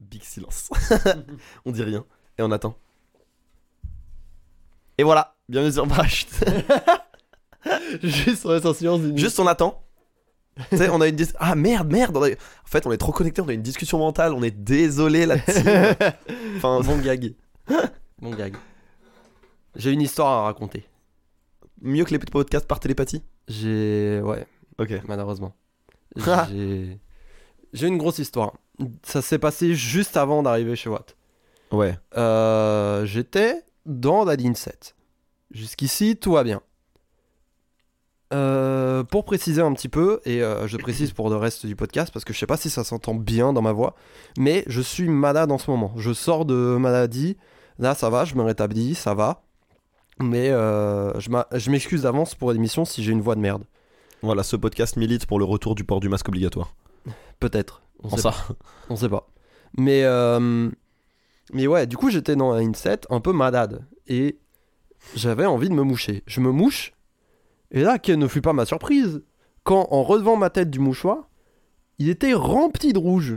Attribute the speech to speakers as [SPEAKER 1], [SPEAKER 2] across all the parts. [SPEAKER 1] Big silence. on dit rien et on attend. Et voilà, bienvenue sur Parachute.
[SPEAKER 2] Juste, on reste en silence. d'une-
[SPEAKER 1] Juste on attend. tu sais, on a une dis- ah merde merde. on a- En fait, on est trop connecté, on a une discussion mentale. On est désolé la team. Enfin,
[SPEAKER 2] bon gag. Bon gag. J'ai une histoire à raconter.
[SPEAKER 1] mieux que les podcasts par télépathie.
[SPEAKER 2] J'ai. Ouais,
[SPEAKER 1] Ok.
[SPEAKER 2] malheureusement. J'ai. J'ai une grosse histoire. Ça s'est passé juste avant d'arriver chez Watt.
[SPEAKER 1] Ouais.
[SPEAKER 2] Euh, J'étais dans la ligne 7. Jusqu'ici, tout va bien. Euh, pour préciser un petit peu, et euh, je précise pour le reste du podcast parce que je sais pas si ça s'entend bien dans ma voix, mais je suis malade en ce moment. Je sors de maladie, là ça va, je me rétablis, ça va. Mais euh, je m'a- je m'excuse d'avance pour l'émission si j'ai une voix de merde.
[SPEAKER 1] Voilà, ce podcast milite pour le retour du port du masque obligatoire.
[SPEAKER 2] Peut-être. On
[SPEAKER 1] En
[SPEAKER 2] sait
[SPEAKER 1] ça.
[SPEAKER 2] On sait pas. Mais, euh, mais ouais, du coup, j'étais dans un inset un peu malade. Et j'avais envie de me moucher. Je me mouche. Et là, quelle ne fut pas ma surprise quand, en relevant ma tête du mouchoir, il était rempli de rouge.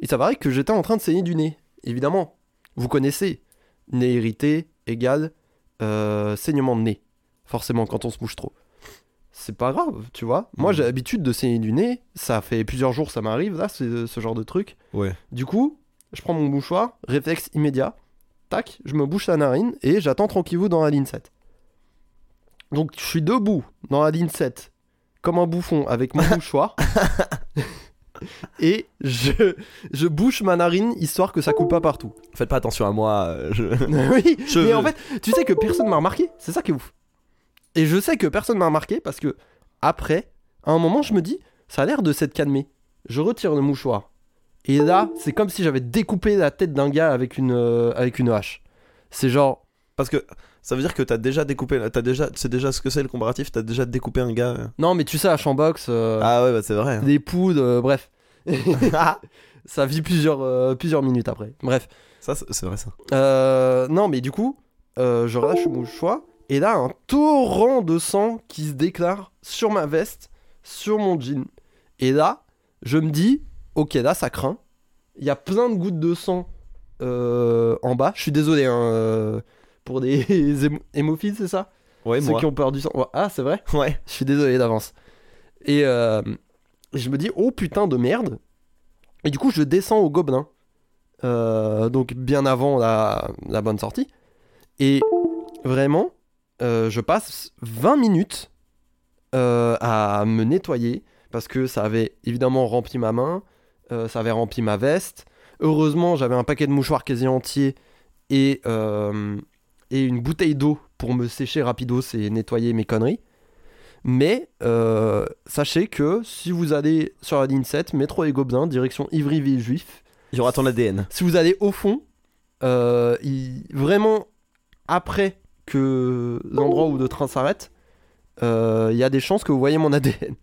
[SPEAKER 2] Il s'avérait que j'étais en train de saigner du nez. Évidemment, vous connaissez. Nez irrité égale euh, saignement de nez. Forcément, quand on se mouche trop. C'est pas grave, tu vois. Moi,
[SPEAKER 1] Mhm.
[SPEAKER 2] j'ai l'habitude de saigner du nez. Ça fait plusieurs jours, ça m'arrive, là, c'est ce genre de truc.
[SPEAKER 1] Ouais.
[SPEAKER 2] Du coup, je prends mon mouchoir, réflexe immédiat, tac, je me bouche la narine et j'attends tranquillou dans la ligne 7. Donc je suis debout dans la ligne 7, comme un bouffon avec mon mouchoir. et je, je bouche ma narine histoire que ça coupe pas partout.
[SPEAKER 1] Faites pas attention à moi. euh, je-
[SPEAKER 2] oui,
[SPEAKER 1] Je-
[SPEAKER 2] mais en fait, tu sais que personne m'a remarqué, c'est ça qui est ouf. Et je sais que personne m'a remarqué parce que après, à un moment, je me dis, ça a l'air de s'être calmé. Je retire le mouchoir. Et là, c'est comme si j'avais découpé la tête d'un gars avec une, euh, avec une hache. C'est genre,
[SPEAKER 1] Parce que ça veut dire que t'as déjà découpé. T'as déjà. C'est déjà ce que c'est le comparatif. T'as déjà découpé un gars. euh.
[SPEAKER 2] non mais tu sais, hache en boxe, euh,
[SPEAKER 1] Ah ouais, bah c'est vrai.
[SPEAKER 2] des poudres, euh, bref. ça vit plusieurs, euh, plusieurs minutes après. Bref.
[SPEAKER 1] Ça, c'est c'est vrai ça.
[SPEAKER 2] Euh, non, mais du coup, euh, je relâche mon choix. Et là, un torrent de sang qui se déclare sur ma veste, sur mon jean. Et là, je me dis, ok, là, ça craint. Il y a plein de gouttes de sang euh, en bas. Je suis désolé hein, euh, pour des hémo- hémophiles, c'est ça
[SPEAKER 1] Ouais,
[SPEAKER 2] Ceux
[SPEAKER 1] moi.
[SPEAKER 2] qui ont peur du sang. Ouais, Ah, c'est vrai
[SPEAKER 1] Ouais.
[SPEAKER 2] je suis désolé d'avance. Et euh, je me dis, oh putain de merde. Et du coup, je descends au gobelin. Euh, donc, bien avant la, la bonne sortie. Et vraiment, euh, je passe 20 minutes euh, à me nettoyer. Parce que ça avait évidemment rempli ma main. euh, ça avait rempli ma veste. Heureusement, j'avais un paquet de mouchoirs quasi entier. Et, euh, et une bouteille d'eau pour me sécher rapidos et nettoyer mes conneries. Mais euh, sachez que si vous allez sur la ligne 7, métro et Gobelins, direction Ivry-Villejuif,
[SPEAKER 1] Il y aura ton ADN.
[SPEAKER 2] si vous allez au fond, euh, il- vraiment après que l'endroit où le train s'arrête, euh, il y a des chances que vous voyez mon ADN.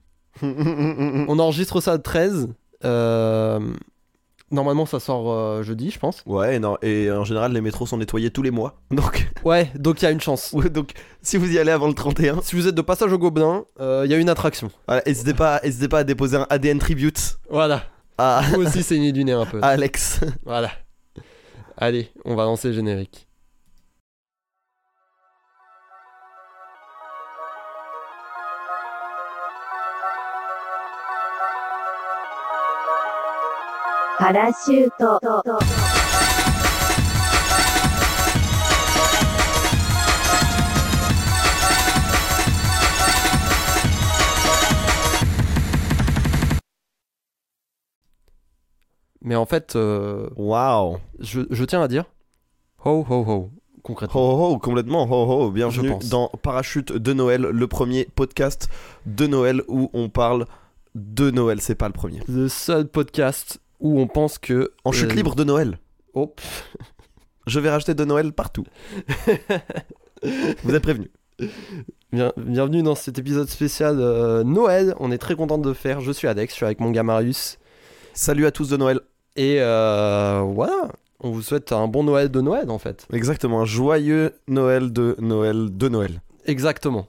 [SPEAKER 2] On enregistre ça le 13. euh, normalement, ça sort euh, jeudi, je pense.
[SPEAKER 1] Ouais, non. Et en général, les métros sont nettoyés tous les mois. Donc,
[SPEAKER 2] Ouais, donc il y a une chance.
[SPEAKER 1] ouais, donc si vous y allez avant le 31,
[SPEAKER 2] Si vous êtes de passage au Gobelin, euh, il y a une attraction.
[SPEAKER 1] voilà, n'hésitez pas, hésitez pas à déposer un ADN tribute
[SPEAKER 2] Voilà.
[SPEAKER 1] à,
[SPEAKER 2] Vous aussi saignez du nez un peu.
[SPEAKER 1] à Alex.
[SPEAKER 2] Voilà. Allez, on va lancer le générique.
[SPEAKER 3] Parachute.
[SPEAKER 2] Mais en fait, euh,
[SPEAKER 1] Waouh.
[SPEAKER 2] je, je tiens à dire, ho ho ho, concrètement.
[SPEAKER 1] Oh, oh, complètement. Oh, oh, bienvenue
[SPEAKER 2] Je pense.
[SPEAKER 1] dans Parachute de Noël, le premier podcast de Noël où on parle de Noël. C'est pas le premier.
[SPEAKER 2] Le seul podcast où on pense que...
[SPEAKER 1] En chute
[SPEAKER 2] euh,
[SPEAKER 1] libre de Noël.
[SPEAKER 2] oh, pff,
[SPEAKER 1] Je vais racheter de Noël partout. Vous êtes prévenus.
[SPEAKER 2] bien- bienvenue dans cet épisode spécial euh, Noël. On est très content de le faire. Je suis Alex, je suis avec mon gars Marius.
[SPEAKER 1] Salut à tous de Noël.
[SPEAKER 2] Et euh, voilà, on vous souhaite un bon Noël de Noël en fait.
[SPEAKER 1] Exactement, un joyeux Noël de Noël de Noël.
[SPEAKER 2] Exactement.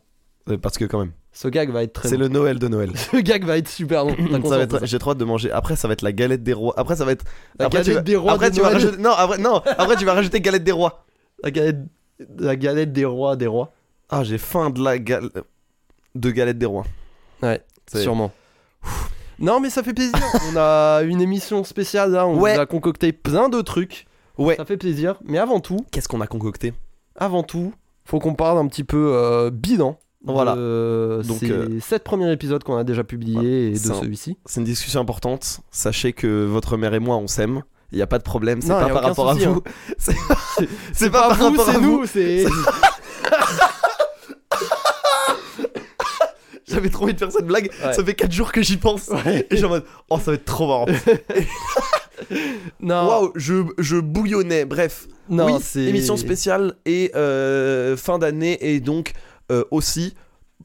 [SPEAKER 1] Euh, Parce que quand même.
[SPEAKER 2] Ce gag va être très
[SPEAKER 1] C'est
[SPEAKER 2] bon.
[SPEAKER 1] le Noël de Noël.
[SPEAKER 2] Ce gag va être super bon. T'as
[SPEAKER 1] Ça va
[SPEAKER 2] conscience de
[SPEAKER 1] être- J'ai trop hâte de manger. Après, ça va être la galette des rois. Après, ça va être.
[SPEAKER 2] La
[SPEAKER 1] après, tu
[SPEAKER 2] galette
[SPEAKER 1] vas-
[SPEAKER 2] des rois
[SPEAKER 1] Après,
[SPEAKER 2] de
[SPEAKER 1] tu vas
[SPEAKER 2] Noël.
[SPEAKER 1] rajouter. Non, après, non. Après, tu vas rajouter galette des rois.
[SPEAKER 2] La galette, la galette des rois, des rois.
[SPEAKER 1] Ah, j'ai faim de la gal... de galette des rois.
[SPEAKER 2] Ouais,
[SPEAKER 1] C'est-
[SPEAKER 2] sûrement. Non, mais ça fait plaisir. on a une émission spéciale là. On
[SPEAKER 1] Ouais.
[SPEAKER 2] vous a concocté plein de trucs.
[SPEAKER 1] Ouais.
[SPEAKER 2] Ça fait plaisir. Mais avant tout,
[SPEAKER 1] Qu'est-ce qu'on a concocté
[SPEAKER 2] avant tout, faut qu'on parle un petit peu euh, bilan.
[SPEAKER 1] Voilà.
[SPEAKER 2] De
[SPEAKER 1] Donc,
[SPEAKER 2] ces
[SPEAKER 1] euh,
[SPEAKER 2] sept premiers épisodes qu'on a déjà publiés
[SPEAKER 1] Voilà.
[SPEAKER 2] et de
[SPEAKER 1] C'est un-
[SPEAKER 2] celui-ci.
[SPEAKER 1] C'est une discussion importante. Sachez que votre mère et moi, on s'aime. Il n'y a pas de problème. C'est
[SPEAKER 2] Non,
[SPEAKER 1] pas
[SPEAKER 2] y a
[SPEAKER 1] par
[SPEAKER 2] aucun
[SPEAKER 1] rapport
[SPEAKER 2] souci,
[SPEAKER 1] à
[SPEAKER 2] hein.
[SPEAKER 1] vous. C'est- C'est pas par
[SPEAKER 2] Vous,
[SPEAKER 1] rapport à
[SPEAKER 2] c'est
[SPEAKER 1] Ah, vous.
[SPEAKER 2] nous, c'est.
[SPEAKER 1] J'avais trop envie de faire cette blague.
[SPEAKER 2] Ouais.
[SPEAKER 1] Ça fait 4 jours que j'y pense. Et j'ai en mode, oh, ça va être trop marrant.
[SPEAKER 2] non,
[SPEAKER 1] Waouh, je, je bouillonnais. Bref,
[SPEAKER 2] non,
[SPEAKER 1] oui,
[SPEAKER 2] c'est.
[SPEAKER 1] émission spéciale et euh, fin d'année et donc euh, aussi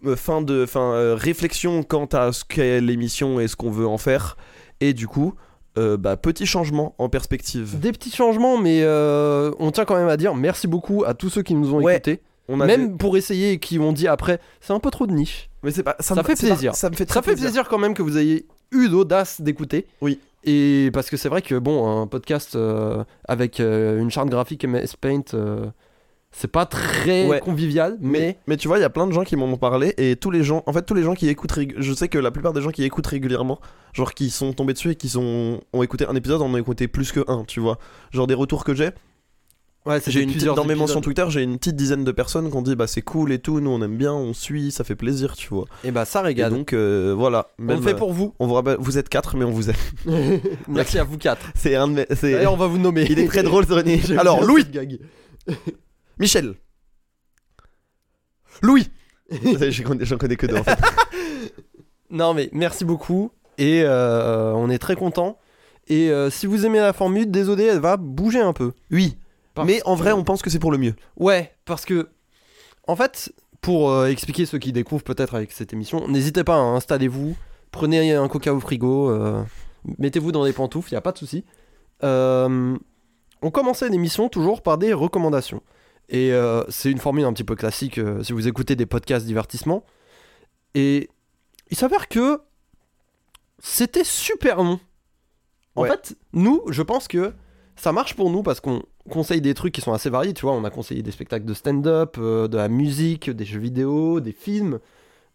[SPEAKER 1] euh, fin de fin euh, réflexion quant à ce qu'est l'émission et ce qu'on veut en faire et du coup euh, bah, petit changement en perspective.
[SPEAKER 2] Des petits changements, mais euh, on tient quand même à dire merci beaucoup à tous ceux qui nous ont
[SPEAKER 1] Ouais.
[SPEAKER 2] écoutés.
[SPEAKER 1] On a
[SPEAKER 2] Même
[SPEAKER 1] des-
[SPEAKER 2] pour essayer et qui ont dit après, c'est un peu trop de niche.
[SPEAKER 1] mais c'est pas ça,
[SPEAKER 2] ça
[SPEAKER 1] me
[SPEAKER 2] fait
[SPEAKER 1] c'est pas-
[SPEAKER 2] plaisir.
[SPEAKER 1] ça me fait très
[SPEAKER 2] Ça fait plaisir. quand même que vous ayez eu l'audace d'écouter.
[SPEAKER 1] Oui.
[SPEAKER 2] Et parce que c'est vrai que bon, un podcast euh, avec euh, une charte graphique MS Paint, euh, c'est pas très
[SPEAKER 1] Ouais.
[SPEAKER 2] convivial, mais
[SPEAKER 1] Mais, mais tu vois, il y a plein de gens qui m'en ont parlé et tous les gens, en fait, tous les gens qui écoutent, rég- je sais que la plupart des gens qui écoutent régulièrement, genre qui sont tombés dessus et qui sont, ont écouté un épisode, en ont écouté plus que un, tu vois. Genre des retours que j'ai,
[SPEAKER 2] ouais, c'est
[SPEAKER 1] J'ai une petite-
[SPEAKER 2] plusieurs
[SPEAKER 1] dans mes
[SPEAKER 2] épisodes.
[SPEAKER 1] mentions Twitter, j'ai une petite dizaine de personnes qui ont dit bah c'est cool et tout, nous on aime bien, on suit, ça fait plaisir, tu vois.
[SPEAKER 2] Et bah ça
[SPEAKER 1] Et
[SPEAKER 2] régale.
[SPEAKER 1] donc euh, voilà,
[SPEAKER 2] on
[SPEAKER 1] même,
[SPEAKER 2] le fait
[SPEAKER 1] euh,
[SPEAKER 2] pour vous.
[SPEAKER 1] on vous rappelle, vous êtes quatre mais on vous aime.
[SPEAKER 2] Merci à vous quatre.
[SPEAKER 1] C'est un de mes- c'est-
[SPEAKER 2] Et on va vous nommer.
[SPEAKER 1] il est très drôle ce René.
[SPEAKER 2] J'aime
[SPEAKER 1] Alors
[SPEAKER 2] bien
[SPEAKER 1] Louis,
[SPEAKER 2] cette gag.
[SPEAKER 1] Michel, Louis. J'en connais, j'en connais que deux en fait.
[SPEAKER 2] Non mais merci beaucoup et euh, on est très content. Et euh, si vous aimez la formule, désolé, elle va bouger un peu.
[SPEAKER 1] Oui.
[SPEAKER 2] Parce
[SPEAKER 1] Mais en vrai, on pense que c'est pour le mieux.
[SPEAKER 2] Ouais, parce que, en fait, pour euh, expliquer ceux qui découvrent peut-être avec cette émission, n'hésitez pas, hein, installez-vous, prenez un coca au frigo, euh, mettez-vous dans des pantoufles, il n'y a pas de souci. Euh, on commençait l'émission toujours par des recommandations. Et euh, c'est une formule un petit peu classique euh, si vous écoutez des podcasts divertissement. Et il s'avère que c'était super long. En
[SPEAKER 1] Ouais.
[SPEAKER 2] fait, nous, je pense que ça marche pour nous parce qu'on conseille des trucs qui sont assez variés. Tu vois, on a conseillé des spectacles de stand-up, euh, de la musique, des jeux vidéo, des films,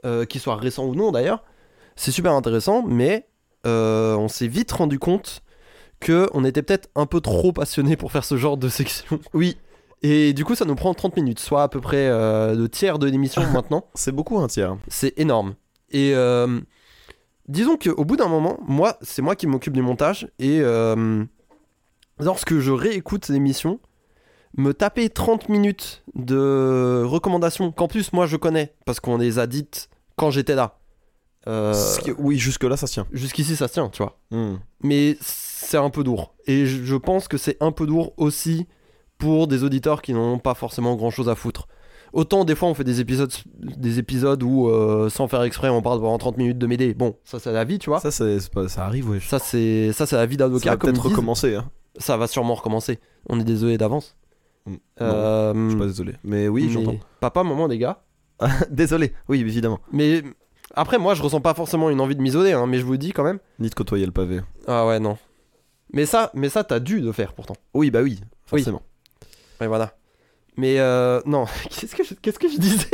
[SPEAKER 2] euh, qui soient récents ou non d'ailleurs. C'est super intéressant, mais euh, on s'est vite rendu compte que on était peut-être un peu trop passionné pour faire ce genre de section. Oui. Et du coup, ça nous prend 30 minutes, soit à peu près euh, le tiers de l'émission maintenant.
[SPEAKER 1] C'est beaucoup hein, un tiers.
[SPEAKER 2] C'est énorme. Et euh, disons qu'au bout d'un moment, moi, c'est moi qui m'occupe du montage. Et euh, lorsque je réécoute l'émission, me taper 30 minutes de recommandations, qu'en plus, moi, je connais, parce qu'on les a dites quand j'étais là. Euh,
[SPEAKER 1] Ce qui- Oui, jusque là ça se tient.
[SPEAKER 2] Jusqu'ici, ça se tient, tu vois
[SPEAKER 1] Hmm.
[SPEAKER 2] mais c'est un peu lourd. Et je je pense que c'est un peu lourd aussi pour des auditeurs qui n'ont pas forcément grand chose à foutre. Autant des fois on fait des épisodes, des épisodes où euh, sans faire exprès on parle pendant 30 minutes de Médée. Bon, ça c'est la vie, tu vois. Ça,
[SPEAKER 1] Ça, c'est, c'est pas- ça arrive, ouais.
[SPEAKER 2] c'est ça c'est la vie d'avocat.
[SPEAKER 1] Ça va
[SPEAKER 2] comme
[SPEAKER 1] peut-être
[SPEAKER 2] ils disent.
[SPEAKER 1] recommencer. hein.
[SPEAKER 2] Ça va sûrement recommencer. On est désolé d'avance.
[SPEAKER 1] Hmm. Non,
[SPEAKER 2] Euh,
[SPEAKER 1] Je suis pas désolé. Mais oui,
[SPEAKER 2] mais
[SPEAKER 1] j'entends.
[SPEAKER 2] Papa, maman, les gars.
[SPEAKER 1] désolé, oui, évidemment.
[SPEAKER 2] Mais après moi je ressens pas forcément une envie de m'isoler, hein, mais je vous le dis quand même.
[SPEAKER 1] Ni de côtoyer le pavé.
[SPEAKER 2] Ah ouais non. Mais ça, mais ça t'as dû le faire pourtant.
[SPEAKER 1] Oui, bah oui,
[SPEAKER 2] Oui.
[SPEAKER 1] forcément.
[SPEAKER 2] Ouais, voilà. Mais euh, non, qu'est-ce que je, qu'est-ce que je disais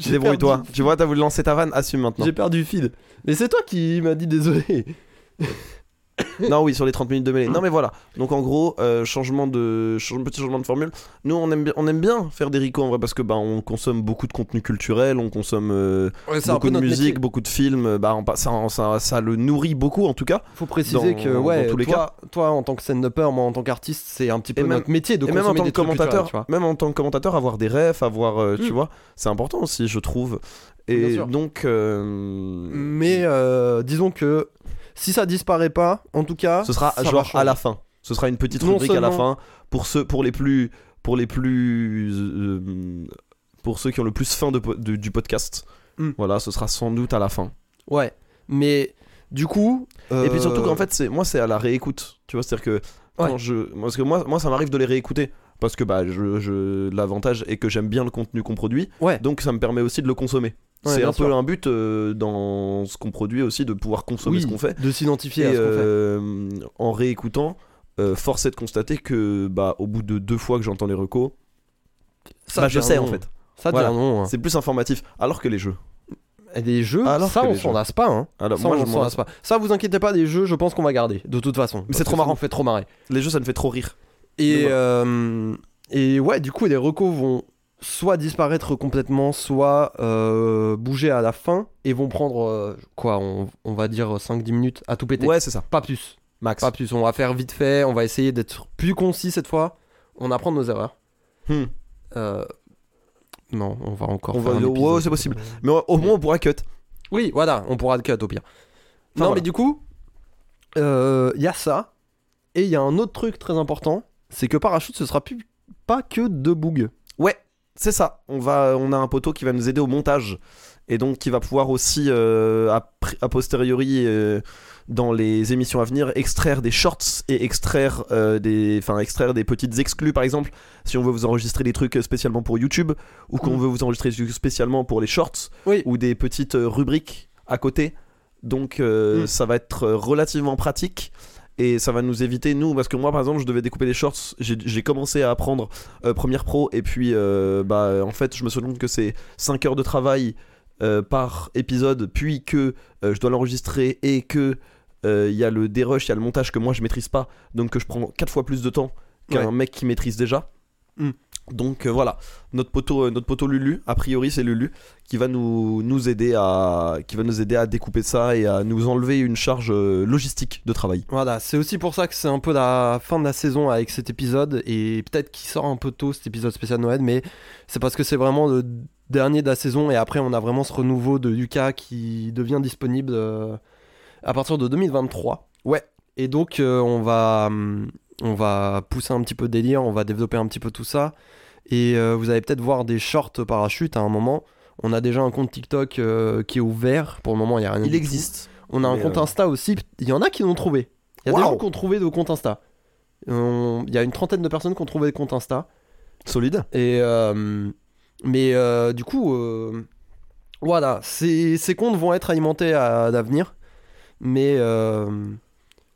[SPEAKER 2] J'ai
[SPEAKER 1] Débrouille-toi.
[SPEAKER 2] perdu-
[SPEAKER 1] Tu vois, t'as voulu lancer ta vanne, assume maintenant.
[SPEAKER 2] J'ai perdu le feed. Mais c'est toi qui m'as dit désolé.
[SPEAKER 1] non, oui, sur les 30 minutes de
[SPEAKER 2] Mmh.
[SPEAKER 1] mêlée. Non, mais voilà. Donc, en gros, euh, changement de, change- petit changement de formule. Nous, on aime, bien- on aime bien faire des ricos en vrai parce que bah, on consomme beaucoup de contenu culturel, on consomme euh, beaucoup de musique, beaucoup de films. euh, Bah, on pa- ça, ça, ça le nourrit beaucoup en tout cas.
[SPEAKER 2] Faut préciser
[SPEAKER 1] Dans-
[SPEAKER 2] que
[SPEAKER 1] dans
[SPEAKER 2] ouais,
[SPEAKER 1] tous les
[SPEAKER 2] toi, toi en tant que stand-upper, moi en tant qu'artiste, c'est un petit peu
[SPEAKER 1] Et même-
[SPEAKER 2] notre métier de
[SPEAKER 1] Et même en
[SPEAKER 2] consommer
[SPEAKER 1] tant
[SPEAKER 2] des
[SPEAKER 1] que
[SPEAKER 2] trucs
[SPEAKER 1] commentateur,
[SPEAKER 2] culturels, tu vois.
[SPEAKER 1] même en tant que commentateur, avoir des refs, avoir, euh, tu
[SPEAKER 2] Mm.
[SPEAKER 1] vois, c'est important aussi, je trouve.
[SPEAKER 2] Bien
[SPEAKER 1] Et
[SPEAKER 2] sûr.
[SPEAKER 1] donc, euh,
[SPEAKER 2] Mais euh, disons que si ça disparaît pas, en tout cas,
[SPEAKER 1] ce sera
[SPEAKER 2] ça va
[SPEAKER 1] genre
[SPEAKER 2] changer.
[SPEAKER 1] à la fin. Ce sera une petite
[SPEAKER 2] Non
[SPEAKER 1] rubrique à la
[SPEAKER 2] seulement-
[SPEAKER 1] fin pour ceux, pour les plus, pour les plus, euh, pour ceux qui ont le plus faim de, po- de- du podcast.
[SPEAKER 2] Mm.
[SPEAKER 1] Voilà, ce sera sans doute à la fin.
[SPEAKER 2] Ouais, mais du coup.
[SPEAKER 1] Et puis surtout
[SPEAKER 2] euh,
[SPEAKER 1] qu'en fait, c'est moi, c'est à la réécoute. Tu vois, c'est-à-dire que quand
[SPEAKER 2] Ouais.
[SPEAKER 1] je, parce que moi, moi, ça m'arrive de les réécouter. parce que bah, je, je- l'avantage est que j'aime bien le contenu qu'on produit,
[SPEAKER 2] Ouais.
[SPEAKER 1] donc ça me permet aussi de le consommer.
[SPEAKER 2] Ouais,
[SPEAKER 1] c'est
[SPEAKER 2] bien
[SPEAKER 1] un peu
[SPEAKER 2] sûr.
[SPEAKER 1] un but euh, dans ce qu'on produit aussi de pouvoir consommer
[SPEAKER 2] Oui,
[SPEAKER 1] ce qu'on fait.
[SPEAKER 2] de s'identifier à
[SPEAKER 1] Et,
[SPEAKER 2] ce qu'on
[SPEAKER 1] euh,
[SPEAKER 2] fait.
[SPEAKER 1] en réécoutant, euh, force est de constater que bah, au bout de deux fois que j'entends les recos,
[SPEAKER 2] Ça
[SPEAKER 1] bah, je
[SPEAKER 2] devient
[SPEAKER 1] sais en
[SPEAKER 2] long.
[SPEAKER 1] fait.
[SPEAKER 2] Ça
[SPEAKER 1] Voilà.
[SPEAKER 2] devient non.
[SPEAKER 1] C'est plus informatif. Alors que les jeux.
[SPEAKER 2] hein. Des jeux,
[SPEAKER 1] Alors
[SPEAKER 2] ça
[SPEAKER 1] que
[SPEAKER 2] on
[SPEAKER 1] les
[SPEAKER 2] s'en
[SPEAKER 1] jeux.
[SPEAKER 2] lasse pas. Hein.
[SPEAKER 1] Alors,
[SPEAKER 2] Ça,
[SPEAKER 1] moi,
[SPEAKER 2] on
[SPEAKER 1] je
[SPEAKER 2] s'en
[SPEAKER 1] m'en
[SPEAKER 2] lasse pas. Ça vous inquiétez pas, des jeux, je pense qu'on va garder de toute façon.
[SPEAKER 1] Mais c'est
[SPEAKER 2] Parce
[SPEAKER 1] trop
[SPEAKER 2] que ça
[SPEAKER 1] marrant.
[SPEAKER 2] nous fait trop marrer.
[SPEAKER 1] Les jeux, ça me fait trop rire.
[SPEAKER 2] Et,
[SPEAKER 1] Dommage.
[SPEAKER 2] euh, et ouais, du coup, les recos vont soit disparaître complètement, soit euh, bouger à la fin et vont prendre, euh, quoi, on, on va dire 5-10 minutes à tout péter.
[SPEAKER 1] Ouais, c'est ça.
[SPEAKER 2] Pas plus.
[SPEAKER 1] Max.
[SPEAKER 2] Pas plus. On va faire vite fait, on va essayer d'être plus concis cette fois. On apprend de nos erreurs.
[SPEAKER 1] Hmm.
[SPEAKER 2] Euh, non, on va encore.
[SPEAKER 1] On
[SPEAKER 2] faire
[SPEAKER 1] va
[SPEAKER 2] un
[SPEAKER 1] dire,
[SPEAKER 2] épisode.
[SPEAKER 1] wow, c'est possible. Mais au moins, on pourra cut.
[SPEAKER 2] Oui, voilà, on pourra le cut au pire. non,
[SPEAKER 1] voilà.
[SPEAKER 2] mais du coup, euh, il y a ça. Et il y a un autre truc très important c'est que Parachute, ce sera plus, pas que deux bougs.
[SPEAKER 1] C'est ça. On, va, on a un poteau qui va nous aider au montage. Et donc, qui va pouvoir aussi, euh, a, pri- a posteriori, euh, dans les émissions à venir, extraire des shorts et extraire, euh, des, enfin, extraire des petites exclus, par exemple. Si on veut vous enregistrer des trucs euh, spécialement pour YouTube, ou qu'on
[SPEAKER 2] Mm.
[SPEAKER 1] veut vous enregistrer des trucs spécialement pour les shorts,
[SPEAKER 2] Oui.
[SPEAKER 1] ou des petites euh, rubriques à côté. Donc, euh,
[SPEAKER 2] Mm.
[SPEAKER 1] ça va être euh, relativement pratique. Et ça va nous éviter, nous, parce que moi par exemple, je devais découper des shorts. J'ai j'ai commencé à apprendre euh, Premiere Pro et puis euh, bah euh, en fait je me suis rendu compte que c'est 5 heures de travail euh, par épisode puis que euh, je dois l'enregistrer et que euh, il y a le dérush, il y a le montage que moi je maîtrise pas donc que je prends 4 fois plus de temps qu'un
[SPEAKER 2] Ouais.
[SPEAKER 1] mec qui maîtrise déjà.
[SPEAKER 2] Mm.
[SPEAKER 1] Donc euh, voilà, notre poteau euh, notre poteau Lulu, a priori c'est Lulu qui va nous, nous aider à qui va nous aider à découper ça et à nous enlever une charge euh, logistique de travail.
[SPEAKER 2] Voilà, c'est aussi pour ça que c'est un peu la fin de la saison avec cet épisode. Et peut-être qu'il sort un peu tôt cet épisode spécial Noël, mais c'est parce que c'est vraiment le dernier de la saison. Et après, on a vraiment ce renouveau de Lucas qui devient disponible euh, à partir de 2023.
[SPEAKER 1] Ouais.
[SPEAKER 2] Et donc, euh, on, va, hum, on va pousser un petit peu de délire, on va développer un petit peu tout ça. Et euh, vous allez peut-être voir des shorts parachutes à un moment. On a déjà un compte TikTok euh, qui est ouvert. Pour le moment, il n'y a rien du
[SPEAKER 1] Il
[SPEAKER 2] tout.
[SPEAKER 1] existe.
[SPEAKER 2] On a un
[SPEAKER 1] Mais,
[SPEAKER 2] compte
[SPEAKER 1] euh,
[SPEAKER 2] Insta aussi. Il y en a qui l'ont trouvé. Il y a des
[SPEAKER 1] Waouh.
[SPEAKER 2] gens qui ont trouvé de compte Insta. On- Il y a une trentaine de personnes qui ont trouvé des comptes Insta.
[SPEAKER 1] Solide.
[SPEAKER 2] Et euh, mais euh, du coup, euh, voilà, ces, ces comptes vont être alimentés à, l'avenir. Mais euh,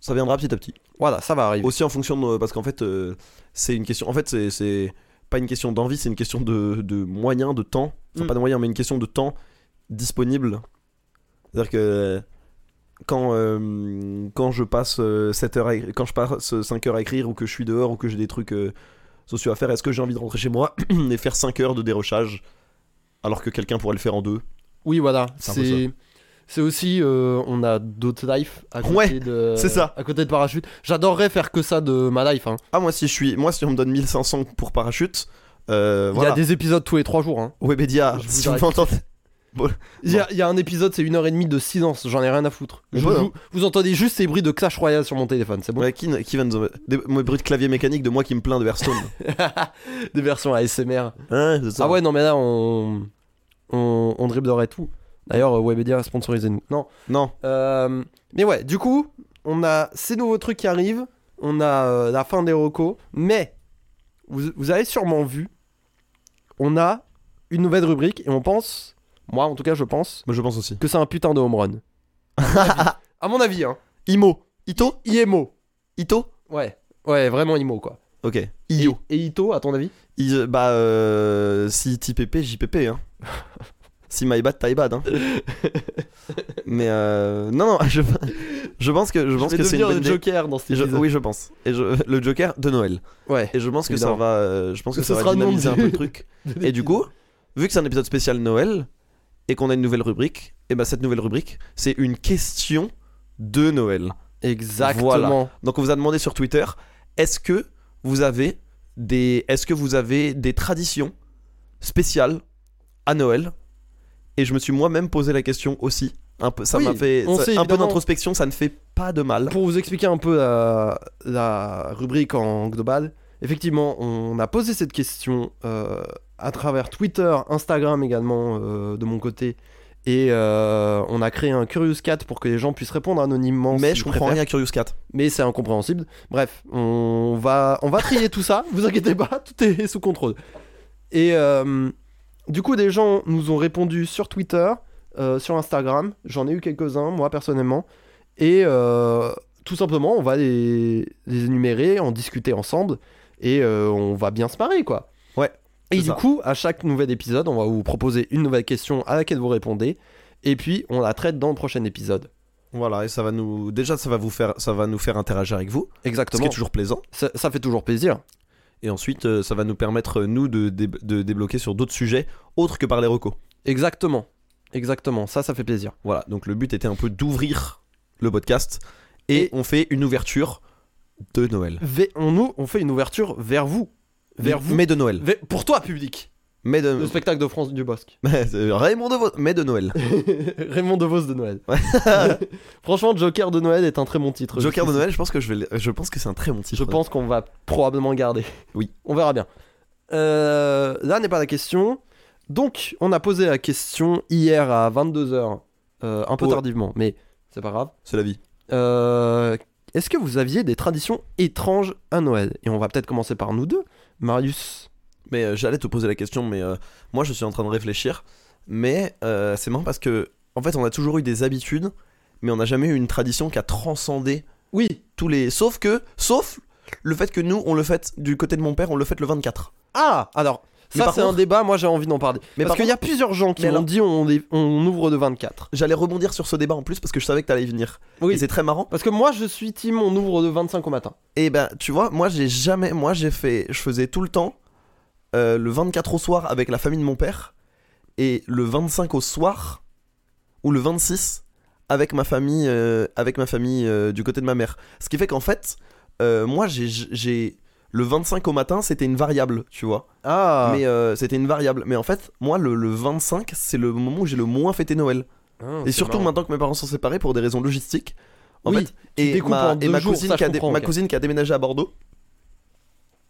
[SPEAKER 1] Ça viendra petit à petit.
[SPEAKER 2] voilà, ça va arriver.
[SPEAKER 1] Aussi en fonction de. Parce qu'en fait, euh, c'est une question. En fait, c'est- c'est pas une question d'envie, c'est une question de, de moyens, de temps. Enfin,
[SPEAKER 2] Mm.
[SPEAKER 1] pas de moyens, mais une question de temps disponible. C'est-à-dire que quand, euh, quand je passe euh, 7 heures à écri- quand je passe 5 heures à écrire, ou que je suis dehors, ou que j'ai des trucs euh, sociaux à faire, est-ce que j'ai envie de rentrer chez moi et faire 5 heures de dérochage alors que quelqu'un pourrait le faire en deux
[SPEAKER 2] Oui, voilà,
[SPEAKER 1] C'est un peu
[SPEAKER 2] c'est. C'est aussi, euh, on a d'autres lives à côté
[SPEAKER 1] Ouais,
[SPEAKER 2] de,
[SPEAKER 1] c'est ça.
[SPEAKER 2] à côté de parachute. J'adorerais faire que ça de ma life. hein.
[SPEAKER 1] Ah, moi, si je suis. Moi, si on me donne 1500 pour parachute. Euh,
[SPEAKER 2] Il
[SPEAKER 1] voilà.
[SPEAKER 2] y a des épisodes tous les trois jours. hein.
[SPEAKER 1] Webedia,
[SPEAKER 2] Je vous
[SPEAKER 1] si vous
[SPEAKER 2] arrête.
[SPEAKER 1] m'entendez.
[SPEAKER 2] Il y, a- il y a un épisode, c'est une heure et demie de silence, j'en ai rien à foutre. Je
[SPEAKER 1] Ouais.
[SPEAKER 2] vous, vous entendez juste ces bruits de Clash Royale sur mon téléphone, c'est bon
[SPEAKER 1] Ouais, qui, qui va nous. Des, moi, bruit de clavier mécanique de moi qui me plaint de Hearthstone.
[SPEAKER 2] Des versions ASMR.
[SPEAKER 1] Hein, c'est ça.
[SPEAKER 2] Ah ouais, non mais là, on, on, on dribblerait tout. D'ailleurs, euh, Webedia sponsorisez-nous. Non.
[SPEAKER 1] Non,
[SPEAKER 2] Euh, mais ouais, du coup, on a ces nouveaux trucs qui arrivent, on a euh, la fin des recos, mais vous, vous avez sûrement vu, on a une nouvelle rubrique et on pense, moi en tout cas je pense,
[SPEAKER 1] moi je pense aussi.
[SPEAKER 2] que c'est un putain de home run. À mon avis, hein.
[SPEAKER 1] Imo. Ito
[SPEAKER 2] IMO.
[SPEAKER 1] Ito
[SPEAKER 2] Ouais, ouais, vraiment IMO quoi.
[SPEAKER 1] Ok. Io.
[SPEAKER 2] Et, et Ito, à ton avis
[SPEAKER 1] I- bah, euh, si TPP, JPP. Hein. si my bad, tie bad. Hein. Mais euh, non, non, je, je pense que, je pense
[SPEAKER 2] vais
[SPEAKER 1] que c'est une
[SPEAKER 2] devenir
[SPEAKER 1] bonne
[SPEAKER 2] le
[SPEAKER 1] idée.
[SPEAKER 2] Joker dans cet
[SPEAKER 1] Je-
[SPEAKER 2] épisode.
[SPEAKER 1] oui, je pense. Et je- le Joker de Noël.
[SPEAKER 2] Ouais.
[SPEAKER 1] Et je pense que ça
[SPEAKER 2] Évidemment.
[SPEAKER 1] va, euh, je pense que
[SPEAKER 2] Ce
[SPEAKER 1] ça va
[SPEAKER 2] sera le nom
[SPEAKER 1] dynamiser
[SPEAKER 2] du-
[SPEAKER 1] un peu le truc. Et du coup, vu que c'est un épisode spécial Noël et qu'on a une nouvelle rubrique, et ben cette nouvelle rubrique, c'est une question de Noël.
[SPEAKER 2] exactement.
[SPEAKER 1] Voilà. Donc on vous a demandé sur Twitter, est-ce que vous avez des est-ce que vous avez des traditions spéciales à Noël Et je me suis moi-même posé la question aussi. Un peu, ça
[SPEAKER 2] Oui,
[SPEAKER 1] m'a fait
[SPEAKER 2] on
[SPEAKER 1] ça-
[SPEAKER 2] sait,
[SPEAKER 1] un peu
[SPEAKER 2] évidemment.
[SPEAKER 1] d'introspection, ça ne fait pas de mal.
[SPEAKER 2] Pour vous expliquer un peu la, la rubrique en global, effectivement, on a posé cette question euh, à travers Twitter, Instagram également euh, de mon côté, Et euh, on a créé un Curious Cat pour que les gens puissent répondre anonymement.
[SPEAKER 1] Mais
[SPEAKER 2] s'ils
[SPEAKER 1] je comprends
[SPEAKER 2] préfèrent.
[SPEAKER 1] rien à Curious Cat.
[SPEAKER 2] Mais c'est incompréhensible. Bref, on va, on va trier tout ça. Vous inquiétez pas, tout est sous contrôle. Et euh, du coup, des gens nous ont répondu sur Twitter, euh, sur Instagram. J'en ai eu quelques-uns, moi personnellement. Et euh, tout simplement, on va les, les énumérer, en discuter ensemble. Et euh, on va bien se marrer, quoi.
[SPEAKER 1] Ouais,
[SPEAKER 2] Et
[SPEAKER 1] c'est
[SPEAKER 2] du
[SPEAKER 1] ça.
[SPEAKER 2] coup, à chaque nouvel épisode, on va vous proposer une nouvelle question à laquelle vous répondez. Et puis, on la traite dans le prochain épisode.
[SPEAKER 1] Voilà, et ça va nous. Déjà, ça va, vous faire... ça va nous faire interagir avec vous, ce qui
[SPEAKER 2] Exactement.
[SPEAKER 1] est toujours plaisant.
[SPEAKER 2] Ça- ça fait toujours plaisir.
[SPEAKER 1] Et ensuite, euh, ça va nous permettre, euh, nous, de, dé- de débloquer sur d'autres sujets autres que par les recos.
[SPEAKER 2] Exactement. Exactement, ça, ça fait plaisir.
[SPEAKER 1] Voilà, donc le but était un peu d'ouvrir le podcast et,
[SPEAKER 2] Et-
[SPEAKER 1] on fait une ouverture de Noël.
[SPEAKER 2] Ve- on, nous, on fait une ouverture vers vous. Vers vous.
[SPEAKER 1] Mais de Noël.
[SPEAKER 2] Ve- pour toi, public.
[SPEAKER 1] Mais
[SPEAKER 2] Le
[SPEAKER 1] de.
[SPEAKER 2] spectacle de France du Bosque.
[SPEAKER 1] Raymond de Vos- Mais de Noël.
[SPEAKER 2] Raymond DeVos de Noël. Franchement, Joker de Noël est un très bon titre.
[SPEAKER 1] Joker de Noël, je pense que je vais. le- Je pense que c'est un très bon titre.
[SPEAKER 2] Je pense qu'on va probablement le garder.
[SPEAKER 1] Oui.
[SPEAKER 2] On verra bien. Euh, là n'est pas la question. Donc, on a posé la question hier à 22h, un peu
[SPEAKER 1] Ouais.
[SPEAKER 2] tardivement, mais c'est pas grave.
[SPEAKER 1] C'est la vie.
[SPEAKER 2] Euh, Est-ce que vous aviez des traditions étranges à Noël Et on va peut-être commencer par nous deux. Marius,
[SPEAKER 1] Mais euh, j'allais te poser la question, mais euh, moi je suis en train de réfléchir. Mais euh, c'est marrant parce que, en fait, on a toujours eu des habitudes, mais on n'a jamais eu une tradition qui a transcendé
[SPEAKER 2] Oui.
[SPEAKER 1] tous les. Sauf que, sauf le fait que nous, on le fait du côté de mon père, on le fait le 24.
[SPEAKER 2] Ah Alors,
[SPEAKER 1] Mais
[SPEAKER 2] ça
[SPEAKER 1] par
[SPEAKER 2] c'est
[SPEAKER 1] contre-
[SPEAKER 2] un débat, moi j'ai envie d'en parler.
[SPEAKER 1] Mais par
[SPEAKER 2] parce qu'il y a plusieurs gens qui
[SPEAKER 1] Mais
[SPEAKER 2] m'ont
[SPEAKER 1] alors-
[SPEAKER 2] dit on, est- on ouvre de 24.
[SPEAKER 1] J'allais rebondir sur ce débat en plus parce que je savais que t'allais y venir.
[SPEAKER 2] Oui.
[SPEAKER 1] Et c'est très marrant.
[SPEAKER 2] Parce que moi je suis team on ouvre de 25 au matin.
[SPEAKER 1] Et ben, tu vois, moi j'ai jamais. Moi j'ai fait. Je faisais tout le temps euh, le 24 au soir avec la famille de mon père et le 25 au soir ou le 26 avec ma famille, euh, avec ma famille euh, du côté de ma mère. Ce qui fait qu'en fait, euh, moi j'ai- j'ai. Le 25 au matin, c'était une variable, tu vois.
[SPEAKER 2] Ah
[SPEAKER 1] Mais euh, c'était une variable. Mais en fait, moi, le, le 25, c'est le moment où j'ai le moins fêté Noël.
[SPEAKER 2] Oh,
[SPEAKER 1] Et surtout maintenant que mes parents sont séparés pour des raisons logistiques. En
[SPEAKER 2] Oui,
[SPEAKER 1] fait,
[SPEAKER 2] tu
[SPEAKER 1] et
[SPEAKER 2] découpes
[SPEAKER 1] ma,
[SPEAKER 2] en
[SPEAKER 1] et
[SPEAKER 2] deux
[SPEAKER 1] ma
[SPEAKER 2] jours,
[SPEAKER 1] cousine,
[SPEAKER 2] ça,
[SPEAKER 1] qui a
[SPEAKER 2] je
[SPEAKER 1] dé-
[SPEAKER 2] comprends,
[SPEAKER 1] ma
[SPEAKER 2] ok.
[SPEAKER 1] cousine qui a déménagé à Bordeaux,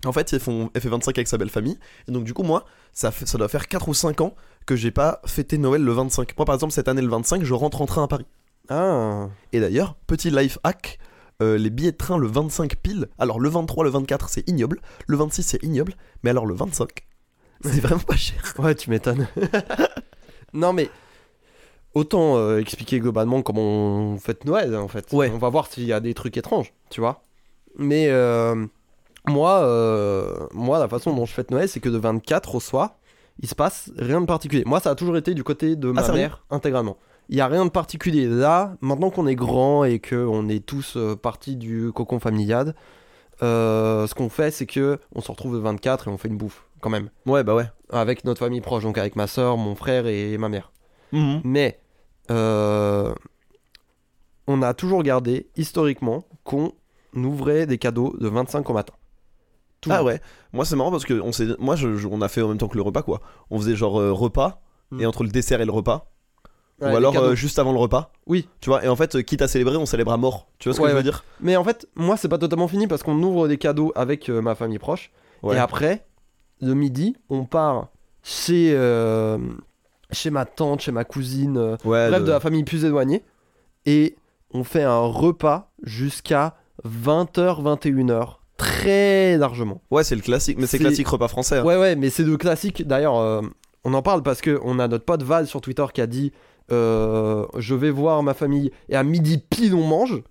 [SPEAKER 1] en fait, elle font- elle fait 25 avec sa belle famille. Et donc, du coup, moi, ça, fait- ça doit faire 4 ou 5 ans que j'ai pas fêté Noël le 25. Moi, par exemple, cette année, le 25, je rentre en train à Paris.
[SPEAKER 2] Ah
[SPEAKER 1] Et d'ailleurs, petit life hack, euh, les billets de train le 25 pile. Alors, le 23, le 24, c'est ignoble. Le 26, c'est ignoble. Mais alors, le 25, c'est vraiment pas cher.
[SPEAKER 2] Ouais, tu m'étonnes. non mais. Autant euh, expliquer globalement comment on fête Noël en fait.
[SPEAKER 1] Ouais.
[SPEAKER 2] On va voir s'il y a des trucs étranges, tu vois. Mais euh, moi, euh, moi, la façon dont je fête Noël, c'est que de 24 au soir, il se passe rien de particulier. Moi, ça a toujours été du côté de ma
[SPEAKER 1] Ah, sérieux
[SPEAKER 2] mère intégralement. Il y a rien de particulier là. Maintenant qu'on est grand et que on est tous euh, partis du cocon familial, euh, ce qu'on fait, c'est que on se retrouve le 24 et on fait une bouffe quand même
[SPEAKER 1] Ouais, bah ouais.
[SPEAKER 2] avec notre famille proche, donc avec ma soeur, mon frère et ma mère.
[SPEAKER 1] Mhm.
[SPEAKER 2] Mais euh, on a toujours gardé historiquement qu'on ouvrait des cadeaux de 25 au matin. Toujours.
[SPEAKER 1] Ah ouais, moi c'est marrant parce que on s'est, moi je- je- on a fait en même temps que le repas quoi. On faisait genre euh, repas
[SPEAKER 2] Mm.
[SPEAKER 1] et entre le dessert et le repas,
[SPEAKER 2] Ouais,
[SPEAKER 1] ou
[SPEAKER 2] des
[SPEAKER 1] alors
[SPEAKER 2] cadeaux.
[SPEAKER 1] euh, juste avant le repas.
[SPEAKER 2] Oui.
[SPEAKER 1] Tu vois, et en fait euh, quitte à célébrer, on célèbre à mort. Tu vois ce que
[SPEAKER 2] Ouais,
[SPEAKER 1] je veux
[SPEAKER 2] ouais.
[SPEAKER 1] dire
[SPEAKER 2] Mais en fait, moi, c'est pas totalement fini parce qu'on ouvre des cadeaux avec euh, ma famille proche.
[SPEAKER 1] Ouais.
[SPEAKER 2] Et après, le midi, on part chez, euh, chez ma tante, chez ma cousine, euh,
[SPEAKER 1] Ouais.
[SPEAKER 2] Bref,
[SPEAKER 1] de-
[SPEAKER 2] de la famille plus éloignée. Et on fait un repas jusqu'à 20h, 21h. Très largement.
[SPEAKER 1] Ouais, c'est le classique, mais c'est
[SPEAKER 2] C'est-
[SPEAKER 1] classique repas français. hein.
[SPEAKER 2] Ouais, ouais, mais c'est de classique. D'ailleurs, euh, on en parle parce que on a notre pote Val sur Twitter qui a dit euh, Je vais voir ma famille et à midi pile on mange.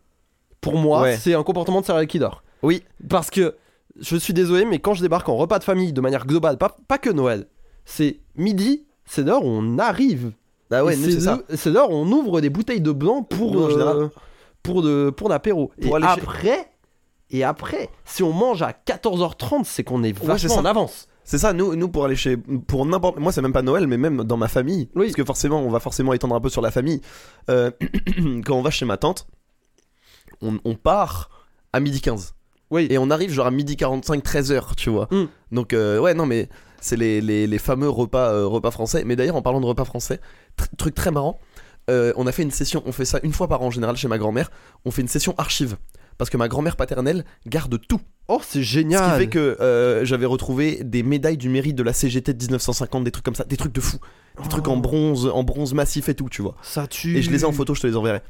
[SPEAKER 2] Pour moi,
[SPEAKER 1] Ouais.
[SPEAKER 2] c'est un comportement de serial killer.
[SPEAKER 1] Oui.
[SPEAKER 2] Parce que je suis désolé, mais quand je débarque en repas de famille de manière globale, pas, pas que Noël, c'est midi, c'est l'heure où on arrive.
[SPEAKER 1] Ah ouais,
[SPEAKER 2] Et
[SPEAKER 1] nous, c'est ça.
[SPEAKER 2] le- c'est l'heure où on ouvre des bouteilles de blanc pour
[SPEAKER 1] Nous, en
[SPEAKER 2] euh,
[SPEAKER 1] général.
[SPEAKER 2] pour de pour l'apéro.
[SPEAKER 1] Pour
[SPEAKER 2] et
[SPEAKER 1] aller chez-
[SPEAKER 2] après et après, si on mange à 14h30, c'est qu'on est vachement
[SPEAKER 1] Ouais, c'est ça.
[SPEAKER 2] en avance.
[SPEAKER 1] C'est ça, nous, nous pour aller chez. Pour n'importe. Moi, c'est même pas Noël, mais même dans ma famille.
[SPEAKER 2] Oui.
[SPEAKER 1] Parce que forcément, on va forcément étendre un peu sur la famille. Euh, quand on va chez ma tante, on, on part à midi 15.
[SPEAKER 2] Oui.
[SPEAKER 1] Et on arrive genre à midi 45, 13h, tu vois.
[SPEAKER 2] Mm.
[SPEAKER 1] Donc, euh, ouais, non, mais c'est les, les- les fameux repas, euh, repas français. Mais d'ailleurs, en parlant de repas français, tr- truc très marrant, euh, on a fait une session, on fait ça une fois par an en général chez ma grand-mère, on fait une session archive. parce que ma grand-mère paternelle garde tout.
[SPEAKER 2] Oh, c'est
[SPEAKER 1] Ce qui
[SPEAKER 2] génial.
[SPEAKER 1] fait que euh, j'avais retrouvé des médailles du mérite de la CGT de 1950, des trucs comme ça, des trucs de fou, des trucs
[SPEAKER 2] Oh.
[SPEAKER 1] en bronze, en bronze massif et tout, tu vois.
[SPEAKER 2] Ça tue.
[SPEAKER 1] Oh, Et je les ai en photo, je te les enverrai.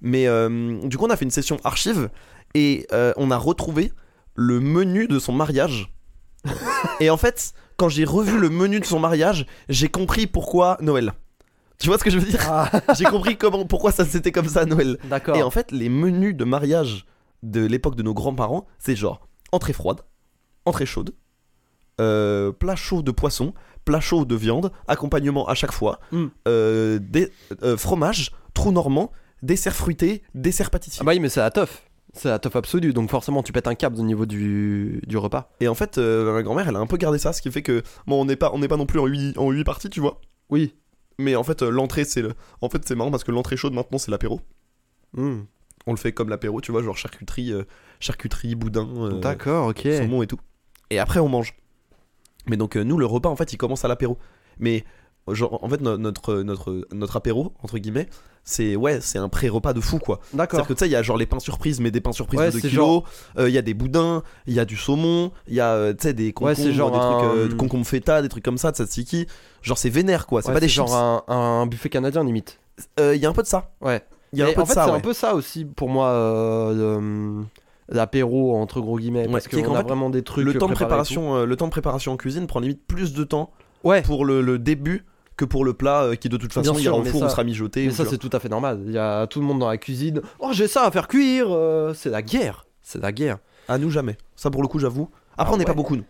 [SPEAKER 1] Mais euh, du coup, on a fait une session archive et euh, on a retrouvé le menu de son mariage. et en fait, quand j'ai revu le menu de son mariage, j'ai compris pourquoi Noël. Tu vois ce que je veux dire
[SPEAKER 2] Ah,
[SPEAKER 1] J'ai compris comment, pourquoi ça c'était comme ça à Noël.
[SPEAKER 2] d'accord.
[SPEAKER 1] Et en fait, les menus de mariage de l'époque de nos grands-parents, c'est genre entrée froide, entrée chaude, euh, plat chaud de poisson, plat chaud de viande, accompagnement à chaque fois,
[SPEAKER 2] Mm.
[SPEAKER 1] euh, des, euh, fromage, trou normand, dessert fruité, dessert pâtissier.
[SPEAKER 2] Ah bah oui, mais c'est la teuf. C'est la teuf absolue, donc forcément tu pètes un câble au niveau du, du repas.
[SPEAKER 1] Et en fait, euh, ma grand-mère, elle a un peu gardé ça, ce qui fait que bon, on n'est pas, on n'est pas non plus en 8, en huit parties, tu vois.
[SPEAKER 2] Oui.
[SPEAKER 1] Mais en fait, euh, l'entrée, c'est le... En fait, c'est marrant parce que l'entrée chaude maintenant, c'est l'apéro.
[SPEAKER 2] Hmm.
[SPEAKER 1] On le fait comme l'apéro, tu vois, genre charcuterie, euh, charcuterie, boudin. euh,
[SPEAKER 2] D'accord, ok.
[SPEAKER 1] saumon et tout. Et après, on mange. Mais donc, euh, nous, le repas, en fait, il commence à l'apéro. Mais, euh, genre, en fait, no- notre, notre, notre apéro, entre guillemets, c'est ouais, c'est un pré-repas de fou, quoi.
[SPEAKER 2] D'accord.
[SPEAKER 1] C'est-à-dire que tu sais, il y a genre les pains surprises, mais des pains surprises
[SPEAKER 2] Ouais,
[SPEAKER 1] de 2
[SPEAKER 2] c'est
[SPEAKER 1] kilos. Euh, Il y a des boudins, il y a du saumon, il y a, euh, tu sais, des concombres,
[SPEAKER 2] Ouais, c'est genre
[SPEAKER 1] des trucs, euh,
[SPEAKER 2] un-
[SPEAKER 1] de concombres feta, des trucs comme ça, tzatziki. Genre, c'est vénère, quoi. C'est
[SPEAKER 2] Ouais,
[SPEAKER 1] pas des chips.
[SPEAKER 2] genre
[SPEAKER 1] Euh,
[SPEAKER 2] un, un buffet canadien limite.
[SPEAKER 1] Il y a un peu de ça.
[SPEAKER 2] Ouais.
[SPEAKER 1] Il y a un
[SPEAKER 2] Mais
[SPEAKER 1] peu
[SPEAKER 2] en
[SPEAKER 1] de
[SPEAKER 2] fait,
[SPEAKER 1] ça,
[SPEAKER 2] c'est
[SPEAKER 1] ouais.
[SPEAKER 2] un peu ça aussi pour moi euh, le- l'apéro entre gros guillemets
[SPEAKER 1] Ouais,
[SPEAKER 2] parce
[SPEAKER 1] qui est
[SPEAKER 2] qu'on
[SPEAKER 1] qu'en
[SPEAKER 2] a
[SPEAKER 1] fait,
[SPEAKER 2] vraiment des trucs
[SPEAKER 1] Le temps, de
[SPEAKER 2] préparés et
[SPEAKER 1] préparation, euh, le temps de préparation en cuisine prend limite plus de temps
[SPEAKER 2] tout. Ouais.
[SPEAKER 1] pour le, le début que pour le plat euh, qui de toute façon
[SPEAKER 2] Bien
[SPEAKER 1] ira
[SPEAKER 2] sûr,
[SPEAKER 1] au
[SPEAKER 2] mais
[SPEAKER 1] four
[SPEAKER 2] ça-
[SPEAKER 1] ou sera mijoté.
[SPEAKER 2] Mais
[SPEAKER 1] ou
[SPEAKER 2] ça
[SPEAKER 1] tu
[SPEAKER 2] c'est tout à fait normal. Il y a tout le monde dans la cuisine. Oh, j'ai ça à faire cuire, euh, c'est la guerre. C'est la guerre.
[SPEAKER 1] vois. À nous jamais. Ça pour le coup j'avoue. Après
[SPEAKER 2] Ah
[SPEAKER 1] on n'est pas
[SPEAKER 2] ouais.
[SPEAKER 1] beaucoup nous.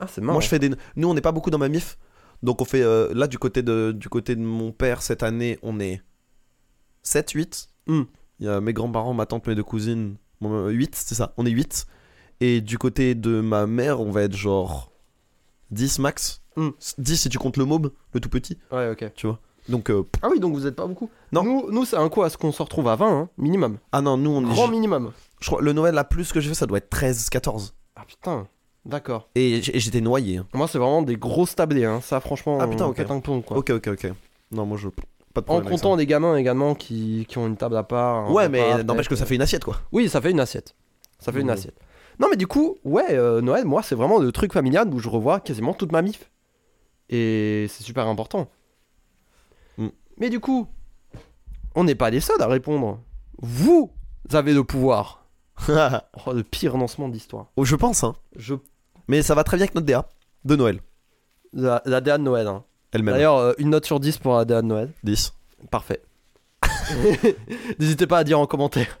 [SPEAKER 2] Ah, c'est marrant.
[SPEAKER 1] Moi je fais des. Nous on n'est pas beaucoup dans ma mif. Donc on fait euh, là du côté de du côté de mon père cette année on est 7 8. Il
[SPEAKER 2] Hmm.
[SPEAKER 1] y a mes grands-parents, ma tante, mes deux cousines, 8, c'est ça. On est 8. Et du côté de ma mère, on va être genre 10 max.
[SPEAKER 2] Hmm.
[SPEAKER 1] 10 si tu comptes le môme, le tout petit,
[SPEAKER 2] Ouais, OK.
[SPEAKER 1] tu vois. Donc euh,
[SPEAKER 2] Ah oui, donc vous êtes pas beaucoup.
[SPEAKER 1] Non.
[SPEAKER 2] Nous, nous c'est un coup à ce qu'on se retrouve à 20 hein, minimum.
[SPEAKER 1] ah non, nous on est
[SPEAKER 2] Grand minimum.
[SPEAKER 1] je crois le Noël la plus que j'ai fait ça doit être 13 14.
[SPEAKER 2] Ah putain. D'accord.
[SPEAKER 1] Et j'- et j'étais noyé. hein.
[SPEAKER 2] Moi, c'est vraiment des grosses tablées, hein. ça, franchement.
[SPEAKER 1] Ah, putain,
[SPEAKER 2] on
[SPEAKER 1] ok.
[SPEAKER 2] pète un plomb, quoi.
[SPEAKER 1] Ok, ok, ok. Non, moi je. Pas de
[SPEAKER 2] En
[SPEAKER 1] problème. avec
[SPEAKER 2] comptant des gamins également qui, qui ont une table à part.
[SPEAKER 1] ça.
[SPEAKER 2] un
[SPEAKER 1] Ouais,
[SPEAKER 2] repas à
[SPEAKER 1] mais
[SPEAKER 2] faire.
[SPEAKER 1] n'empêche que ça fait une assiette quoi.
[SPEAKER 2] Oui, ça fait une assiette. Ça fait une
[SPEAKER 1] Mhm.
[SPEAKER 2] assiette. Non, mais du coup, ouais, euh, Noël, moi, c'est vraiment le truc familial où je revois quasiment toute ma mif. Et c'est super important.
[SPEAKER 1] Mm.
[SPEAKER 2] Mais du coup, on n'est pas les seuls à répondre. Vous avez le pouvoir. Oh, le pire lancement d'histoire.
[SPEAKER 1] Oh, je pense, hein.
[SPEAKER 2] Je...
[SPEAKER 1] Mais ça va très bien avec notre DA de Noël.
[SPEAKER 2] La, la DA de Noël. hein.
[SPEAKER 1] Elle-même.
[SPEAKER 2] D'ailleurs, euh, une note sur 10 pour la DA de Noël.
[SPEAKER 1] 10.
[SPEAKER 2] Parfait. N'hésitez pas à dire en commentaire.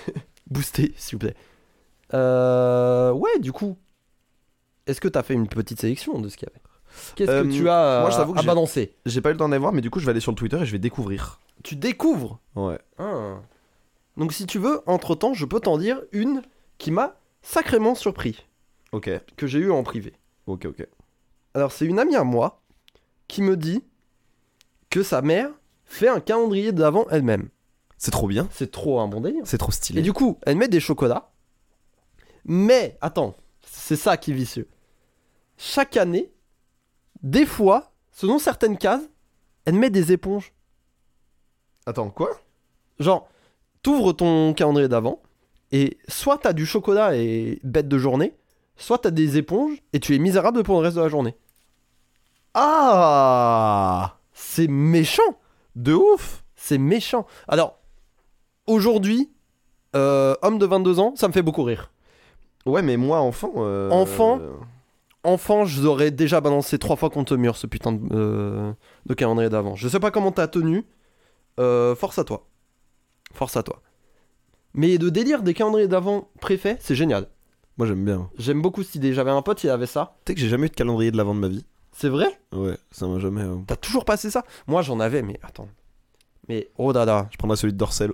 [SPEAKER 2] Boostez, s'il vous plaît. Euh, ouais, du coup, est-ce que t'as fait une petite sélection de ce qu'il y avait Qu'est-ce
[SPEAKER 1] Euh,
[SPEAKER 2] que tu as
[SPEAKER 1] moi, je
[SPEAKER 2] à,
[SPEAKER 1] t'avoue que
[SPEAKER 2] à
[SPEAKER 1] j'ai-
[SPEAKER 2] balancer
[SPEAKER 1] J'ai pas eu le temps d'aller voir, mais du coup, je vais aller sur le Twitter et je vais découvrir.
[SPEAKER 2] Tu découvres.
[SPEAKER 1] Ouais.
[SPEAKER 2] Ah. Donc, si tu veux, entre temps, je peux t'en dire une qui m'a sacrément surpris,
[SPEAKER 1] Ok,
[SPEAKER 2] que j'ai eue en privé.
[SPEAKER 1] ok, ok.
[SPEAKER 2] Alors, c'est une amie à moi qui me dit que sa mère fait un calendrier de l'avant elle-même.
[SPEAKER 1] C'est trop bien.
[SPEAKER 2] C'est trop un bon délire.
[SPEAKER 1] C'est trop
[SPEAKER 2] Et
[SPEAKER 1] stylé.
[SPEAKER 2] du coup, elle met des chocolats. Mais, attends, c'est ça qui est vicieux. Chaque année, des fois, selon certaines cases, elle met des éponges.
[SPEAKER 1] Attends, quoi
[SPEAKER 2] Genre, t'ouvres ton calendrier d'avant, et soit t'as du chocolat et bête de journée, soit t'as des éponges et tu es misérable pour le reste de la journée.
[SPEAKER 1] Ah
[SPEAKER 2] C'est méchant!
[SPEAKER 1] De ouf
[SPEAKER 2] C'est méchant. Alors, aujourd'hui, euh, homme de 22 ans, ça me fait beaucoup rire.
[SPEAKER 1] Ouais, mais moi, enfant. euh,
[SPEAKER 2] Enfant
[SPEAKER 1] euh,
[SPEAKER 2] enfant, je l'aurais déjà balancé trois fois contre le mur ce putain de, euh, de calendrier d'avant. Je sais pas comment t'as tenu. Euh, force à toi. Force à toi. Mais de délire des calendriers d'avant préfets, c'est génial.
[SPEAKER 1] Moi, j'aime bien.
[SPEAKER 2] J'aime beaucoup cette idée. J'avais un pote, il avait ça.
[SPEAKER 1] Tu sais que j'ai jamais eu de calendrier de l'avant de ma vie.
[SPEAKER 2] C'est vrai
[SPEAKER 1] Ouais, ça m'a jamais. euh,
[SPEAKER 2] T'as toujours passé ça Moi j'en avais, mais attends. Mais oh dada,
[SPEAKER 1] Je prendrais celui de Dorsel.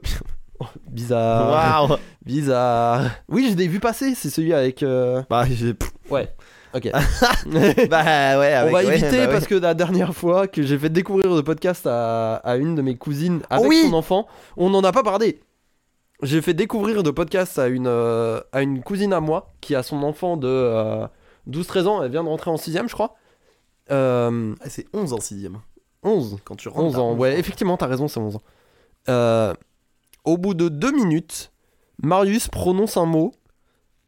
[SPEAKER 2] bizarre.
[SPEAKER 1] Waouh
[SPEAKER 2] Bizarre. Oui, je l'ai vu passer, c'est celui avec. euh,
[SPEAKER 1] Bah, j'ai-
[SPEAKER 2] Ouais. Ok.
[SPEAKER 1] bah, ouais,
[SPEAKER 2] On va
[SPEAKER 1] ouais,
[SPEAKER 2] éviter
[SPEAKER 1] bah, ouais.
[SPEAKER 2] parce que la dernière fois que j'ai fait découvrir le podcast à, à une de mes cousines avec
[SPEAKER 1] Oh Oui.
[SPEAKER 2] son enfant, on n'en a pas parlé. J'ai fait découvrir le podcast à une, euh, à une cousine à moi qui a son enfant de 12-13 ans. Elle vient de rentrer en 6 je crois. Euh,
[SPEAKER 1] Ah, c'est 11 en 6
[SPEAKER 2] 11.
[SPEAKER 1] Quand tu rentres.
[SPEAKER 2] 11 ans.
[SPEAKER 1] t'as
[SPEAKER 2] Ouais, effectivement, t'as raison, c'est 11 ans. Euh, au bout de 2 minutes, Marius prononce un mot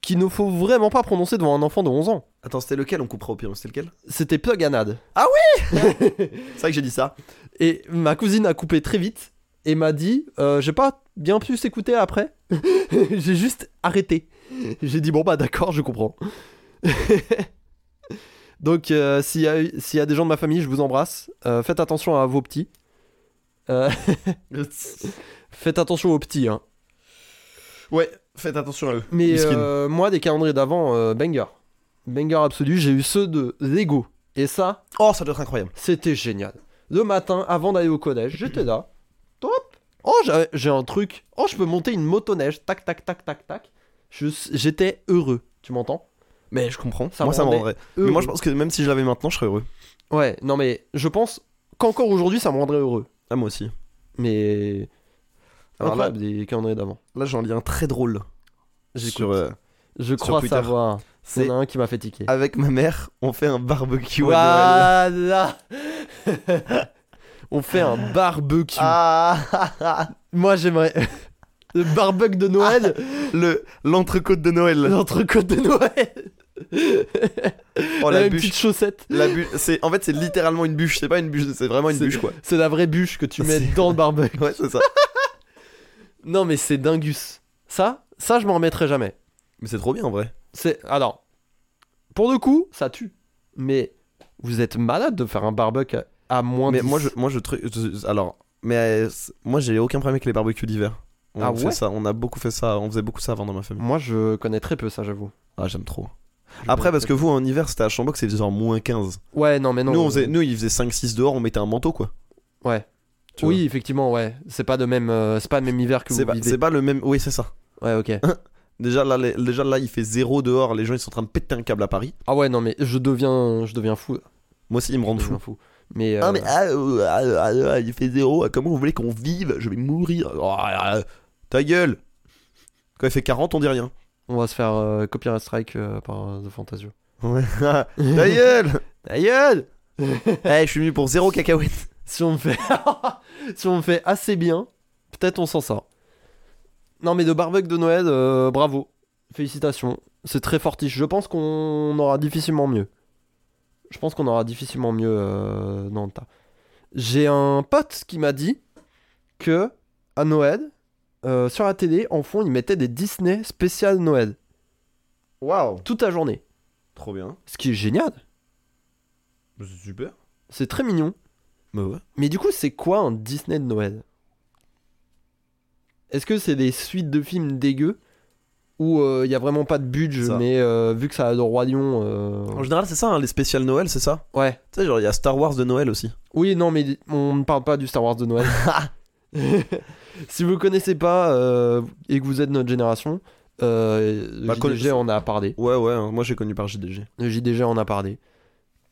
[SPEAKER 2] qu'il ne faut vraiment pas prononcer devant un enfant de 11 ans.
[SPEAKER 1] Attends, c'était lequel On coupera au pire, mais c'était lequel
[SPEAKER 2] C'était Puganade.
[SPEAKER 1] C'est vrai que j'ai dit ça.
[SPEAKER 2] Et ma cousine a coupé très vite et m'a dit euh, J'ai pas bien pu s'écouter après. J'ai juste arrêté. J'ai dit Bon, bah d'accord, je comprends. Donc, euh, s'il y, a eu- s'il y a des gens de ma famille, je vous embrasse. Euh, faites attention à vos petits. Euh, faites attention aux petits. Hein.
[SPEAKER 1] ouais, faites attention à eux.
[SPEAKER 2] Mais
[SPEAKER 1] Miskin.
[SPEAKER 2] euh, moi, des calendriers d'avant, euh, banger. Banger absolu. J'ai eu ceux de Lego. Et ça,
[SPEAKER 1] Oh, ça doit être incroyable.
[SPEAKER 2] C'était génial. Le matin, avant d'aller au collège, j'étais là. Top. Oh, j'ai- j'ai un truc. Oh, je peux monter une motoneige. Tac, tac, tac, tac, tac. Je- J'étais heureux. Tu m'entends
[SPEAKER 1] Mais je comprends.
[SPEAKER 2] Ça
[SPEAKER 1] moi,
[SPEAKER 2] me
[SPEAKER 1] ça me
[SPEAKER 2] rendait
[SPEAKER 1] rendrait. Mais moi, je pense que même si je l'avais maintenant, je serais heureux.
[SPEAKER 2] Heureux. Ouais, non, mais je pense qu'encore aujourd'hui, ça me rendrait heureux.
[SPEAKER 1] Ah, moi aussi.
[SPEAKER 2] Mais.
[SPEAKER 1] Alors là-
[SPEAKER 2] Incroyable des calendriers d'avant.
[SPEAKER 1] Là, j'ai un lien très drôle.
[SPEAKER 2] J'écoute.
[SPEAKER 1] Sur, euh,
[SPEAKER 2] Je crois
[SPEAKER 1] Twitter.
[SPEAKER 2] savoir. Il y
[SPEAKER 1] c'est Ah,
[SPEAKER 2] en a un qui m'a fait tiquer.
[SPEAKER 1] avec ma mère, on fait un barbecue à Noël.
[SPEAKER 2] Voilà On fait un barbecue.
[SPEAKER 1] Ah
[SPEAKER 2] Moi, j'aimerais. Le barbecue de Noël
[SPEAKER 1] le l'entrecôte Ah, de Noël.
[SPEAKER 2] L'entrecôte de Noël
[SPEAKER 1] Oh
[SPEAKER 2] la
[SPEAKER 1] la
[SPEAKER 2] une
[SPEAKER 1] bûche.
[SPEAKER 2] petite chaussette
[SPEAKER 1] La bûche, c'est en fait c'est littéralement une bûche, c'est pas une bûche, c'est vraiment une
[SPEAKER 2] C'est-
[SPEAKER 1] bûche quoi.
[SPEAKER 2] C'est la vraie bûche que tu mets
[SPEAKER 1] C'est-
[SPEAKER 2] dans le barbecue
[SPEAKER 1] Ouais, c'est ça.
[SPEAKER 2] Non mais c'est dingus Ça, ça je m'en remettrai jamais
[SPEAKER 1] Mais c'est trop bien en vrai.
[SPEAKER 2] C'est... Alors Pour le coup, ça tue Mais vous êtes malade de faire un barbecue à- à moins
[SPEAKER 1] Mais
[SPEAKER 2] 10.
[SPEAKER 1] moi je moi je truc je- alors mais euh, c'est- moi j'ai aucun problème avec les barbecues d'hiver. On
[SPEAKER 2] Ah
[SPEAKER 1] fait
[SPEAKER 2] ouais
[SPEAKER 1] ça, on a beaucoup fait ça, on faisait beaucoup ça avant dans ma famille.
[SPEAKER 2] Moi, je connais très peu ça j'avoue
[SPEAKER 1] Ah, j'aime trop.
[SPEAKER 2] Je
[SPEAKER 1] Après
[SPEAKER 2] connais
[SPEAKER 1] parce que
[SPEAKER 2] très
[SPEAKER 1] vous en hiver, c'était à Chambok, c'est genre moins 15.
[SPEAKER 2] peu. Ouais non mais non
[SPEAKER 1] nous on faisait nous il faisait 5 6 dehors, on mettait un manteau quoi.
[SPEAKER 2] Ouais
[SPEAKER 1] Tu
[SPEAKER 2] Oui effectivement ouais C'est pas de même euh, C'est pas le même hiver que
[SPEAKER 1] C'est
[SPEAKER 2] vous
[SPEAKER 1] pas,
[SPEAKER 2] vivez
[SPEAKER 1] c'est pas le même oui, c'est ça.
[SPEAKER 2] Ouais ok
[SPEAKER 1] Déjà là, les- déjà là, il fait zéro dehors, les gens ils sont en train de péter un câble à Paris.
[SPEAKER 2] Ah ouais non mais je deviens Je deviens fou
[SPEAKER 1] Moi aussi, ils me rendent
[SPEAKER 2] Je
[SPEAKER 1] fou.
[SPEAKER 2] deviens fou Mais, euh,
[SPEAKER 1] Ah mais ah, euh, ah, euh, ah, euh, il fait zéro, comment vous voulez qu'on vive Je vais mourir. Oh, ah, ah, ta gueule Quand il fait 40 on dit rien.
[SPEAKER 2] On va se faire euh, copyright strike euh, par euh, The Fantasio.
[SPEAKER 1] Ah, ta gueule
[SPEAKER 2] Ta gueule
[SPEAKER 1] Eh, je suis venu pour zéro cacahuète.
[SPEAKER 2] Si on me fait, si on me fait assez bien, peut-être on s'en sort. Non mais de barbecue de Noël, euh, bravo, félicitations, c'est très fortiche. Je pense qu'on aura difficilement mieux. Je pense qu'on aura difficilement mieux euh, dans le tas. J'ai un pote qui m'a dit que à Noël, euh, sur la télé, en fond, ils mettaient des Disney spécial Noël
[SPEAKER 1] Waouh
[SPEAKER 2] toute la journée,
[SPEAKER 1] Trop bien.
[SPEAKER 2] ce qui est génial.
[SPEAKER 1] C'est super.
[SPEAKER 2] C'est très mignon.
[SPEAKER 1] Bah ouais.
[SPEAKER 2] Mais du coup, c'est quoi un Disney de Noël Est-ce que c'est des suites de films dégueux où il y a vraiment pas de budget,
[SPEAKER 1] Ça.
[SPEAKER 2] mais euh, vu que ça a le roi lion, euh,
[SPEAKER 1] En général, c'est ça, hein, les spéciales Noël, c'est ça
[SPEAKER 2] ouais.
[SPEAKER 1] Tu sais, genre, il y a Star Wars de Noël aussi.
[SPEAKER 2] Oui, non, mais on ne parle pas du Star Wars de Noël. si vous connaissez pas euh, et que vous êtes notre génération, euh, le
[SPEAKER 1] Bah, conna-
[SPEAKER 2] JDG en a parlé.
[SPEAKER 1] Ouais, ouais, hein, moi j'ai connu par JDG.
[SPEAKER 2] Le JDG en a parlé.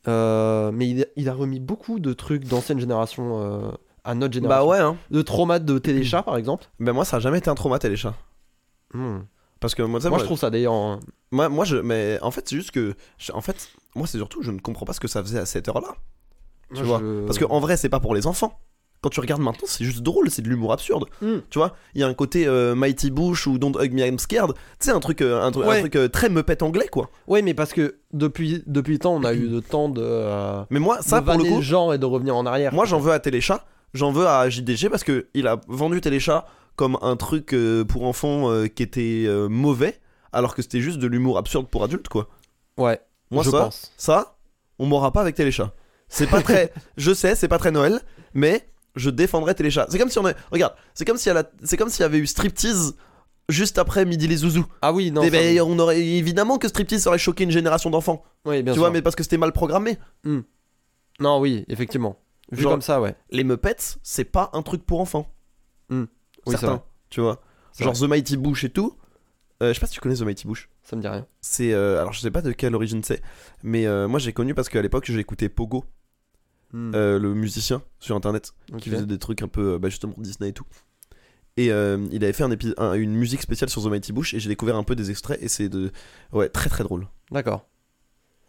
[SPEAKER 2] Euh, mais il a, il a remis beaucoup de trucs d'ancienne génération euh, à notre génération.
[SPEAKER 1] Bah ouais, hein.
[SPEAKER 2] Le trauma de Téléchat, par exemple.
[SPEAKER 1] Bah moi, ça a jamais été un trauma, les chats.
[SPEAKER 2] Hmm.
[SPEAKER 1] Parce que moi, tu sais,
[SPEAKER 2] Moi,
[SPEAKER 1] moi-
[SPEAKER 2] je trouve ça d'ailleurs. hein.
[SPEAKER 1] Moi, moi, je. Mais en fait, c'est juste que. je- en fait, moi, c'est surtout, je ne comprends pas ce que ça faisait à cette heure-là. Tu
[SPEAKER 2] Moi,
[SPEAKER 1] vois
[SPEAKER 2] je-
[SPEAKER 1] Parce que en vrai, c'est pas pour les enfants. Quand tu regardes maintenant, c'est juste drôle, c'est de l'humour absurde.
[SPEAKER 2] Mm.
[SPEAKER 1] Tu vois, il y a un côté euh, Mighty Bush ou Don't Hug Me I'm Scared. Tu sais, un truc, euh, un, truc- un
[SPEAKER 2] Ouais.
[SPEAKER 1] truc euh, très meupette anglais, quoi.
[SPEAKER 2] Ouais, mais parce que depuis depuis le temps, on a eu le temps de. euh,
[SPEAKER 1] Mais moi, ça,
[SPEAKER 2] de
[SPEAKER 1] pour le
[SPEAKER 2] vanner
[SPEAKER 1] coup,
[SPEAKER 2] genre et de revenir en arrière.
[SPEAKER 1] moi, j'en veux à Téléchat, j'en veux à JDG parce que il a vendu Téléchat comme un truc euh, pour enfants euh, qui était euh, mauvais, alors que c'était juste de l'humour absurde pour adultes, quoi.
[SPEAKER 2] ouais,
[SPEAKER 1] Moi,
[SPEAKER 2] je
[SPEAKER 1] ça,
[SPEAKER 2] pense.
[SPEAKER 1] Ça, on m'aura pas avec Téléchat. C'est pas très. je sais, c'est pas très Noël, mais je défendrai Téléchat. C'est comme si on a. Regarde, c'est comme si elle a- c'est comme s'il y avait eu striptease juste après Midi les Zouzous.
[SPEAKER 2] Ah oui, non.
[SPEAKER 1] Eh
[SPEAKER 2] ça-
[SPEAKER 1] ben, on aurait évidemment que striptease aurait choqué une génération d'enfants.
[SPEAKER 2] Oui, bien
[SPEAKER 1] Tu
[SPEAKER 2] sûr.
[SPEAKER 1] vois, mais parce que c'était mal programmé.
[SPEAKER 2] Non, oui, effectivement. Vu
[SPEAKER 1] Genre-
[SPEAKER 2] comme ça, ouais.
[SPEAKER 1] Les Muppets, c'est pas un truc pour enfants.
[SPEAKER 2] Hmm. Oui, ça,
[SPEAKER 1] certains,
[SPEAKER 2] va.
[SPEAKER 1] tu vois.
[SPEAKER 2] C'est
[SPEAKER 1] Genre The Mighty Bush et tout. Euh, je sais pas si tu connais The Mighty Bush.
[SPEAKER 2] ça me dit rien.
[SPEAKER 1] C'est euh, alors je sais pas de quelle origine c'est, mais euh, moi j'ai connu parce qu'à l'époque j'ai écouté Pogo,
[SPEAKER 2] Hmm.
[SPEAKER 1] euh, le musicien sur internet.
[SPEAKER 2] Ok.
[SPEAKER 1] qui faisait des trucs un peu euh, bah, justement Disney et tout. Et euh, il avait fait un épi- un- une musique spéciale sur The Mighty Bush et j'ai découvert un peu des extraits et c'est de ouais très très drôle.
[SPEAKER 2] D'accord.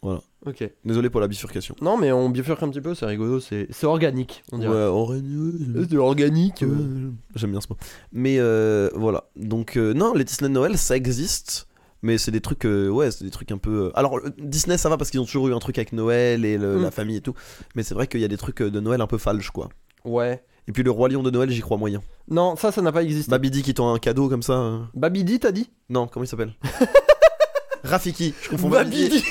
[SPEAKER 2] Ok.
[SPEAKER 1] Désolé pour la bifurcation.
[SPEAKER 2] Non, mais on bifurque un petit peu, c'est rigolo, c'est c'est organique, on
[SPEAKER 1] Ouais,
[SPEAKER 2] dirait. Euh,
[SPEAKER 1] Aurélien.
[SPEAKER 2] C'est organique. euh.
[SPEAKER 1] Ouais, J'aime bien ce mot. Mais euh, voilà. Donc euh, non, les Disney de Noël, ça existe. Mais c'est des trucs, euh, ouais, c'est des trucs un peu. euh, Alors euh, Disney, ça va parce qu'ils ont toujours eu un truc avec Noël et le-
[SPEAKER 2] Mm.
[SPEAKER 1] la famille et tout. Mais c'est vrai qu'il y a des trucs euh, de Noël un peu falches, quoi.
[SPEAKER 2] Ouais.
[SPEAKER 1] Et puis le roi lion de Noël, j'y crois moyen.
[SPEAKER 2] Non, ça, ça n'a pas existé.
[SPEAKER 1] Babidi qui tend un cadeau comme ça. euh.
[SPEAKER 2] Babidi, t'as dit
[SPEAKER 1] Non, comment il s'appelle Rafiki. Je confonds Babidi.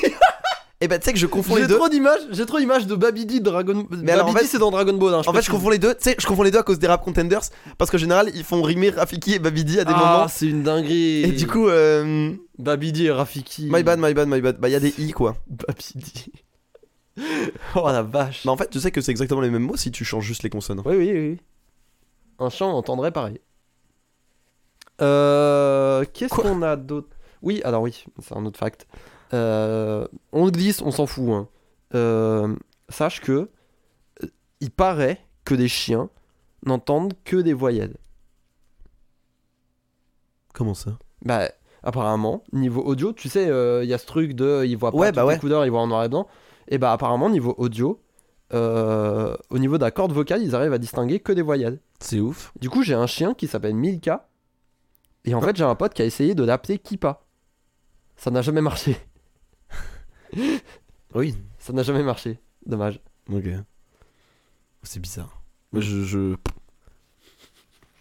[SPEAKER 1] Et bah tu sais que je confonds
[SPEAKER 2] J'ai
[SPEAKER 1] les deux.
[SPEAKER 2] trop d'images, j'ai trop d'images de Babidi de Dragon. Babidi,
[SPEAKER 1] alors, en fait-
[SPEAKER 2] c'est dans Dragon Ball. hein,
[SPEAKER 1] En fait,
[SPEAKER 2] peux
[SPEAKER 1] je
[SPEAKER 2] te-
[SPEAKER 1] confonds les deux. Tu sais, je confonds les deux à cause des rap contenders parce qu'en général, ils font rimer Rafiki et Babidi à des
[SPEAKER 2] Ah,
[SPEAKER 1] moments.
[SPEAKER 2] c'est une dinguerie.
[SPEAKER 1] Et du coup, euh,
[SPEAKER 2] Babidi et Rafiki.
[SPEAKER 1] my bad, my bad, my bad. Bah, il y a des i quoi.
[SPEAKER 2] Babidi. oh la vache.
[SPEAKER 1] Bah en fait, tu sais que c'est exactement les mêmes mots si tu changes juste les consonnes.
[SPEAKER 2] Oui, oui, oui. Un chant, on entendrait pareil. Euh, Qu'est-ce
[SPEAKER 1] Quoi
[SPEAKER 2] qu'on a d'autre Oui, alors oui, c'est un autre fact. Euh, on glisse, on s'en fout. hein. Euh, sache que euh, il paraît que des chiens n'entendent que des voyelles.
[SPEAKER 1] Comment ça
[SPEAKER 2] Bah, apparemment, niveau audio, tu sais, il y a ce truc de. Ils voient pas
[SPEAKER 1] Ouais,
[SPEAKER 2] toutes
[SPEAKER 1] bah ouais.
[SPEAKER 2] les couleurs, ils voient en noir et blanc. Et bah, apparemment, niveau audio, euh, au niveau de la corde vocale, ils arrivent à distinguer que des voyelles.
[SPEAKER 1] C'est ouf.
[SPEAKER 2] Du coup, j'ai un chien qui s'appelle Milka. Et
[SPEAKER 1] Ah.
[SPEAKER 2] en fait, j'ai un pote qui a essayé de l'appeler Kippa. Ça n'a jamais marché.
[SPEAKER 1] Oui.
[SPEAKER 2] Ça n'a jamais marché. Dommage.
[SPEAKER 1] Ok. C'est bizarre. Mais je. je-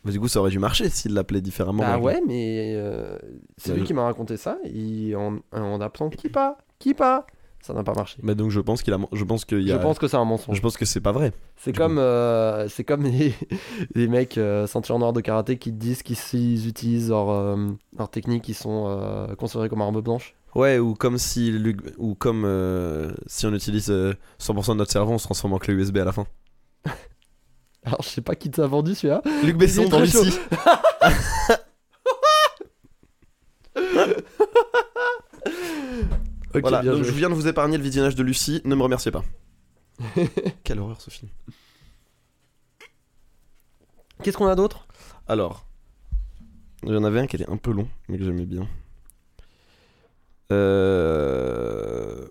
[SPEAKER 1] Mais du coup, ça aurait dû marcher s'il l'appelait différemment.
[SPEAKER 2] bah ouais, mais euh, c'est
[SPEAKER 1] Bah,
[SPEAKER 2] lui
[SPEAKER 1] je-
[SPEAKER 2] qui m'a raconté ça. Et en, en appelant Kippa, Kippa, ça n'a pas marché.
[SPEAKER 1] Mais Bah donc, je pense qu'il a. Je pense qu'il y a.
[SPEAKER 2] Je pense que c'est un mensonge.
[SPEAKER 1] Je pense que c'est pas vrai.
[SPEAKER 2] C'est
[SPEAKER 1] Du
[SPEAKER 2] comme, euh, c'est comme les, les mecs euh, ceinture noire de karaté qui te disent qu'ils s'ils utilisent leur, euh, leur technique, ils sont euh, considérés comme arme blanche.
[SPEAKER 1] Ouais, ou comme si. l'U- Ou comme. euh, si on utilise euh, 100% de notre cerveau, on se transforme en clé USB à la fin.
[SPEAKER 2] Alors je sais pas qui t'a vendu celui-là.
[SPEAKER 1] Luc Besson
[SPEAKER 2] est
[SPEAKER 1] dans
[SPEAKER 2] très chaud.
[SPEAKER 1] Lucie.
[SPEAKER 2] Ok,
[SPEAKER 1] Voilà,
[SPEAKER 2] bien
[SPEAKER 1] donc je
[SPEAKER 2] joué.
[SPEAKER 1] viens de vous épargner le visionnage de Lucie, ne me remerciez pas. Quelle horreur ce film.
[SPEAKER 2] Qu'est-ce qu'on a d'autre
[SPEAKER 1] Alors, il y en avait un qui était un peu long, mais que j'aimais bien. Euh...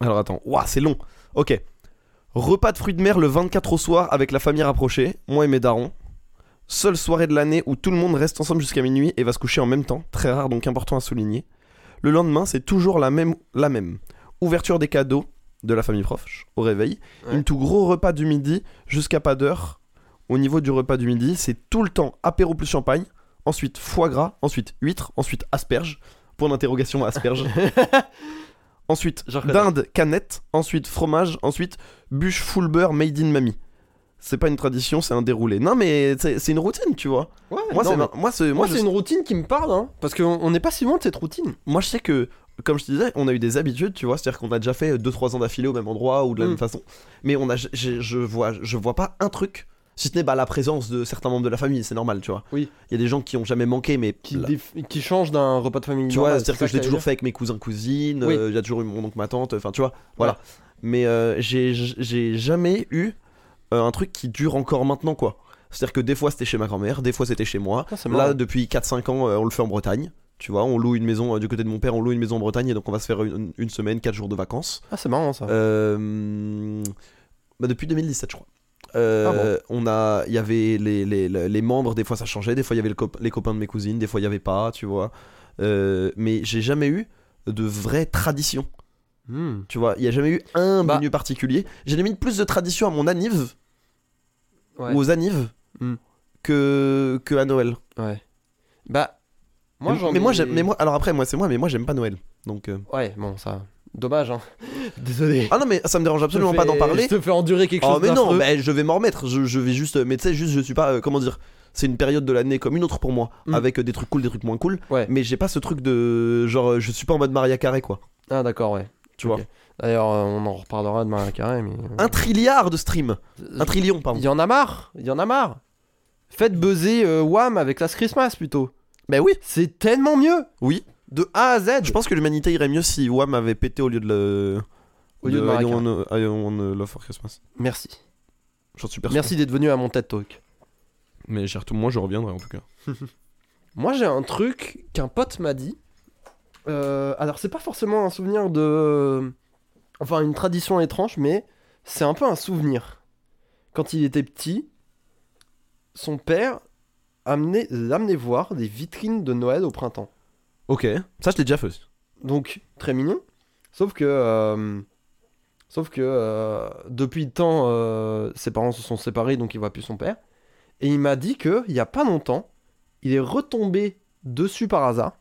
[SPEAKER 1] Alors attends, ouah, c'est long. Ok. Repas de fruits de mer le 24 au soir avec la famille rapprochée, moi et mes darons. Seule soirée de l'année où tout le monde reste ensemble jusqu'à minuit et va se coucher en même temps, très rare donc important à souligner. Le lendemain, c'est toujours la même, la même. Ouverture des cadeaux de la famille proche au réveil,
[SPEAKER 2] Ouais.
[SPEAKER 1] une tout gros repas du midi jusqu'à pas d'heure. Au niveau du repas du midi, c'est tout le temps apéro plus champagne, ensuite foie gras, ensuite huître, ensuite asperge. Point d'interrogation asperge. ensuite
[SPEAKER 2] Je reconnais.
[SPEAKER 1] dinde canette, ensuite fromage, ensuite bûche full beurre made in mamie. C'est pas une tradition, c'est un déroulé. Non mais c'est c'est une routine, tu vois.
[SPEAKER 2] Ouais,
[SPEAKER 1] Moi
[SPEAKER 2] non,
[SPEAKER 1] c'est
[SPEAKER 2] mais-
[SPEAKER 1] moi c'est
[SPEAKER 2] moi,
[SPEAKER 1] moi, je-
[SPEAKER 2] c'est une routine qui me parle, hein, parce qu'on on n'est pas si loin de cette routine.
[SPEAKER 1] moi je sais que comme je te disais, on a eu des habitudes, tu vois, c'est-à-dire qu'on a déjà fait 2 3 ans d'affilée au même endroit ou de la
[SPEAKER 2] Mm.
[SPEAKER 1] même façon, mais on a j'ai- je vois je vois pas un truc si ce n'est bah, la présence de certains membres de la famille, c'est normal, tu vois.
[SPEAKER 2] Oui.
[SPEAKER 1] Il y a des gens qui ont jamais manqué, mais
[SPEAKER 2] Qui,
[SPEAKER 1] là-
[SPEAKER 2] déf- qui change d'un repas de famille.
[SPEAKER 1] tu vois,
[SPEAKER 2] normal,
[SPEAKER 1] c'est-à-dire
[SPEAKER 2] ça
[SPEAKER 1] que je l'ai
[SPEAKER 2] t'allais
[SPEAKER 1] toujours
[SPEAKER 2] dire.
[SPEAKER 1] fait avec mes cousins, cousines,
[SPEAKER 2] Oui.
[SPEAKER 1] euh, il y a toujours eu mon oncle, ma tante, enfin tu vois, voilà. Mais euh, j'ai- j'ai jamais eu euh, un truc qui dure encore maintenant, quoi. C'est-à-dire que des fois c'était chez ma grand-mère, des fois c'était chez moi.
[SPEAKER 2] Ah, c'est marrant.
[SPEAKER 1] Là, depuis 4-5 ans, euh, on le fait en Bretagne. Tu vois, on loue une maison euh, du côté de mon père, on loue une maison en Bretagne, et donc on va se faire une, une semaine, 4 jours de vacances.
[SPEAKER 2] Ah, c'est marrant ça.
[SPEAKER 1] Euh, bah, depuis 2017, je crois.
[SPEAKER 2] Ah
[SPEAKER 1] Euh, On a, il y avait les, les, les- les membres, des fois ça changeait, des fois il y avait le cop- les copains de mes cousines, des fois il y avait pas, tu vois. Euh, mais j'ai jamais eu de vraie tradition,
[SPEAKER 2] Hmm.
[SPEAKER 1] tu vois. Il y a jamais eu un
[SPEAKER 2] Bah.
[SPEAKER 1] menu particulier. J'ai limite plus de tradition à mon anniv
[SPEAKER 2] Ouais.
[SPEAKER 1] ou aux annives
[SPEAKER 2] Mm.
[SPEAKER 1] que, que à Noël.
[SPEAKER 2] ouais. Bah, moi
[SPEAKER 1] mais,
[SPEAKER 2] j'en
[SPEAKER 1] mais moi,
[SPEAKER 2] ai-
[SPEAKER 1] j'aime- mais moi, alors après, moi c'est moi, mais moi j'aime pas Noël. Donc. euh.
[SPEAKER 2] Ouais, bon, ça. Dommage, hein. Désolé.
[SPEAKER 1] Ah non, mais ça me dérange absolument
[SPEAKER 2] Je
[SPEAKER 1] pas d'en
[SPEAKER 2] fais-
[SPEAKER 1] parler.
[SPEAKER 2] Je te fais endurer quelque
[SPEAKER 1] Oh
[SPEAKER 2] chose.
[SPEAKER 1] mais non,
[SPEAKER 2] d'affreux.
[SPEAKER 1] mais je vais m'en remettre. Je, je vais juste, mais tu sais, juste, je suis pas, euh, comment dire, c'est une période de l'année comme une autre pour moi,
[SPEAKER 2] Mm.
[SPEAKER 1] avec euh, des trucs cool, des trucs moins cool.
[SPEAKER 2] Ouais.
[SPEAKER 1] Mais j'ai pas ce truc de genre, euh, je suis pas en mode Maria Carré quoi.
[SPEAKER 2] Ah, d'accord, ouais.
[SPEAKER 1] Tu
[SPEAKER 2] Ok.
[SPEAKER 1] vois,
[SPEAKER 2] D'ailleurs, euh, on en reparlera demain à carré, mais. euh,
[SPEAKER 1] un trilliard de streams, un trillion
[SPEAKER 2] Il
[SPEAKER 1] pardon.
[SPEAKER 2] y en a marre, il y en a marre. Faites buzzer euh, Wham avec Last Christmas plutôt.
[SPEAKER 1] Ben oui,
[SPEAKER 2] C'est tellement mieux
[SPEAKER 1] oui.
[SPEAKER 2] de A à Z.
[SPEAKER 1] Je pense que l'humanité irait mieux si Wham avait pété au lieu de le.
[SPEAKER 2] Au lieu de Mariah
[SPEAKER 1] I don't wanna- I don't wanna Love for Christmas.
[SPEAKER 2] Merci.
[SPEAKER 1] J'en suis persuadé.
[SPEAKER 2] Merci d'être venu à mon TED Talk.
[SPEAKER 1] Mais j'ai retour- moi je reviendrai en tout cas.
[SPEAKER 2] Moi, j'ai un truc qu'un pote m'a dit Euh, alors, c'est pas forcément un souvenir de. Enfin, une tradition étrange, mais c'est un peu un souvenir. Quand il était petit, son père amenait- l'amenait voir des vitrines de Noël au printemps.
[SPEAKER 1] Ok, ça je l'ai déjà fait. aussi.
[SPEAKER 2] Donc, très mignon. Sauf que. euh, sauf que. euh, depuis le temps, euh, ses parents se sont séparés, donc il voit plus son père. Et il m'a dit que, il n'y a pas longtemps, il est retombé dessus par hasard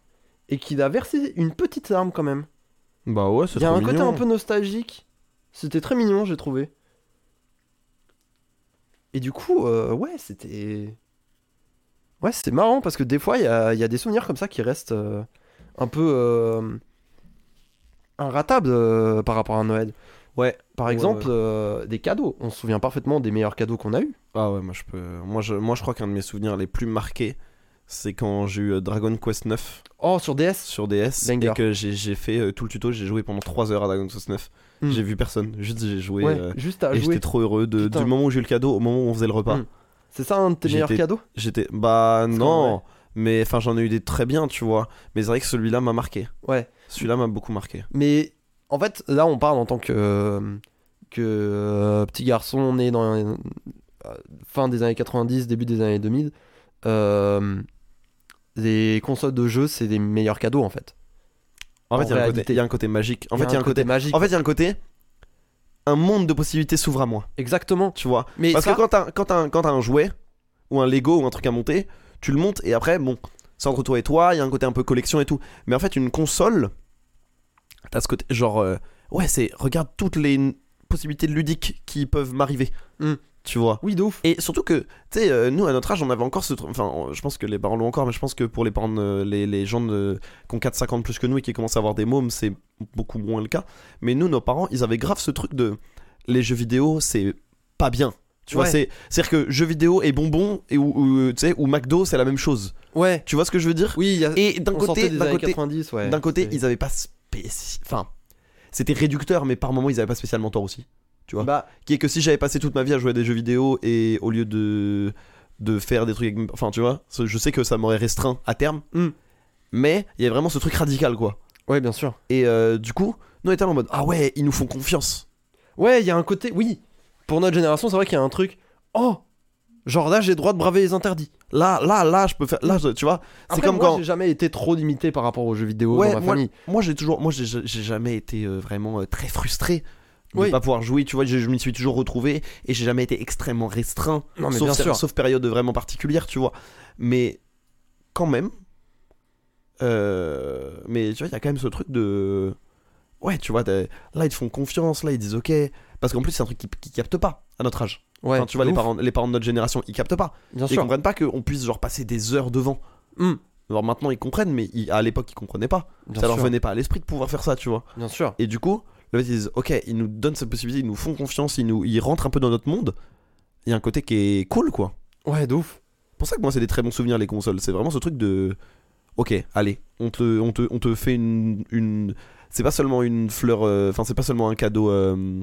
[SPEAKER 2] et qu'il a versé une petite larme quand même.
[SPEAKER 1] Bah ouais, c'est
[SPEAKER 2] Il y a
[SPEAKER 1] trop
[SPEAKER 2] un côté
[SPEAKER 1] mignon.
[SPEAKER 2] un peu nostalgique. C'était très mignon, j'ai trouvé. Et du coup, euh, ouais, c'était. Ouais, c'était marrant parce que des fois, il y a, il y a des souvenirs comme ça qui restent euh, un peu. euh, inratables euh, par rapport à Noël.
[SPEAKER 1] Ouais.
[SPEAKER 2] Par
[SPEAKER 1] Ouais,
[SPEAKER 2] exemple,
[SPEAKER 1] ouais.
[SPEAKER 2] euh, des cadeaux. On se souvient parfaitement des meilleurs cadeaux qu'on a eus.
[SPEAKER 1] Ah ouais, moi je peux. Moi je, moi, je crois qu'un de mes souvenirs les plus marqués, c'est quand j'ai eu euh, Dragon Quest 9
[SPEAKER 2] Oh, sur DS
[SPEAKER 1] sur DS
[SPEAKER 2] Banger.
[SPEAKER 1] et que j'ai- j'ai fait euh, tout le tuto, j'ai joué pendant 3 heures à Dragon Quest 9.
[SPEAKER 2] Mm.
[SPEAKER 1] J'ai vu personne, juste j'ai joué.
[SPEAKER 2] Ouais,
[SPEAKER 1] euh,
[SPEAKER 2] juste à
[SPEAKER 1] et
[SPEAKER 2] jouer.
[SPEAKER 1] j'étais trop heureux de,
[SPEAKER 2] Putain.
[SPEAKER 1] du moment où j'ai eu le cadeau au moment où on faisait le repas.
[SPEAKER 2] Mm. C'est ça un de tes meilleurs
[SPEAKER 1] J'étais-
[SPEAKER 2] cadeaux
[SPEAKER 1] J'étais. Bah
[SPEAKER 2] Parce qu'en
[SPEAKER 1] non, mais enfin j'en ai eu des très bien, tu vois. Mais c'est vrai que celui-là m'a marqué.
[SPEAKER 2] Ouais.
[SPEAKER 1] Celui-là m'a beaucoup marqué.
[SPEAKER 2] Mais en fait, là, on parle en tant que, euh, que euh, petit garçon né dans euh, fin des années 90, début des années 2000. Euh, les consoles de jeux, c'est les meilleurs cadeaux en fait.
[SPEAKER 1] En,
[SPEAKER 2] En
[SPEAKER 1] fait, il y a un côté-
[SPEAKER 2] réalité.
[SPEAKER 1] il y a un côté magique. En fait, il y a un côté.
[SPEAKER 2] magique.
[SPEAKER 1] En fait, il y a un côté. Un monde de possibilités s'ouvre à moi,
[SPEAKER 2] Exactement.
[SPEAKER 1] tu vois.
[SPEAKER 2] Mais
[SPEAKER 1] Parce
[SPEAKER 2] ça,
[SPEAKER 1] que quand t'as, quand, t'as un, quand t'as un jouet, ou un Lego, ou un truc à monter, tu le montes et après, bon, c'est entre toi et toi, il y a un côté un peu collection et tout. Mais en fait, une console, t'as ce côté, genre, euh, ouais, c'est, regarde toutes les n- possibilités ludiques qui peuvent m'arriver,
[SPEAKER 2] Mm.
[SPEAKER 1] tu vois.
[SPEAKER 2] oui, de ouf.
[SPEAKER 1] Et surtout que, tu sais, euh, nous à notre âge, on avait encore ce truc. Enfin, on- je pense que les parents l'ont encore, mais je pense que pour les parents, de- les, les gens de, qui ont 4-5 ans de plus que nous et qui commencent à avoir des mômes, c'est beaucoup moins le cas. Mais nous, nos parents, ils avaient grave ce truc de les jeux vidéo, c'est pas bien. Tu vois,
[SPEAKER 2] Ouais.
[SPEAKER 1] c'est- c'est-à-dire que jeux vidéo et bonbons, et, ou, ou, tu sais, ou McDo, c'est la même chose.
[SPEAKER 2] Ouais.
[SPEAKER 1] Tu vois ce que je veux dire
[SPEAKER 2] Oui, il y a-
[SPEAKER 1] Et d'un
[SPEAKER 2] on sortait
[SPEAKER 1] côté,
[SPEAKER 2] des
[SPEAKER 1] d'un
[SPEAKER 2] années
[SPEAKER 1] côté,
[SPEAKER 2] 90, ouais.
[SPEAKER 1] d'un côté,
[SPEAKER 2] C'est-
[SPEAKER 1] ils avaient pas spéci... Enfin, c'était réducteur, mais par moments, ils avaient pas spécialement tort aussi. Tu vois
[SPEAKER 2] Bah,
[SPEAKER 1] qui est que si j'avais passé toute ma vie à jouer à des jeux vidéo et au lieu de de faire des trucs avec- enfin tu vois ce- je sais que ça m'aurait restreint à terme
[SPEAKER 2] Mm.
[SPEAKER 1] mais il y a vraiment ce truc radical quoi
[SPEAKER 2] ouais, bien sûr.
[SPEAKER 1] et euh, du coup nous on était en mode ah ouais ils nous font confiance
[SPEAKER 2] Ouais, il y a un côté. Oui, pour notre génération, c'est vrai qu'il y a un truc. Oh Genre là, j'ai le droit de braver les interdits.
[SPEAKER 1] là là là je peux faire là je- tu vois c'est
[SPEAKER 2] Après,
[SPEAKER 1] comme
[SPEAKER 2] moi,
[SPEAKER 1] quand
[SPEAKER 2] j'ai jamais été trop limité par rapport aux jeux vidéo
[SPEAKER 1] Ouais,
[SPEAKER 2] dans ma famille.
[SPEAKER 1] moi j'ai toujours moi j'ai j'ai jamais été euh, vraiment euh, très frustré de
[SPEAKER 2] Oui.
[SPEAKER 1] pas pouvoir jouer tu vois je, je m'y suis toujours retrouvé et j'ai jamais été extrêmement restreint
[SPEAKER 2] Non, mais
[SPEAKER 1] sauf,
[SPEAKER 2] bien sûr.
[SPEAKER 1] sauf période vraiment particulière, tu vois. Mais quand même. euh, mais tu vois, il y a quand même ce truc de. Ouais, tu vois, t'as- là ils te font confiance, là ils disent ok. Parce qu'en plus, c'est un truc qui, qui capte pas à notre âge.
[SPEAKER 2] Ouais,
[SPEAKER 1] Enfin, tu vois,
[SPEAKER 2] de
[SPEAKER 1] les
[SPEAKER 2] ouf,
[SPEAKER 1] parents, les parents de notre génération, ils captent pas.
[SPEAKER 2] Bien
[SPEAKER 1] Ils
[SPEAKER 2] sûr.
[SPEAKER 1] comprennent pas qu'on puisse genre passer des heures devant.
[SPEAKER 2] Hum,
[SPEAKER 1] Alors maintenant, ils comprennent, mais ils- à l'époque, ils comprenaient pas.
[SPEAKER 2] bien,
[SPEAKER 1] ça leur
[SPEAKER 2] sûr.
[SPEAKER 1] venait pas à l'esprit de pouvoir faire ça, tu vois.
[SPEAKER 2] bien sûr.
[SPEAKER 1] Et du coup, le fait, ils disent ok, ils nous donnent cette possibilité, ils nous font confiance, ils, nous, ils rentrent un peu dans notre monde. Il y a un côté qui est cool, quoi.
[SPEAKER 2] Ouais, de ouf.
[SPEAKER 1] pour ça que moi c'est des très bons souvenirs les consoles c'est vraiment ce truc de ok allez on te on te, on te fait une, une- c'est pas seulement une fleur euh, enfin c'est pas seulement un cadeau euh,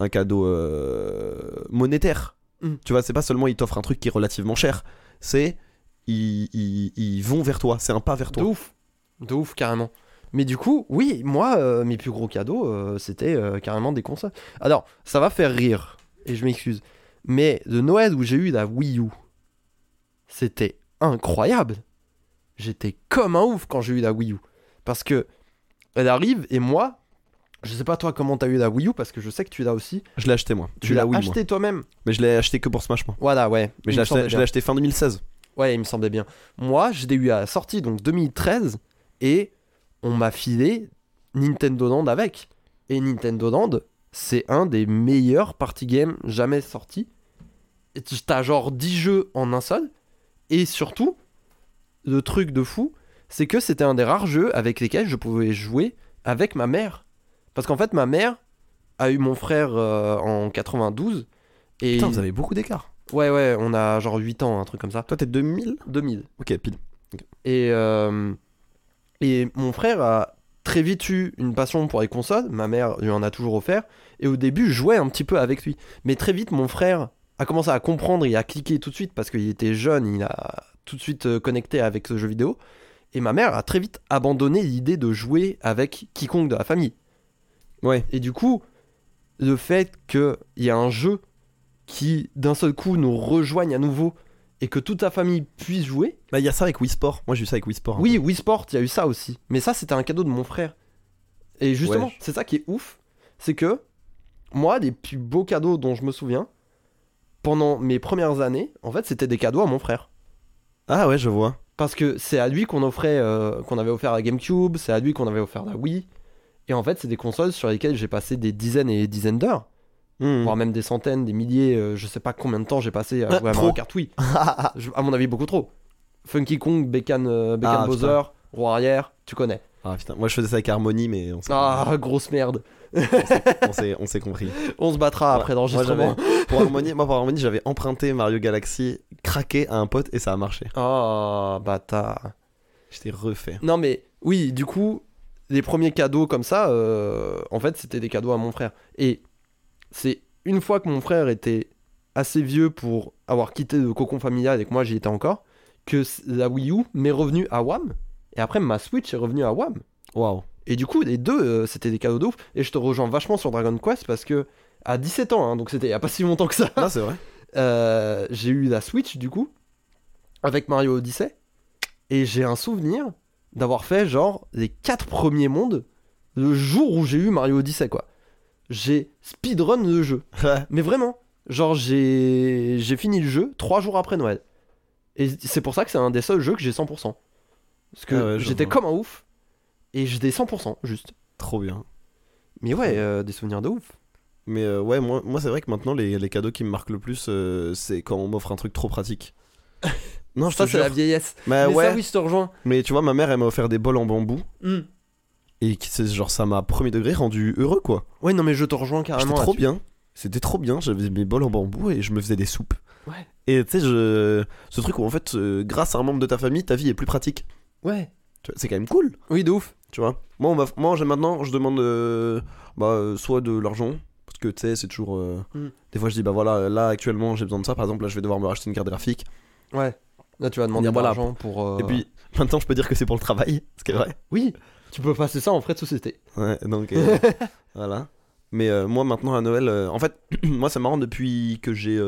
[SPEAKER 1] un cadeau euh, monétaire
[SPEAKER 2] Mm.
[SPEAKER 1] tu vois c'est pas seulement ils t'offrent un truc qui est relativement cher c'est ils, ils, ils vont vers toi c'est un pas vers
[SPEAKER 2] De
[SPEAKER 1] toi
[SPEAKER 2] ouf. De ouf, carrément. Mais du coup, oui, moi, euh, mes plus gros cadeaux, euh, c'était euh, carrément des consoles. Alors, ça va faire rire, et je m'excuse. Mais de Noël où j'ai eu la Wii U, c'était incroyable. J'étais comme un ouf quand j'ai eu la Wii U. Parce que elle arrive, et moi, je sais pas toi comment t'as eu la Wii U, parce que je sais que tu l'as aussi.
[SPEAKER 1] je l'ai acheté moi
[SPEAKER 2] Tu l'as acheté toi-même.
[SPEAKER 1] mais je l'ai acheté que pour Smash moi
[SPEAKER 2] Voilà, ouais.
[SPEAKER 1] mais
[SPEAKER 2] Il
[SPEAKER 1] je l'ai
[SPEAKER 2] me
[SPEAKER 1] acheté,
[SPEAKER 2] semblait
[SPEAKER 1] je
[SPEAKER 2] bien.
[SPEAKER 1] l'ai acheté fin 2016
[SPEAKER 2] Ouais, il me semblait bien. Moi, je l'ai eu à la sortie, donc 2013, et on m'a filé Nintendo Land avec. Et Nintendo Land, c'est un des meilleurs party games jamais sortis. Et tu- T'as genre 10 jeux en un seul, et surtout, le truc de fou, c'est que c'était un des rares jeux avec lesquels je pouvais jouer avec ma mère. Parce qu'en fait, ma mère a eu mon frère euh, en 92, et...
[SPEAKER 1] putain vous avez beaucoup d'écart
[SPEAKER 2] Ouais, ouais, on a genre 8 ans, un truc comme ça.
[SPEAKER 1] toi t'es 2000
[SPEAKER 2] 2000.
[SPEAKER 1] ok pile
[SPEAKER 2] Et, euh, et mon frère a très vite eu une passion pour les consoles. Ma mère lui en a toujours offert. Et au début, je jouais un petit peu avec lui. Mais très vite, mon frère a commencé à comprendre et à cliquer tout de suite parce qu'il était jeune. Il a tout de suite euh, connecté avec ce jeu vidéo. Et ma mère a très vite abandonné l'idée de jouer avec quiconque de la famille.
[SPEAKER 1] Ouais.
[SPEAKER 2] Et du coup, le fait qu'il y a un jeu qui d'un seul coup nous rejoigne à nouveau et que toute ta famille puisse jouer.
[SPEAKER 1] Bah, il y a ça avec Wii Sport. Moi, j'ai eu ça avec Wii Sport. hein. un
[SPEAKER 2] Oui, Wii Sport, il y a eu ça aussi. Mais ça, c'était un cadeau de mon frère. Et justement,
[SPEAKER 1] Ouais.
[SPEAKER 2] c'est ça qui est ouf. C'est que, moi, les plus beaux cadeaux dont je me souviens, pendant mes premières années, en fait, c'était des cadeaux à mon frère.
[SPEAKER 1] peu. Ah ouais, je vois.
[SPEAKER 2] Parce que c'est à lui qu'on offrait, euh, qu'on avait offert la GameCube, c'est à lui qu'on avait offert la Wii. Et en fait, c'est des consoles sur lesquelles j'ai passé des dizaines et des dizaines d'heures,
[SPEAKER 1] Hmm.
[SPEAKER 2] voire même des centaines, des milliers, euh, je sais pas combien de temps j'ai passé à
[SPEAKER 1] Ah,
[SPEAKER 2] jouer à
[SPEAKER 1] trop.
[SPEAKER 2] Mario Kart Wii. Je- à mon avis, beaucoup trop. Funky Kong, Bekan, euh, Bekan
[SPEAKER 1] Ah,
[SPEAKER 2] Bowser, Roi Arrière, tu connais.
[SPEAKER 1] Ah putain, moi je faisais ça avec Harmony, mais on s'est
[SPEAKER 2] Ah, grosse merde.
[SPEAKER 1] on s'est- on s'est compris.
[SPEAKER 2] On se battra après
[SPEAKER 1] Moi,
[SPEAKER 2] l'enregistrement.
[SPEAKER 1] j'avais- pour Harmony, moi, pour Harmony, j'avais emprunté Mario Galaxy, craqué à un pote et ça a marché.
[SPEAKER 2] Ah, bâtard.
[SPEAKER 1] J'étais refait.
[SPEAKER 2] Non, mais oui, du coup, les premiers cadeaux comme ça, euh, en fait, c'était des cadeaux à mon frère. Et c'est une fois que mon frère était assez vieux pour avoir quitté le cocon familial et que moi j'y étais encore, que c- la Wii U m'est revenue à WAM. Et après, ma Switch est revenue à WAM.
[SPEAKER 1] Waouh.
[SPEAKER 2] Et du coup, les deux, euh, c'était des cadeaux de ouf. Et je te rejoins vachement sur Dragon Quest parce que à 17 ans, hein, donc c'était il y a pas si longtemps que ça,
[SPEAKER 1] Ah, c'est vrai.
[SPEAKER 2] euh, j'ai eu la Switch du coup avec Mario Odyssey et j'ai un souvenir d'avoir fait genre les quatre premiers mondes le jour où j'ai eu Mario Odyssey quoi. J'ai speedrun le jeu.
[SPEAKER 1] Ouais.
[SPEAKER 2] Mais vraiment, genre j'ai j'ai fini le jeu trois jours après Noël. Et c'est pour ça que c'est un des seuls jeux que j'ai 100%. Parce que
[SPEAKER 1] Ah ouais, je
[SPEAKER 2] j'étais
[SPEAKER 1] vois.
[SPEAKER 2] comme un ouf et j'étais 100% juste.
[SPEAKER 1] Trop bien.
[SPEAKER 2] Mais ouais, euh, des souvenirs de ouf.
[SPEAKER 1] Mais euh, ouais, moi, moi c'est vrai que maintenant, les, les cadeaux qui me marquent le plus, euh, c'est quand on m'offre un truc trop pratique. non, je
[SPEAKER 2] Ça
[SPEAKER 1] te
[SPEAKER 2] c'est
[SPEAKER 1] jure.
[SPEAKER 2] la vieillesse.
[SPEAKER 1] Bah,
[SPEAKER 2] mais
[SPEAKER 1] ouais.
[SPEAKER 2] ça oui, je te rejoins.
[SPEAKER 1] Mais tu vois, ma mère, elle m'a offert des bols en bambou.
[SPEAKER 2] Hmm.
[SPEAKER 1] Et qui- c'est genre, ça m'a premier degré rendu heureux, quoi.
[SPEAKER 2] Ouais, Ah non mais je te rejoins
[SPEAKER 1] J'étais
[SPEAKER 2] carrément.
[SPEAKER 1] trop
[SPEAKER 2] là-dessus.
[SPEAKER 1] bien. C'était trop bien. J'avais mes bols en bambou et je me faisais des soupes.
[SPEAKER 2] Ouais.
[SPEAKER 1] Et tu sais, je... ce truc où en fait, euh, grâce à un membre de ta famille, ta vie est plus pratique.
[SPEAKER 2] Ouais.
[SPEAKER 1] Tu vois, C'est quand même cool.
[SPEAKER 2] Oui, de ouf.
[SPEAKER 1] Tu vois Moi, on m'a- moi j'ai- maintenant, je demande euh, bah, euh, soit de l'argent, parce que tu sais, c'est toujours. euh,
[SPEAKER 2] Mm.
[SPEAKER 1] Des fois, je dis, bah voilà, là actuellement, j'ai besoin de ça. Par exemple, là, je vais devoir me racheter une carte graphique.
[SPEAKER 2] Ouais. Là, tu vas demander
[SPEAKER 1] Dire, voilà,
[SPEAKER 2] l'argent pour. euh,
[SPEAKER 1] Et puis, maintenant, je peux dire que c'est pour le travail, ce qui est vrai.
[SPEAKER 2] Oui, tu peux passer ça en frais de société.
[SPEAKER 1] Ouais, donc, euh, voilà. Mais euh, moi, maintenant, à Noël, euh, en fait, moi, c'est marrant, depuis que j'ai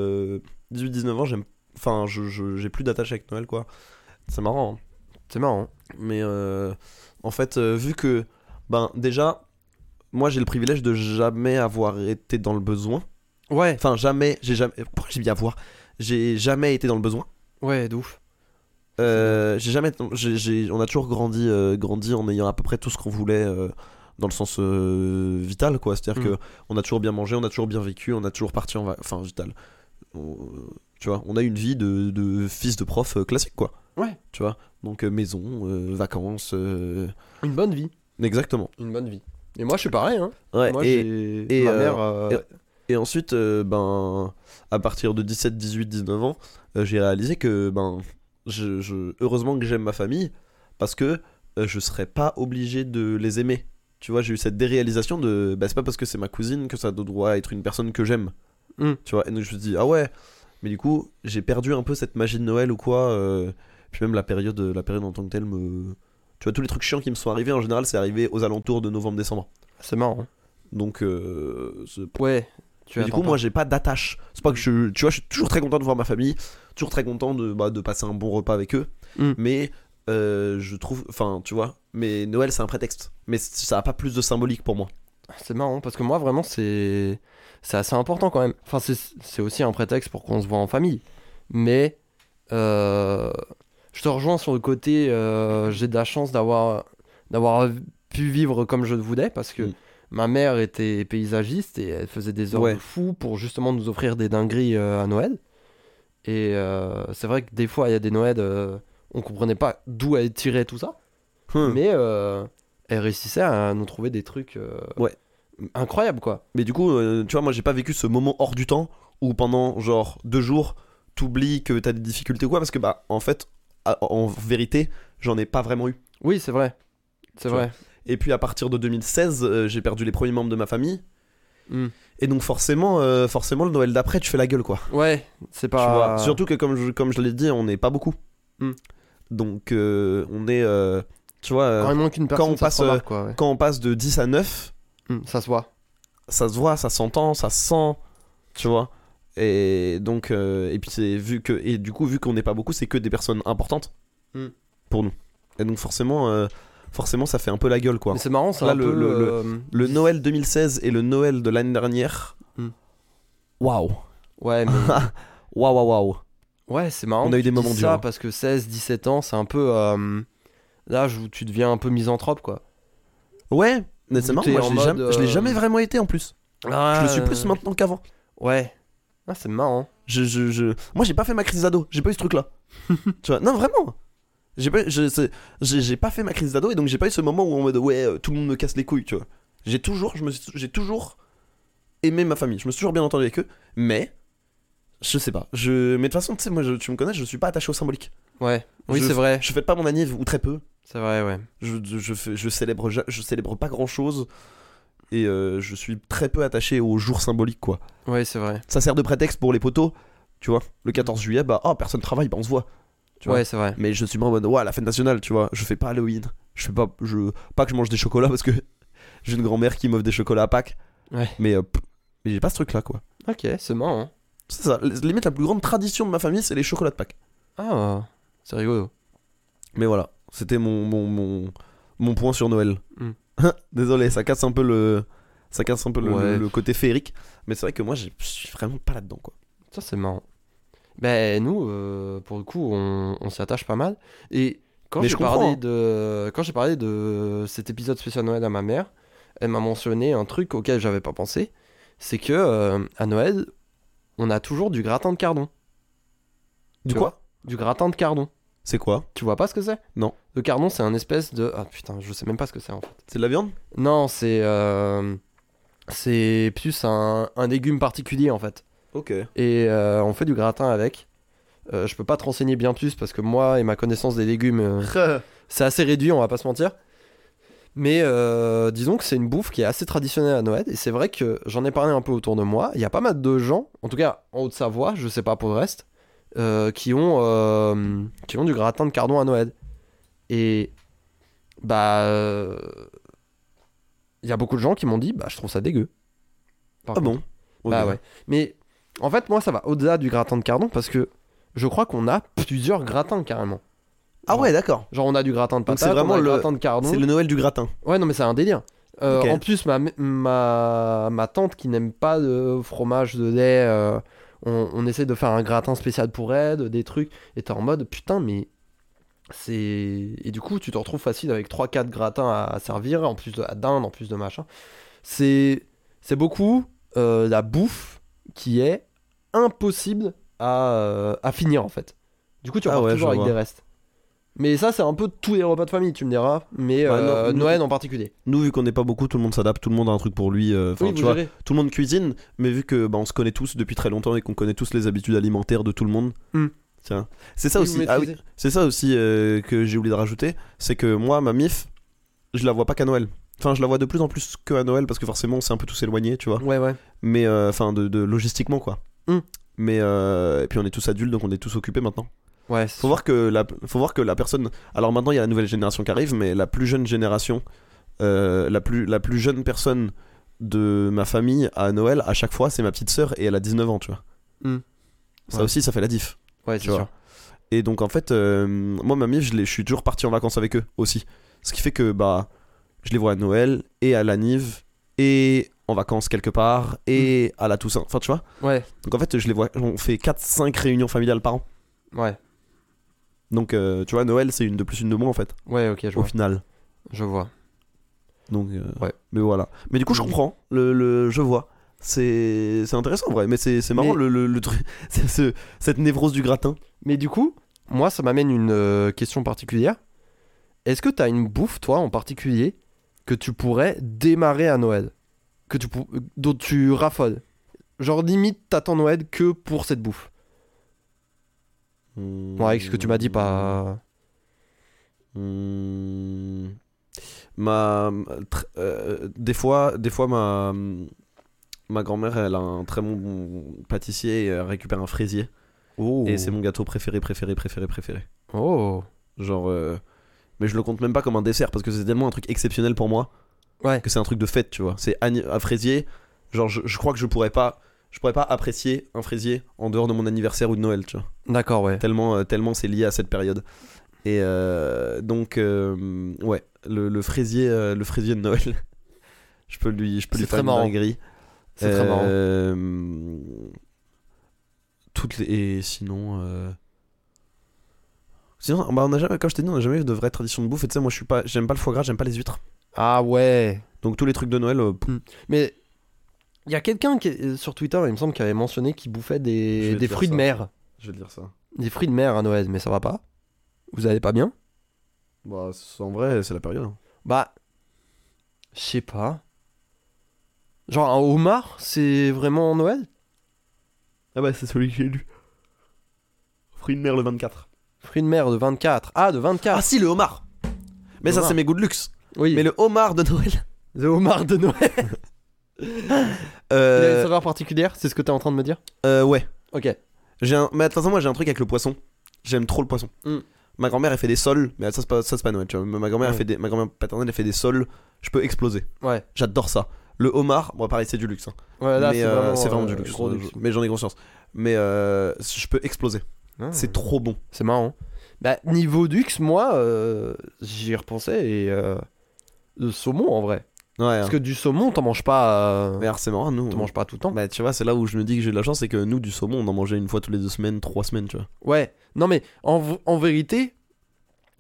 [SPEAKER 1] 18-19 ans, j'aime. Enfin, je- je- j'ai plus d'attache avec Noël, quoi. C'est marrant. hein.
[SPEAKER 2] C'est marrant.
[SPEAKER 1] Mais euh, en fait, euh, vu que, ben déjà, moi j'ai le privilège de jamais avoir été dans le besoin.
[SPEAKER 2] Ouais.
[SPEAKER 1] Enfin, jamais, j'ai jamais. Pourquoi j'ai dit avoir J'ai jamais été dans le besoin.
[SPEAKER 2] Ouais, de ouf.
[SPEAKER 1] Euh, j'ai jamais. j'ai- j'ai- on a toujours grandi, euh, grandi en ayant à peu près tout ce qu'on voulait. euh, dans le sens euh, vital quoi c'est à dire
[SPEAKER 2] Mm.
[SPEAKER 1] que on a toujours bien mangé on a toujours bien vécu on a toujours parti en va- enfin vital On- euh, tu vois on a eu une vie de, de fils de prof euh, classique quoi
[SPEAKER 2] Ouais.
[SPEAKER 1] tu vois donc euh, maison euh, vacances euh,
[SPEAKER 2] Une bonne vie.
[SPEAKER 1] exactement
[SPEAKER 2] Une bonne vie. Et moi, je suis pareil, hein.
[SPEAKER 1] Ouais,
[SPEAKER 2] moi,
[SPEAKER 1] et,
[SPEAKER 2] j'ai.
[SPEAKER 1] et,
[SPEAKER 2] Ma
[SPEAKER 1] euh,
[SPEAKER 2] mère. euh,
[SPEAKER 1] et ensuite, euh, ben, à partir de 17, 18, 19 ans, euh, j'ai réalisé que, ben, je, je- heureusement que j'aime ma famille, parce que euh, je serais pas obligé de les aimer. Tu vois, j'ai eu cette déréalisation de, bah, c'est pas parce que c'est ma cousine que ça doit être une personne que j'aime.
[SPEAKER 2] Mm.
[SPEAKER 1] Tu vois, et donc je me suis dit, ah ouais, mais du coup, j'ai perdu un peu cette magie de Noël ou quoi. euh, puis même la période, la période en tant que telle me. Tu vois, tous les trucs chiants qui me sont arrivés, en général, c'est arrivé aux alentours de novembre-décembre.
[SPEAKER 2] C'est marrant. hein.
[SPEAKER 1] Donc, euh, c'est-
[SPEAKER 2] Ouais. Tu
[SPEAKER 1] mais du
[SPEAKER 2] attends
[SPEAKER 1] coup,
[SPEAKER 2] pas.
[SPEAKER 1] moi, j'ai pas d'attache. C'est pas que je, tu vois, je suis toujours très content de voir ma famille, toujours très content de, bah, de passer un bon repas avec eux.
[SPEAKER 2] Mm.
[SPEAKER 1] Mais euh, je trouve, enfin, tu vois, mais Noël, c'est un prétexte. Mais c- ça a pas plus de symbolique pour moi.
[SPEAKER 2] C'est marrant parce que moi, vraiment, c'est. C'est assez important quand même. Enfin, c'est c'est aussi un prétexte pour qu'on se voit en famille. Mais. euh, Je te rejoins sur le côté. euh, J'ai de la chance d'avoir d'avoir pu vivre comme je le voulais parce que
[SPEAKER 1] Mm.
[SPEAKER 2] ma mère était paysagiste et elle faisait des heures
[SPEAKER 1] Ouais.
[SPEAKER 2] de fou pour justement nous offrir des dingueries euh, à Noël. Et euh, c'est vrai que des fois, il y a des Noëls, euh, on comprenait pas d'où elle tirait tout ça.
[SPEAKER 1] Mais,
[SPEAKER 2] Mais euh, elle réussissait à nous trouver des trucs euh,
[SPEAKER 1] Ouais.
[SPEAKER 2] incroyables, quoi.
[SPEAKER 1] mais du coup, euh, tu vois, moi, j'ai pas vécu ce moment hors du temps où pendant genre deux jours, t'oublies que t'as des difficultés ou quoi, parce que bah, en fait, à- en vérité, j'en ai pas vraiment eu.
[SPEAKER 2] Oui, c'est vrai. C'est
[SPEAKER 1] Tu
[SPEAKER 2] vrai.
[SPEAKER 1] Et puis à partir de 2016, euh, j'ai perdu les premiers membres de ma famille.
[SPEAKER 2] Mm.
[SPEAKER 1] Et donc forcément, euh, forcément, le Noël d'après, tu fais la gueule, quoi.
[SPEAKER 2] Ouais, c'est
[SPEAKER 1] Tu
[SPEAKER 2] pas.
[SPEAKER 1] vois, Surtout que comme je, comme je l'ai dit, on n'est pas beaucoup.
[SPEAKER 2] Hmm.
[SPEAKER 1] Donc euh, on est, euh, tu vois, euh,
[SPEAKER 2] Quand même qu'une personne,
[SPEAKER 1] on
[SPEAKER 2] ça
[SPEAKER 1] passe, euh,
[SPEAKER 2] se remarque, quoi, ouais.
[SPEAKER 1] quand on passe de 10 à 9,
[SPEAKER 2] Mm, ça se voit.
[SPEAKER 1] ça se voit, ça s'entend, ça se sent, tu vois. Et donc, euh, et puis c'est vu que, et du coup, vu qu'on n'est pas beaucoup, c'est que des personnes importantes
[SPEAKER 2] Mm.
[SPEAKER 1] pour nous. Et donc forcément, euh, forcément, ça fait un peu la gueule, quoi.
[SPEAKER 2] Mais c'est marrant, c'est
[SPEAKER 1] Oh. Là,
[SPEAKER 2] un
[SPEAKER 1] le-
[SPEAKER 2] peu
[SPEAKER 1] le- le-
[SPEAKER 2] euh,
[SPEAKER 1] Le Noël 2016 et le Noël de l'année dernière.
[SPEAKER 2] Mm.
[SPEAKER 1] Waouh,
[SPEAKER 2] Ouais, mais-
[SPEAKER 1] waouh, waouh, waouh.
[SPEAKER 2] ouais, c'est marrant.
[SPEAKER 1] On a
[SPEAKER 2] que
[SPEAKER 1] eu des
[SPEAKER 2] tu dises
[SPEAKER 1] moments
[SPEAKER 2] ça
[SPEAKER 1] durs.
[SPEAKER 2] parce que 16, 17 ans, c'est un peu euh, l'âge où tu deviens un peu misanthrope, quoi.
[SPEAKER 1] Ouais, mais c'est
[SPEAKER 2] Où
[SPEAKER 1] marrant.
[SPEAKER 2] t'es
[SPEAKER 1] Moi, je
[SPEAKER 2] en
[SPEAKER 1] l'ai
[SPEAKER 2] mode,
[SPEAKER 1] jamais, je l'ai
[SPEAKER 2] euh, Ah,
[SPEAKER 1] jamais vraiment été en plus. Ah, je le suis plus maintenant qu'avant.
[SPEAKER 2] Ouais. Ah, c'est marrant.
[SPEAKER 1] Je, je, je- Moi, j'ai pas fait ma crise d'ado. J'ai pas eu ce truc-là. tu vois, non, vraiment. J'ai pas, je, c'est- j'ai, j'ai pas fait ma crise d'ado et donc j'ai pas eu ce moment où en mode ouais, euh, tout le monde me casse les couilles, tu vois. J'ai toujours, je me, suis- j'ai toujours aimé ma famille. Je me suis toujours bien entendu avec eux, mais je sais pas. Je, mais de toute façon, tu sais, moi, je- tu me connais, je suis pas attaché au symbolique.
[SPEAKER 2] Ouais. Oui,
[SPEAKER 1] Je-
[SPEAKER 2] c'est vrai.
[SPEAKER 1] Je fête pas mon anniv ou très peu.
[SPEAKER 2] C'est vrai, ouais.
[SPEAKER 1] Je, je, je fais- je célèbre, ja- je célèbre pas grand chose et euh, je suis très peu attaché aux jours symboliques, quoi.
[SPEAKER 2] Ouais, c'est vrai.
[SPEAKER 1] Ça sert de prétexte pour les poteaux, tu vois. Le 14 juillet, bah, oh, personne travaille, bah, on se voit. Tu vois.
[SPEAKER 2] ouais, c'est vrai.
[SPEAKER 1] Mais je suis pas en mode, ouais, la fête nationale, tu vois. Je fais pas Halloween. Je fais pas, je, pas que je mange des chocolats parce que j'ai une grand-mère qui m'offre des chocolats à Pâques.
[SPEAKER 2] Ouais.
[SPEAKER 1] Mais, euh, pff, mais j'ai pas ce truc-là, quoi.
[SPEAKER 2] Ok, c'est marrant.
[SPEAKER 1] C'est ça. Limite, la plus grande tradition de ma famille, c'est les chocolats de Pâques.
[SPEAKER 2] Ah, c'est rigolo.
[SPEAKER 1] Mais voilà, c'était mon, mon, mon, mon point sur Noël.
[SPEAKER 2] Mm.
[SPEAKER 1] Désolé, ça casse un peu le. Ça casse un peu le,
[SPEAKER 2] Ouais.
[SPEAKER 1] le- le côté féerique, mais c'est vrai que moi j'ai- je suis vraiment pas là-dedans quoi.
[SPEAKER 2] Ça, c'est marrant. Ben, nous, euh, pour le coup, on, on s'y attache pas mal. Et quand
[SPEAKER 1] Mais
[SPEAKER 2] j'ai
[SPEAKER 1] je comprends,
[SPEAKER 2] parlé,
[SPEAKER 1] hein.
[SPEAKER 2] de... quand j'ai parlé de cet épisode spécial Noël à ma mère, elle m'a mentionné un truc auquel j'avais pas pensé. C'est que euh, à Noël, on a toujours du gratin de cardon.
[SPEAKER 1] Du
[SPEAKER 2] Tu
[SPEAKER 1] quoi
[SPEAKER 2] Du gratin de cardon.
[SPEAKER 1] C'est quoi
[SPEAKER 2] Tu vois pas ce que c'est
[SPEAKER 1] Non.
[SPEAKER 2] Le cardon, c'est un espèce de. Ah putain, je sais même pas ce que c'est en fait.
[SPEAKER 1] C'est de la viande
[SPEAKER 2] Non, c'est. euh, C'est plus un, un légume particulier en fait.
[SPEAKER 1] Ok.
[SPEAKER 2] Et euh, on fait du gratin avec. Euh, je peux pas te renseigner bien plus parce que moi et ma connaissance des légumes, euh, c'est assez réduit, on va pas se mentir. Mais euh, disons que c'est une bouffe qui est assez traditionnelle à Noël. Et c'est vrai que j'en ai parlé un peu autour de moi. Il y a pas mal de gens, en tout cas en Haute-Savoie, je sais pas pour le reste, euh, qui, ont, euh, qui ont du gratin de cardon à Noël. Et bah. euh, Il y a beaucoup de gens qui m'ont dit, bah je trouve ça dégueu. Par
[SPEAKER 1] Ah
[SPEAKER 2] contre.
[SPEAKER 1] bon Ok.
[SPEAKER 2] Bah ouais. Mais en fait, moi, ça va au-delà du gratin de cardon parce que je crois qu'on a plusieurs gratins carrément.
[SPEAKER 1] Ah ouais, d'accord.
[SPEAKER 2] Genre, on a du gratin de
[SPEAKER 1] Donc,
[SPEAKER 2] patate,
[SPEAKER 1] c'est vraiment
[SPEAKER 2] on a
[SPEAKER 1] le-
[SPEAKER 2] du gratin de cardon.
[SPEAKER 1] C'est le Noël du gratin.
[SPEAKER 2] Ouais, non, mais c'est un délire. Euh,
[SPEAKER 1] Ok.
[SPEAKER 2] En plus, ma, ma, ma tante qui n'aime pas de fromage de lait, euh, on, on essaie de faire un gratin spécial pour elle, des trucs. Et t'es en mode putain, mais c'est. Et du coup, tu te retrouves facile avec 3-4 gratins à, à servir, en plus de la dinde, en plus de machin. C'est c'est beaucoup euh, la bouffe qui est impossible à, euh, à finir en fait. Du coup, tu
[SPEAKER 1] Ah
[SPEAKER 2] repars
[SPEAKER 1] ouais,
[SPEAKER 2] toujours
[SPEAKER 1] je
[SPEAKER 2] avec
[SPEAKER 1] vois.
[SPEAKER 2] des restes. Mais ça, c'est un peu tous les repas de famille, tu me diras. Mais
[SPEAKER 1] Ouais,
[SPEAKER 2] euh,
[SPEAKER 1] Bah, non, nous-
[SPEAKER 2] Noël en particulier.
[SPEAKER 1] Nous, vu qu'on n'est pas beaucoup, tout le monde s'adapte, tout le monde a un truc pour lui. euh, Enfin,
[SPEAKER 2] Oui,
[SPEAKER 1] tu
[SPEAKER 2] vous
[SPEAKER 1] vois,
[SPEAKER 2] gérez.
[SPEAKER 1] tout le monde cuisine, mais vu que bah, on se connaît tous depuis très longtemps et qu'on connaît tous les habitudes alimentaires de tout le monde.
[SPEAKER 2] Hmm.
[SPEAKER 1] Tiens, c'est ça
[SPEAKER 2] Oui, vous
[SPEAKER 1] aussi. Ah oui,
[SPEAKER 2] maîtrisez.
[SPEAKER 1] c'est ça aussi euh, que j'ai oublié de rajouter, c'est que moi, ma mif, je la vois pas qu'à Noël. Enfin, je la vois de plus en plus que à Noël parce que forcément, on s'est un peu tous éloignés, tu vois.
[SPEAKER 2] Ouais, ouais.
[SPEAKER 1] Mais euh, enfin, de, de- logistiquement quoi.
[SPEAKER 2] Hmm.
[SPEAKER 1] Mais euh, et puis on est tous adultes, donc on est tous occupés maintenant.
[SPEAKER 2] Ouais,
[SPEAKER 1] Faut voir que la, faut voir que la personne. Alors maintenant, il y a la nouvelle génération qui arrive, mais la plus jeune génération, euh, la plus, la plus jeune personne de ma famille à Noël, à chaque fois, c'est ma petite sœur et elle a 19 ans, tu vois.
[SPEAKER 2] Hmm.
[SPEAKER 1] Ça
[SPEAKER 2] Ouais.
[SPEAKER 1] aussi, ça fait la diff.
[SPEAKER 2] ouais,
[SPEAKER 1] tu
[SPEAKER 2] c'est
[SPEAKER 1] vois.
[SPEAKER 2] sûr.
[SPEAKER 1] Et donc en fait, euh, moi, ma mif, je, l'ai- je suis toujours parti en vacances avec eux aussi. Ce qui fait que bah, je les vois à Noël et à la Nive et en vacances quelque part et
[SPEAKER 2] Hmm.
[SPEAKER 1] à la Toussaint. Enfin, tu vois.
[SPEAKER 2] Ouais,
[SPEAKER 1] Donc en fait, je les vois. On fait 4-5 réunions familiales par an.
[SPEAKER 2] ouais,
[SPEAKER 1] Donc euh, tu vois, Noël, c'est une de plus, une de moins en fait,
[SPEAKER 2] ouais, ok, je
[SPEAKER 1] au
[SPEAKER 2] vois.
[SPEAKER 1] final.
[SPEAKER 2] Je vois.
[SPEAKER 1] Donc, euh,
[SPEAKER 2] Ouais.
[SPEAKER 1] Mais voilà. Mais du coup, je comprends. Le, le- je vois. C'est c'est intéressant, en vrai. Mais c'est c'est marrant
[SPEAKER 2] Mais-
[SPEAKER 1] le, le- le truc. c'est ce- cette névrose du gratin.
[SPEAKER 2] Mais du coup, moi, ça m'amène une euh, question particulière. Est-ce que t'as une bouffe, toi, en particulier, que tu pourrais démarrer à Noël que tu pour- Dont tu raffoles Genre, limite, t'attends Noël que pour cette bouffe. Bon, avec ce que tu m'as dit, pas.
[SPEAKER 1] Hmm. Ma. tr- euh, des fois, des fois ma. Ma grand-mère, elle a un très bon pâtissier et elle récupère un fraisier.
[SPEAKER 2] Oh.
[SPEAKER 1] Et c'est mon gâteau préféré, préféré, préféré, préféré.
[SPEAKER 2] Oh.
[SPEAKER 1] Genre. euh, Mais je le compte même pas comme un dessert parce que c'est tellement un truc exceptionnel pour moi
[SPEAKER 2] Ouais.
[SPEAKER 1] que c'est un truc de fête, tu vois. C'est ani- un fraisier. Genre, je, je crois que je pourrais pas. Je pourrais pas apprécier un fraisier en dehors de mon anniversaire ou de Noël, tu vois.
[SPEAKER 2] D'accord, ouais.
[SPEAKER 1] Tellement, euh, tellement c'est lié à cette période. Et euh, donc, euh, ouais, le, le fraisier, euh, le fraisier de Noël. je peux lui, je peux lui
[SPEAKER 2] C'est
[SPEAKER 1] faire
[SPEAKER 2] très
[SPEAKER 1] une
[SPEAKER 2] marrant.
[SPEAKER 1] dinguerie.
[SPEAKER 2] C'est très marrant.
[SPEAKER 1] Euh, Toutes les... Et sinon... euh, Sinon, bah on a jamais, comme je t'ai dit, on n'a jamais eu de vraie tradition de bouffe. Et tu sais, moi, je suis pas, j'aime pas le foie gras, j'aime pas les huîtres.
[SPEAKER 2] Ah ouais.
[SPEAKER 1] Donc tous les trucs de Noël, euh, pff,
[SPEAKER 2] Mais il y a quelqu'un qui est- euh, sur Twitter, il me semble, qui avait mentionné qu'il bouffait
[SPEAKER 1] Je vais
[SPEAKER 2] des,
[SPEAKER 1] te
[SPEAKER 2] des
[SPEAKER 1] dire
[SPEAKER 2] fruits de
[SPEAKER 1] ça.
[SPEAKER 2] mer.
[SPEAKER 1] je vais te dire ça.
[SPEAKER 2] Des fruits de mer à Noël, mais ça va pas. Vous allez pas bien
[SPEAKER 1] Bah, c'est- en vrai, c'est la période. hein.
[SPEAKER 2] Bah, je sais pas. Genre un homard, c'est vraiment Noël
[SPEAKER 1] Ah bah, c'est celui que j'ai lu. Fruit de mer le 24.
[SPEAKER 2] Fruits de mer de 24. Ah, de
[SPEAKER 1] Ah
[SPEAKER 2] 24.
[SPEAKER 1] si, le homard Mais
[SPEAKER 2] Le
[SPEAKER 1] ça,
[SPEAKER 2] homard.
[SPEAKER 1] c'est mes goûts de luxe.
[SPEAKER 2] oui.
[SPEAKER 1] Mais le homard de Noël...
[SPEAKER 2] The homard de Noël. Il a une
[SPEAKER 1] Euh,
[SPEAKER 2] saveur particulière, c'est ce que t'es en train de me dire
[SPEAKER 1] euh, ouais.
[SPEAKER 2] Ok.
[SPEAKER 1] J'ai un... Mais attention, moi j'ai un truc avec le poisson. J'aime trop le poisson.
[SPEAKER 2] Mm.
[SPEAKER 1] Ma grand-mère elle fait des sols, mais ça c'est pas, ça, c'est pas Noël. Tu vois. Ma grand-mère elle
[SPEAKER 2] Ouais.
[SPEAKER 1] fait des... ma grand-mère paternelle elle fait des sols. Je peux exploser.
[SPEAKER 2] Ouais.
[SPEAKER 1] J'adore ça. Le homard, bon pareil c'est du luxe. hein.
[SPEAKER 2] Ouais, là,
[SPEAKER 1] mais
[SPEAKER 2] c'est
[SPEAKER 1] euh,
[SPEAKER 2] vraiment,
[SPEAKER 1] c'est vraiment
[SPEAKER 2] euh,
[SPEAKER 1] du luxe.
[SPEAKER 2] gros luxe.
[SPEAKER 1] Je- Mais j'en ai conscience. Mais euh, je peux exploser.
[SPEAKER 2] Ah.
[SPEAKER 1] C'est trop bon.
[SPEAKER 2] C'est marrant. Bah, niveau luxe, moi, euh, j'y repensais et. euh, le saumon en vrai.
[SPEAKER 1] Ouais. hein.
[SPEAKER 2] Parce que du saumon, t'en manges pas. euh,
[SPEAKER 1] Mais alors, c'est marrant nous.
[SPEAKER 2] t'en manges pas tout le temps.
[SPEAKER 1] Bah, tu vois, c'est là où je me dis que j'ai de la chance, c'est que nous du saumon on en mangeait une fois tous les deux semaines, trois semaines, tu vois.
[SPEAKER 2] Ouais. Non, mais en, v- en vérité,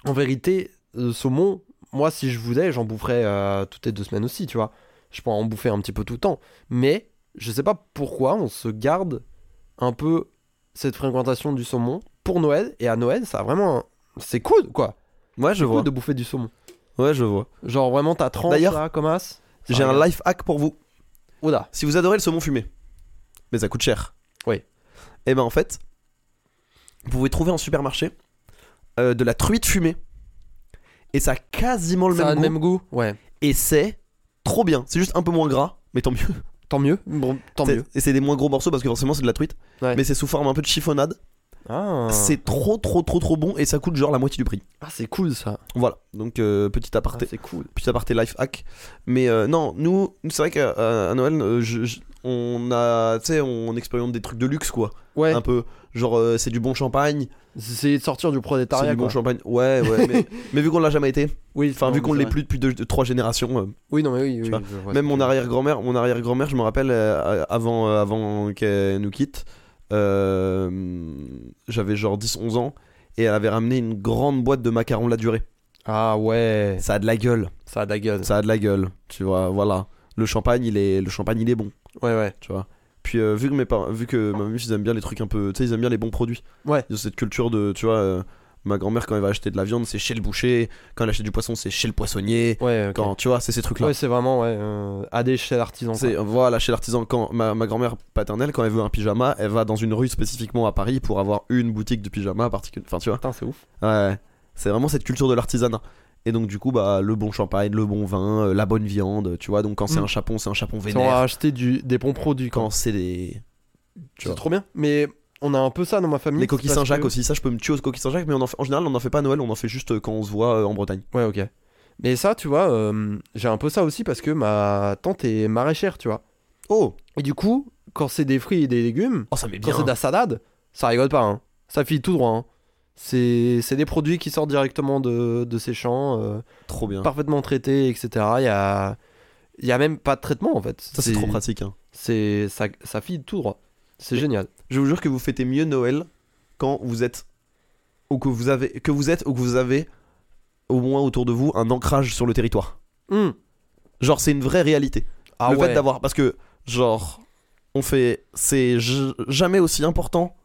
[SPEAKER 2] en vérité, le saumon, moi, si je voulais, j'en boufferais euh, toutes les deux semaines aussi, tu vois. Je peux en bouffer un petit peu tout le temps. Mais je sais pas pourquoi on se garde un peu cette fréquentation du saumon pour Noël. Et à Noël, ça a vraiment. un- C'est cool, quoi.
[SPEAKER 1] Ouais, je
[SPEAKER 2] Cool
[SPEAKER 1] vois.
[SPEAKER 2] de bouffer du saumon.
[SPEAKER 1] Ouais, je vois.
[SPEAKER 2] Genre vraiment, ta tranche
[SPEAKER 1] D'ailleurs,
[SPEAKER 2] là, comme as.
[SPEAKER 1] J'ai un life hack pour vous.
[SPEAKER 2] Oula.
[SPEAKER 1] Si vous adorez le saumon fumé, mais ça coûte cher.
[SPEAKER 2] Oui.
[SPEAKER 1] Et ben en fait, vous pouvez trouver en supermarché euh, de la truite fumée. Et ça a quasiment le
[SPEAKER 2] Ça
[SPEAKER 1] même
[SPEAKER 2] a
[SPEAKER 1] goût.
[SPEAKER 2] le même goût. Ouais.
[SPEAKER 1] Et c'est trop bien. C'est juste un peu moins gras, mais tant mieux.
[SPEAKER 2] Tant mieux. Bon, tant
[SPEAKER 1] C'est-
[SPEAKER 2] mieux.
[SPEAKER 1] Et c'est des moins gros morceaux parce que forcément c'est de la truite.
[SPEAKER 2] Ouais.
[SPEAKER 1] Mais c'est sous forme un peu de chiffonnade.
[SPEAKER 2] Ah.
[SPEAKER 1] C'est trop trop trop trop bon et ça coûte genre la moitié du prix.
[SPEAKER 2] Ah, c'est cool ça.
[SPEAKER 1] Voilà. Donc euh, petit
[SPEAKER 2] Ah,
[SPEAKER 1] aparté.
[SPEAKER 2] c'est cool.
[SPEAKER 1] Puis ça partait life hack. Mais euh, non, nous, c'est vrai qu'à à- à Noël, euh, je- je- on a, tu sais, on expérimente des trucs de luxe quoi.
[SPEAKER 2] Ouais.
[SPEAKER 1] Un peu, genre euh, c'est du bon champagne,
[SPEAKER 2] C'est de sortir du
[SPEAKER 1] c'est
[SPEAKER 2] prolétariat.
[SPEAKER 1] du bon
[SPEAKER 2] quoi.
[SPEAKER 1] champagne. Ouais, ouais. mais, mais vu qu'on l'a jamais été,
[SPEAKER 2] Oui,
[SPEAKER 1] enfin vu qu'on l'est plus depuis deux, deux- trois générations, euh,
[SPEAKER 2] Oui, non, mais oui,
[SPEAKER 1] Tu
[SPEAKER 2] oui,
[SPEAKER 1] vois,
[SPEAKER 2] je vois
[SPEAKER 1] même
[SPEAKER 2] ce que
[SPEAKER 1] mon
[SPEAKER 2] tu veux.
[SPEAKER 1] arrière-grand-mère, mon arrière-grand-mère, je me rappelle euh, avant, euh, avant qu'elle nous quitte, euh, j'avais genre 10-11 ans et elle avait ramené une grande boîte de macarons la durée.
[SPEAKER 2] Ah ouais,
[SPEAKER 1] Ça a de la gueule,
[SPEAKER 2] ça a de la gueule.
[SPEAKER 1] ça a de la gueule, tu vois. Voilà, le champagne, il est, le champagne, il est bon.
[SPEAKER 2] Ouais, ouais.
[SPEAKER 1] tu vois. Puis euh, vu que mes parents, vu que ma mif, ils aiment bien les trucs un peu, tu sais, ils aiment bien les bons produits.
[SPEAKER 2] Ouais.
[SPEAKER 1] Ils ont cette culture de, tu vois, euh, ma grand-mère quand elle va acheter de la viande, c'est chez le boucher. Quand elle achète du poisson, c'est chez le poissonnier.
[SPEAKER 2] Ouais, ok.
[SPEAKER 1] Quand, tu vois, c'est ces trucs-là.
[SPEAKER 2] Ouais, c'est vraiment, ouais, euh, AD chez l'artisan. quoi.
[SPEAKER 1] C'est voilà chez l'artisan quand ma, ma grand-mère paternelle quand elle veut un pyjama, elle va dans une rue spécifiquement à Paris pour avoir une boutique de pyjama particulière. Enfin, tu vois.
[SPEAKER 2] Putain, c'est ouf.
[SPEAKER 1] Ouais. ouais. C'est vraiment cette culture de l'artisanat. Et donc du coup bah le bon champagne, le bon vin, euh, la bonne viande, tu vois. Donc quand c'est
[SPEAKER 2] Mm.
[SPEAKER 1] un chapon, c'est un chapon
[SPEAKER 2] Ça, On va
[SPEAKER 1] vénère.
[SPEAKER 2] acheter du, des bons produits. quoi.
[SPEAKER 1] Quand c'est des tu
[SPEAKER 2] C'est
[SPEAKER 1] vois.
[SPEAKER 2] trop bien. Mais on a un peu ça dans ma famille.
[SPEAKER 1] Les coquilles
[SPEAKER 2] parce
[SPEAKER 1] Saint-Jacques
[SPEAKER 2] que-
[SPEAKER 1] aussi, ça je peux me tuer aux coquilles Saint-Jacques, mais on en, fait- en général on en fait pas à Noël, on en fait juste euh, quand on se voit euh, en Bretagne.
[SPEAKER 2] Ouais, ok. Mais ça, tu vois, euh, j'ai un peu ça aussi parce que ma tante est maraîchère, tu vois.
[SPEAKER 1] Oh,
[SPEAKER 2] Et du coup, quand c'est des fruits et des légumes,
[SPEAKER 1] ça met
[SPEAKER 2] quand c'est de la salade, ça rigole pas, hein. Ça file tout droit, hein. C'est c'est des produits qui sortent directement de, de ces champs. euh,
[SPEAKER 1] Trop bien.
[SPEAKER 2] parfaitement traité, etc. Il y a, il y a même pas de traitement en fait.
[SPEAKER 1] Ça c'est trop pratique. hein.
[SPEAKER 2] C'est ça, ça file tout droit. C'est
[SPEAKER 1] Mais-
[SPEAKER 2] génial.
[SPEAKER 1] Je vous jure que vous fêtez mieux Noël quand vous êtes ou que vous avez que vous êtes ou que vous avez au moins autour de vous un ancrage sur le territoire.
[SPEAKER 2] Hum.
[SPEAKER 1] Genre c'est une vraie réalité.
[SPEAKER 2] Ah
[SPEAKER 1] le
[SPEAKER 2] ouais.
[SPEAKER 1] fait d'avoir parce que genre on fait c'est j- jamais aussi important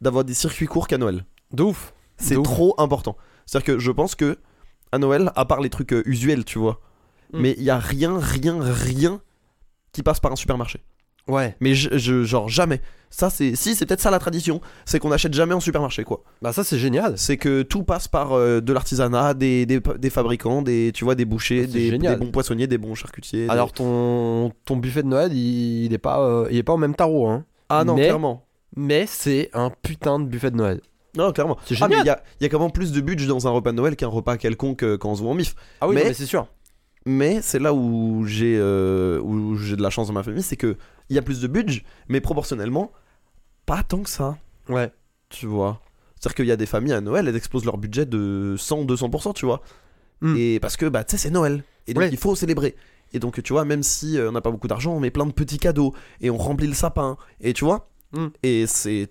[SPEAKER 1] d'avoir des circuits courts qu'à Noël.
[SPEAKER 2] De ouf.
[SPEAKER 1] C'est
[SPEAKER 2] De ouf.
[SPEAKER 1] trop important. C'est-à-dire que je pense que à Noël, à part les trucs euh, usuels, tu vois,
[SPEAKER 2] Mm.
[SPEAKER 1] mais il y a rien, rien, rien qui passe par un supermarché.
[SPEAKER 2] Ouais.
[SPEAKER 1] Mais je, je- genre jamais. Ça c'est si c'est peut-être ça la tradition, c'est qu'on n'achète jamais en supermarché quoi.
[SPEAKER 2] Bah ça c'est génial.
[SPEAKER 1] C'est que tout passe par euh, de l'artisanat, des, des, des fabricants, des tu vois des bouchers,
[SPEAKER 2] C'est
[SPEAKER 1] des,
[SPEAKER 2] génial.
[SPEAKER 1] des bons poissonniers, des bons charcutiers. des-
[SPEAKER 2] Alors ton, ton buffet de Noël, il, il est pas, euh, il est pas au même tarot, hein.
[SPEAKER 1] ah non
[SPEAKER 2] mais-
[SPEAKER 1] clairement.
[SPEAKER 2] Mais c'est un putain de buffet de Noël.
[SPEAKER 1] Non, clairement.
[SPEAKER 2] C'est
[SPEAKER 1] Ah, mais
[SPEAKER 2] génial.
[SPEAKER 1] il y a, il y a quand même plus de budget dans un repas de Noël qu'un repas quelconque euh, quand on se voit en mif.
[SPEAKER 2] Ah oui, non,
[SPEAKER 1] mais-
[SPEAKER 2] mais c'est sûr.
[SPEAKER 1] Mais c'est là où j'ai euh, où j'ai de la chance dans ma famille, c'est que il y a plus de budget, mais proportionnellement, pas tant que ça,
[SPEAKER 2] Ouais.
[SPEAKER 1] tu vois. C'est-à-dire qu'il y a des familles à Noël, elles explosent leur budget de 100-200%, tu vois.
[SPEAKER 2] Hmm.
[SPEAKER 1] Et parce que, bah, tu sais, c'est Noël. Et donc,
[SPEAKER 2] Ouais.
[SPEAKER 1] il faut célébrer. Et donc, tu vois, même si euh, on n'a pas beaucoup d'argent, on met plein de petits cadeaux. Et on remplit le sapin. Et tu vois
[SPEAKER 2] Hmm.
[SPEAKER 1] Et c'est.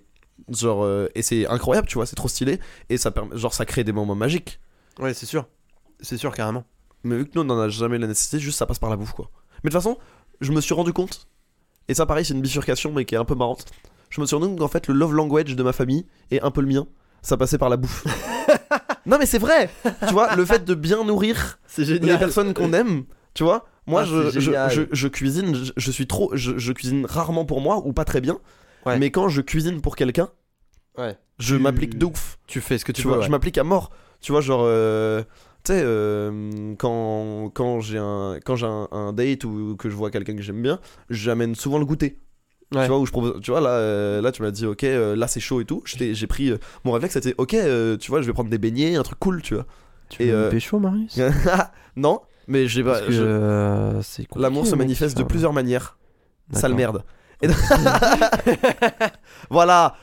[SPEAKER 1] Genre. euh, et c'est incroyable, tu vois, c'est trop stylé. Et ça, permet- genre, ça crée des moments magiques.
[SPEAKER 2] Ouais, c'est sûr. C'est sûr, carrément.
[SPEAKER 1] Mais vu que nous on n'en a jamais la nécessité, juste ça passe par la bouffe quoi. Mais de toute façon, je me suis rendu compte, et ça pareil c'est une bifurcation mais qui est un peu marrante, je me suis rendu compte qu'en fait le love language de ma famille et un peu le mien, ça passait par la bouffe. non mais c'est vrai Tu vois, le fait de bien nourrir
[SPEAKER 2] C'est
[SPEAKER 1] les personnes qu'on aime, tu vois moi,
[SPEAKER 2] Ah,
[SPEAKER 1] je, je,
[SPEAKER 2] c'est génial.
[SPEAKER 1] je- je cuisine, je, je suis trop, je, je cuisine rarement pour moi ou pas très bien.
[SPEAKER 2] Ouais.
[SPEAKER 1] Mais quand je cuisine pour quelqu'un,
[SPEAKER 2] Ouais.
[SPEAKER 1] je
[SPEAKER 2] Tu-
[SPEAKER 1] m'applique de ouf
[SPEAKER 2] Tu fais ce que tu,
[SPEAKER 1] tu
[SPEAKER 2] veux.
[SPEAKER 1] vois,
[SPEAKER 2] ouais.
[SPEAKER 1] je m'applique à mort. Tu vois, genre, euh, tu sais, euh, quand, quand j'ai un, quand j'ai un, un date ou que je vois quelqu'un que j'aime bien, j'amène souvent le goûter.
[SPEAKER 2] Ouais.
[SPEAKER 1] Tu vois, où je propose, tu vois là, euh, là tu m'as dit, ok, euh, là c'est chaud et tout. Je t'ai- J'ai pris euh, mon réflexe, c'était, ok, euh, tu vois, je vais prendre des beignets, un truc cool, tu vois.
[SPEAKER 4] Tu
[SPEAKER 1] Et,
[SPEAKER 4] veux
[SPEAKER 1] euh,
[SPEAKER 4] me pécho,
[SPEAKER 2] bah,
[SPEAKER 4] Marius
[SPEAKER 1] non, mais j'ai pas.
[SPEAKER 4] Parce que,
[SPEAKER 1] je-
[SPEAKER 4] euh, c'est compliqué,
[SPEAKER 1] L'amour se
[SPEAKER 4] mec,
[SPEAKER 1] manifeste de
[SPEAKER 4] enfin,
[SPEAKER 1] plusieurs manières. Sale
[SPEAKER 4] d'accord.
[SPEAKER 1] merde. Et- voilà,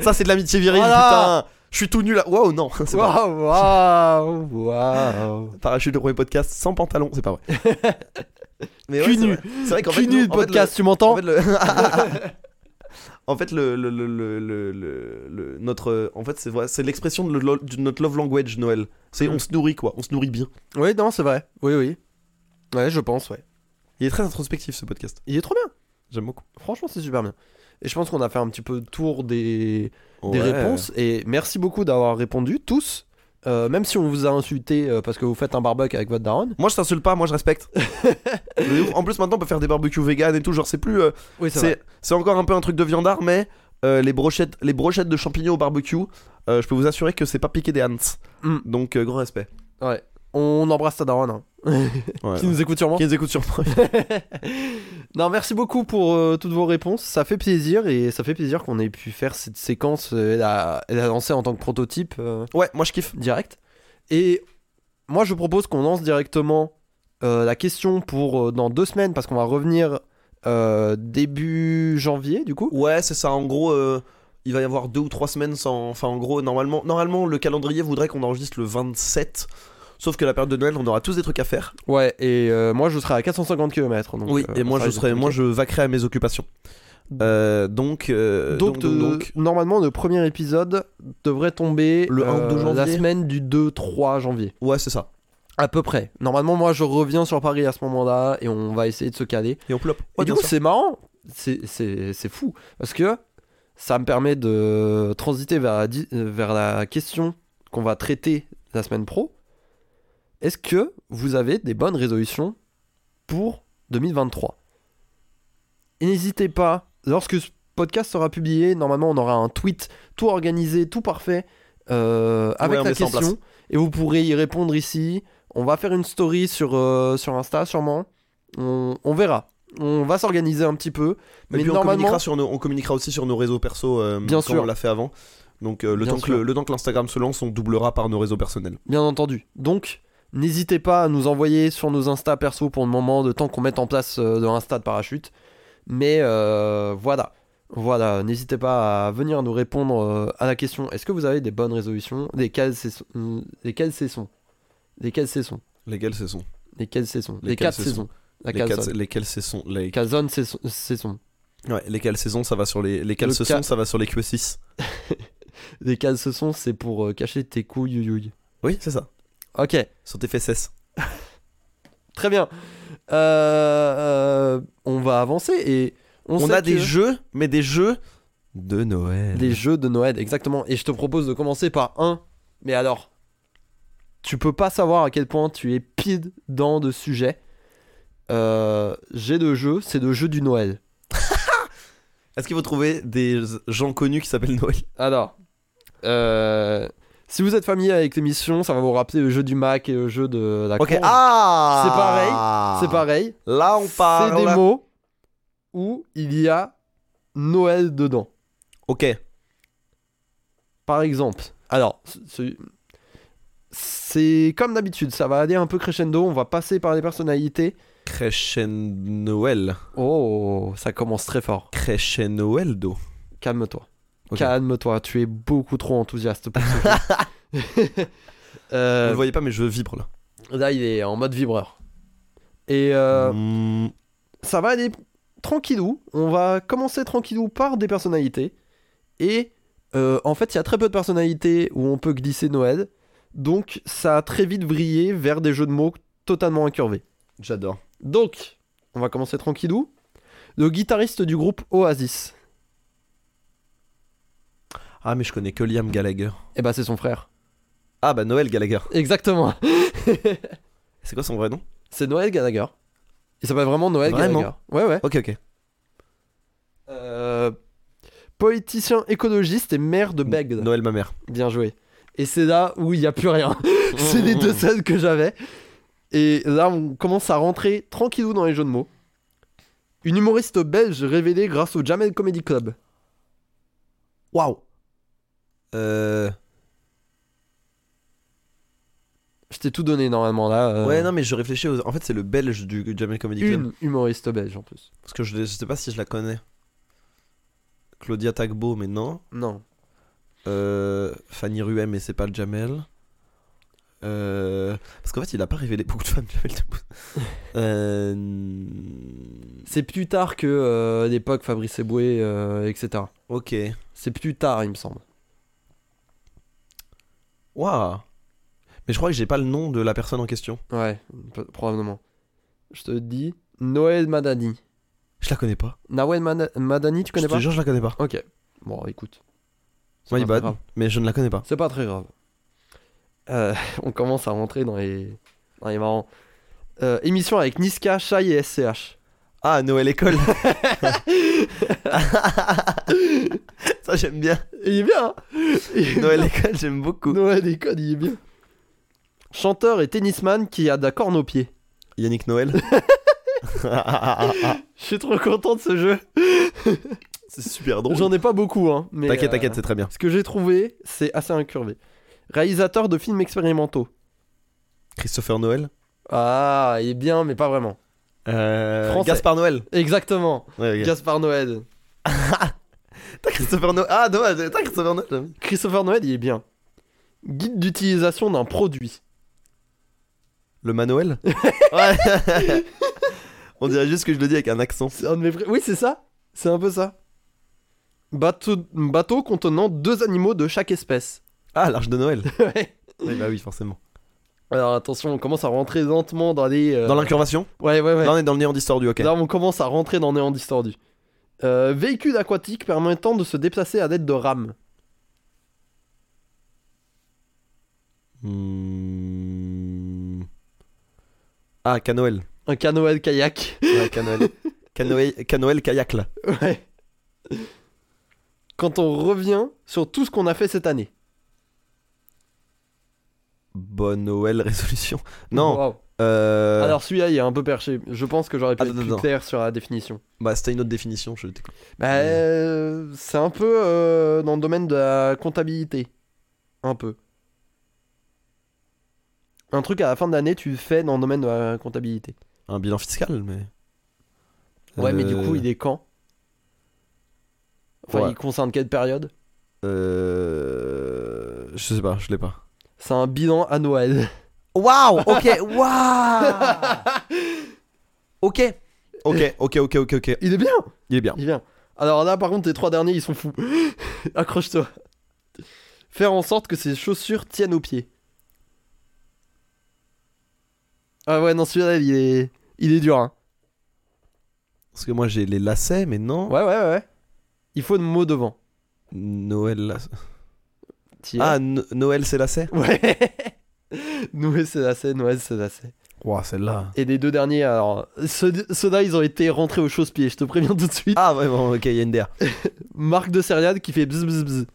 [SPEAKER 1] ça c'est de l'amitié virile,
[SPEAKER 2] Voilà.
[SPEAKER 1] putain. Je suis tout nul là. Waouh, non, c'est pas
[SPEAKER 2] Waouh, waouh, waouh.
[SPEAKER 1] Parachute, le premier podcast sans pantalon, c'est pas vrai. Mais
[SPEAKER 2] Cul
[SPEAKER 1] c'est
[SPEAKER 2] nu.
[SPEAKER 1] vrai. C'est vrai qu'en fait,
[SPEAKER 2] Cul nu
[SPEAKER 1] nous,
[SPEAKER 2] de
[SPEAKER 1] en fait,
[SPEAKER 2] podcast, tu
[SPEAKER 1] le-
[SPEAKER 2] m'entends
[SPEAKER 1] En fait, le... en fait, le, le- le- le- le- le- le- notre, en fait, c'est voilà, c'est l'expression de, lo- de notre love language, Noël. C'est
[SPEAKER 2] Mm.
[SPEAKER 1] on se nourrit quoi, on se nourrit bien.
[SPEAKER 2] Oui, non, c'est vrai. Oui, oui. Ouais, je pense, ouais.
[SPEAKER 1] Il est très introspectif ce podcast.
[SPEAKER 2] Il est trop bien.
[SPEAKER 1] J'aime beaucoup.
[SPEAKER 2] Franchement, c'est super bien. Et je pense qu'on a fait un petit peu le tour des, des
[SPEAKER 1] Ouais.
[SPEAKER 2] réponses. Et merci beaucoup d'avoir répondu, tous. Euh, même si on vous a insulté euh, parce que vous faites un barbecue avec votre daronne.
[SPEAKER 1] Moi, je t'insulte pas, moi, je respecte. De ouf. en plus, maintenant, on peut faire des barbecues vegan et tout. Genre, c'est plus, euh,
[SPEAKER 2] Oui,
[SPEAKER 1] c'est, c'est encore un peu un truc de viandard, mais euh, les brochettes, les brochettes de champignons au barbecue, euh, je peux vous assurer que c'est pas piquer des hans.
[SPEAKER 2] Mm.
[SPEAKER 1] Donc, euh, grand respect.
[SPEAKER 2] Ouais. On embrasse ta daronne, hein,
[SPEAKER 1] Ouais,
[SPEAKER 2] qui nous écoute sûrement.
[SPEAKER 1] qui nous écoute sur moi.
[SPEAKER 2] non, merci beaucoup pour euh, toutes vos réponses. Ça fait plaisir et ça fait plaisir qu'on ait pu faire cette séquence. euh, Elle a, elle a lancé en tant que prototype euh,
[SPEAKER 1] Ouais, moi je kiffe.
[SPEAKER 2] direct. Et moi, je propose qu'on lance directement euh, la question pour euh, dans deux semaines parce qu'on va revenir euh, début janvier, du coup.
[SPEAKER 1] Ouais, c'est ça. En gros, euh, il va y avoir deux ou trois semaines sans. Enfin, en gros, normalement, normalement le calendrier voudrait qu'on enregistre le 27. Sauf que la période de Noël, on aura tous des trucs à faire.
[SPEAKER 2] Ouais, et euh, moi, je serai à 450 km. Donc,
[SPEAKER 1] oui,
[SPEAKER 2] euh,
[SPEAKER 1] et moi
[SPEAKER 2] ça
[SPEAKER 1] je
[SPEAKER 2] risque
[SPEAKER 1] serai,
[SPEAKER 2] d'être
[SPEAKER 1] moi
[SPEAKER 2] compliqué.
[SPEAKER 1] je vaquerai à mes occupations. Euh, donc, euh,
[SPEAKER 2] donc,
[SPEAKER 1] donc,
[SPEAKER 2] euh,
[SPEAKER 1] donc,
[SPEAKER 2] normalement, le premier épisode devrait tomber euh,
[SPEAKER 1] Le 1 ou 2
[SPEAKER 2] la
[SPEAKER 1] janvier.
[SPEAKER 2] semaine du 2-3 janvier.
[SPEAKER 1] ouais, c'est ça.
[SPEAKER 2] À peu près. Normalement, moi, je reviens sur Paris à ce moment-là et on va essayer de se caler.
[SPEAKER 1] Et on plop.
[SPEAKER 2] et du coup, c'est marrant. C'est- C'est c'est fou. Parce que ça me permet de transiter vers la, di- euh, vers la question qu'on va traiter la semaine pro. Est-ce que vous avez des bonnes résolutions pour 2023 Et N'hésitez pas, lorsque ce podcast sera publié, normalement on aura un tweet tout organisé, tout parfait, euh, avec
[SPEAKER 1] Ouais, on
[SPEAKER 2] la
[SPEAKER 1] met ça en place.
[SPEAKER 2] question. Et vous pourrez y répondre ici. On va faire une story sur, euh, sur Insta sûrement. On, on verra. On va s'organiser un petit peu.
[SPEAKER 1] mais,
[SPEAKER 2] Mais
[SPEAKER 1] puis on,
[SPEAKER 2] normalement...
[SPEAKER 1] communiquera sur nos- on communiquera aussi sur nos réseaux perso, euh,
[SPEAKER 2] Bien
[SPEAKER 1] comme
[SPEAKER 2] sûr.
[SPEAKER 1] on l'a fait avant. Donc, euh, le,
[SPEAKER 2] Bien
[SPEAKER 1] temps que
[SPEAKER 2] sûr.
[SPEAKER 1] le, le temps que l'Instagram se lance, on doublera par nos réseaux personnels.
[SPEAKER 2] bien entendu. Donc, n'hésitez pas à nous envoyer sur nos Insta perso pour le moment, le temps qu'on mette en place euh, de Insta de parachute. Mais euh, voilà. Voilà, n'hésitez pas à venir nous répondre euh, à la question est-ce que vous avez des bonnes résolutions Lesquelles saisons Lesquelles saisons Lesquelles saisons
[SPEAKER 1] Lesquels ce sont
[SPEAKER 2] Lesquelles saisons Les
[SPEAKER 1] Lesquelles
[SPEAKER 2] quatre
[SPEAKER 1] saisons
[SPEAKER 2] saisons. La
[SPEAKER 1] Lesquels-
[SPEAKER 2] calzone.
[SPEAKER 1] Lesquels ce sont les...
[SPEAKER 2] Calzone saison. saison.
[SPEAKER 1] Ouais, les saison ça va sur les, les
[SPEAKER 2] Le
[SPEAKER 1] caleçons,
[SPEAKER 2] ca-
[SPEAKER 1] ça va sur les QE6.
[SPEAKER 2] Les calcessons, c'est pour euh, cacher tes couilles. youi, youi.
[SPEAKER 1] Oui, c'est ça.
[SPEAKER 2] Ok,
[SPEAKER 1] Sur tes fesses.
[SPEAKER 2] très bien. Euh, euh, on va avancer et on,
[SPEAKER 1] On,
[SPEAKER 2] sait
[SPEAKER 1] a des
[SPEAKER 2] que-
[SPEAKER 1] jeux, mais des jeux de Noël.
[SPEAKER 2] des jeux de Noël, exactement. Et je te propose de commencer par un. Mais alors, tu peux pas savoir à quel point tu es pile dans de sujets. Euh, J'ai deux jeux, c'est de jeux du Noël.
[SPEAKER 1] Est-ce qu'il faut trouver des gens connus qui s'appellent Noël
[SPEAKER 2] Alors, euh, si vous êtes familier avec l'émission, ça va vous rappeler le jeu du Mac et le jeu de la
[SPEAKER 1] Ok,
[SPEAKER 2] cour.
[SPEAKER 1] ah
[SPEAKER 2] C'est pareil, C'est pareil.
[SPEAKER 1] Là, on parle.
[SPEAKER 2] C'est des mots où il y a Noël dedans.
[SPEAKER 1] Ok,
[SPEAKER 2] Par exemple, alors, ce- ce- c'est comme d'habitude, ça va aller un peu crescendo, on va passer par les personnalités.
[SPEAKER 1] Crescendo.
[SPEAKER 2] Oh, ça commence très fort.
[SPEAKER 1] Crescendo.
[SPEAKER 2] Calme-toi.
[SPEAKER 1] Ok.
[SPEAKER 2] Calme-toi, tu es beaucoup trop enthousiaste pour ce jeu.
[SPEAKER 1] Vous
[SPEAKER 2] Euh,
[SPEAKER 1] le voyez pas, mais je vibre là.
[SPEAKER 2] là, il est en mode vibreur. Et euh,
[SPEAKER 1] Mm,
[SPEAKER 2] ça va aller tranquillou. On va commencer tranquillou par des personnalités. Et euh, en fait, il y a très peu de personnalités où on peut glisser Noël. Donc, ça a très vite brillé vers des jeux de mots totalement incurvés.
[SPEAKER 1] J'adore.
[SPEAKER 2] Donc, on va commencer tranquillou. Le guitariste du groupe Oasis.
[SPEAKER 1] Ah, mais je connais que Liam Gallagher.
[SPEAKER 2] Eh ben, c'est son frère.
[SPEAKER 1] Ah, bah Noël Gallagher.
[SPEAKER 2] Exactement.
[SPEAKER 1] C'est quoi son vrai nom
[SPEAKER 2] c'est Noël Gallagher. Il s'appelle vraiment Noël
[SPEAKER 1] Vraiment
[SPEAKER 2] Gallagher. Ouais, ouais.
[SPEAKER 1] Ok, ok.
[SPEAKER 2] Euh, poéticien écologiste et maire de Bègles.
[SPEAKER 1] Noël, ma mère.
[SPEAKER 2] Bien joué. Et c'est là où il n'y a plus rien. c'est les deux seuls que j'avais. Et là, on commence à rentrer tranquillou dans les jeux de mots. Une humoriste belge révélée grâce au Jamel Comedy Club.
[SPEAKER 1] Waouh Euh.
[SPEAKER 2] Je t'ai tout donné normalement là. euh,
[SPEAKER 1] Ouais, non, mais je réfléchis aux. En fait, c'est le belge du Jamel Comedy Club.
[SPEAKER 2] une humoriste belge en plus.
[SPEAKER 1] Parce que je, je sais pas si je la connais. Claudia Tagbo, mais non.
[SPEAKER 2] Non.
[SPEAKER 1] Euh, Fanny Ruem, mais c'est pas le Jamel. Euh, parce qu'en fait, il a pas révélé beaucoup de femmes, Jamel Debbouze. euh...
[SPEAKER 2] C'est plus tard que euh, à l'époque Fabrice Eboué, euh, etc.
[SPEAKER 1] Ok.
[SPEAKER 2] C'est plus tard, il me semble.
[SPEAKER 1] Waouh. Mais je crois que j'ai pas le nom de la personne en question.
[SPEAKER 2] Ouais, p- probablement. Je te dis Noël Madani.
[SPEAKER 1] Je la connais pas.
[SPEAKER 2] Nawel Mana- Madani, tu connais
[SPEAKER 1] je te
[SPEAKER 2] pas
[SPEAKER 1] jure, je la connais pas.
[SPEAKER 2] Ok. Bon, écoute. C'est
[SPEAKER 1] My
[SPEAKER 2] pas
[SPEAKER 1] bad,
[SPEAKER 2] grave.
[SPEAKER 1] mais je ne la connais pas.
[SPEAKER 2] C'est pas très grave. Euh, on commence à rentrer dans les, dans les marrants. Euh, émission avec Niska, Shai et SCH.
[SPEAKER 1] Ah, Noël École. Ça, j'aime bien.
[SPEAKER 2] Il est bien hein Il est
[SPEAKER 1] Noël
[SPEAKER 2] bien.
[SPEAKER 1] École, j'aime beaucoup.
[SPEAKER 2] Noël et Code, il est bien. Chanteur et tennisman qui a de la corne aux pieds.
[SPEAKER 1] Yannick Noël.
[SPEAKER 2] Je suis trop content de ce jeu.
[SPEAKER 1] c'est super drôle.
[SPEAKER 2] J'en ai pas beaucoup, hein. mais,
[SPEAKER 1] T'inquiète,
[SPEAKER 2] euh,
[SPEAKER 1] t'inquiète, c'est très bien.
[SPEAKER 2] Ce que j'ai trouvé, c'est assez incurvé. Réalisateur de films expérimentaux.
[SPEAKER 1] Christopher Noël.
[SPEAKER 2] Ah, il est bien, mais pas vraiment.
[SPEAKER 1] Euh,
[SPEAKER 2] Français.
[SPEAKER 1] Gaspard Noël.
[SPEAKER 2] Exactement.
[SPEAKER 1] Ouais, ok.
[SPEAKER 2] Gaspard Noël.
[SPEAKER 1] T'as Christopher Noël. Ah, dommage, t'as Christopher Noël. j'avoue.
[SPEAKER 2] Christopher Noël, il est bien. Guide d'utilisation d'un produit.
[SPEAKER 1] Le Manoël Ouais. On dirait juste que je le dis avec un accent.
[SPEAKER 2] C'est un de mes vrais- Oui, c'est ça. C'est un peu ça. Bateau, bateau contenant deux animaux de chaque espèce.
[SPEAKER 1] Ah, l'Arche de Noël.
[SPEAKER 2] Ouais.
[SPEAKER 1] Oui, bah oui, forcément.
[SPEAKER 2] Alors attention, on commence à rentrer lentement dans les. euh,
[SPEAKER 1] Dans l'incurvation
[SPEAKER 2] Ouais, ouais, ouais.
[SPEAKER 1] Là, on est dans le néant d'histoire du hockey.
[SPEAKER 2] Là, on commence à rentrer dans Néant Distordu. Euh, véhicule aquatique permettant de se déplacer à l'aide de rames.
[SPEAKER 1] Hmm. Ah, Canoël.
[SPEAKER 2] Un canoë kayak.
[SPEAKER 1] Ouais, Canoël. Canoë- Canoël kayak là.
[SPEAKER 2] ouais. Quand on revient sur tout ce qu'on a fait cette année.
[SPEAKER 1] Bonne Noël résolution. Non,
[SPEAKER 2] Wow.
[SPEAKER 1] euh,
[SPEAKER 2] Alors celui-là, il est un peu perché. Je pense que j'aurais pu
[SPEAKER 1] Attends,
[SPEAKER 2] être plus
[SPEAKER 1] attends.
[SPEAKER 2] clair sur la définition.
[SPEAKER 1] bah c'était une autre définition. Je t'écoute.
[SPEAKER 2] Bah, euh, c'est un peu euh, dans le domaine de la comptabilité. Un peu. Un truc à la fin de l'année, tu le fais dans le domaine de la comptabilité.
[SPEAKER 1] Un bilan fiscal, mais.
[SPEAKER 2] Ouais, mais du coup, il est quand Enfin,
[SPEAKER 1] Ouais.
[SPEAKER 2] il concerne quelle période
[SPEAKER 1] Euh... Je sais pas, je l'ai pas.
[SPEAKER 2] C'est un bilan à Noël.
[SPEAKER 1] Waouh, ok, waouh. ok. Ok, ok, ok, ok, ok.
[SPEAKER 2] Il est bien
[SPEAKER 1] Il est bien.
[SPEAKER 2] Il vient. Alors là, par contre, les trois derniers, ils sont fous. Accroche-toi. Faire en sorte que ses chaussures tiennent aux pieds. Ah ouais, non, celui-là, il est... il est dur. Hein.
[SPEAKER 1] Parce que moi j'ai les lacets, mais non.
[SPEAKER 2] Ouais, ouais, ouais, ouais. Il faut le mot devant.
[SPEAKER 1] Noël. lacets.
[SPEAKER 2] Ah,
[SPEAKER 1] Ah, No- Noël c'est lacet.
[SPEAKER 2] ouais. Noël, c'est assez, Noël, c'est assez.
[SPEAKER 1] Waouh, celle-là.
[SPEAKER 2] Et les deux derniers, alors, ceux- ceux-là, ils ont été rentrés aux chausse-pieds, je te préviens tout de suite.
[SPEAKER 1] Ah, ouais, bon, ok, il y a une DA.
[SPEAKER 2] Marque de céréales qui fait bzz bzz bzz.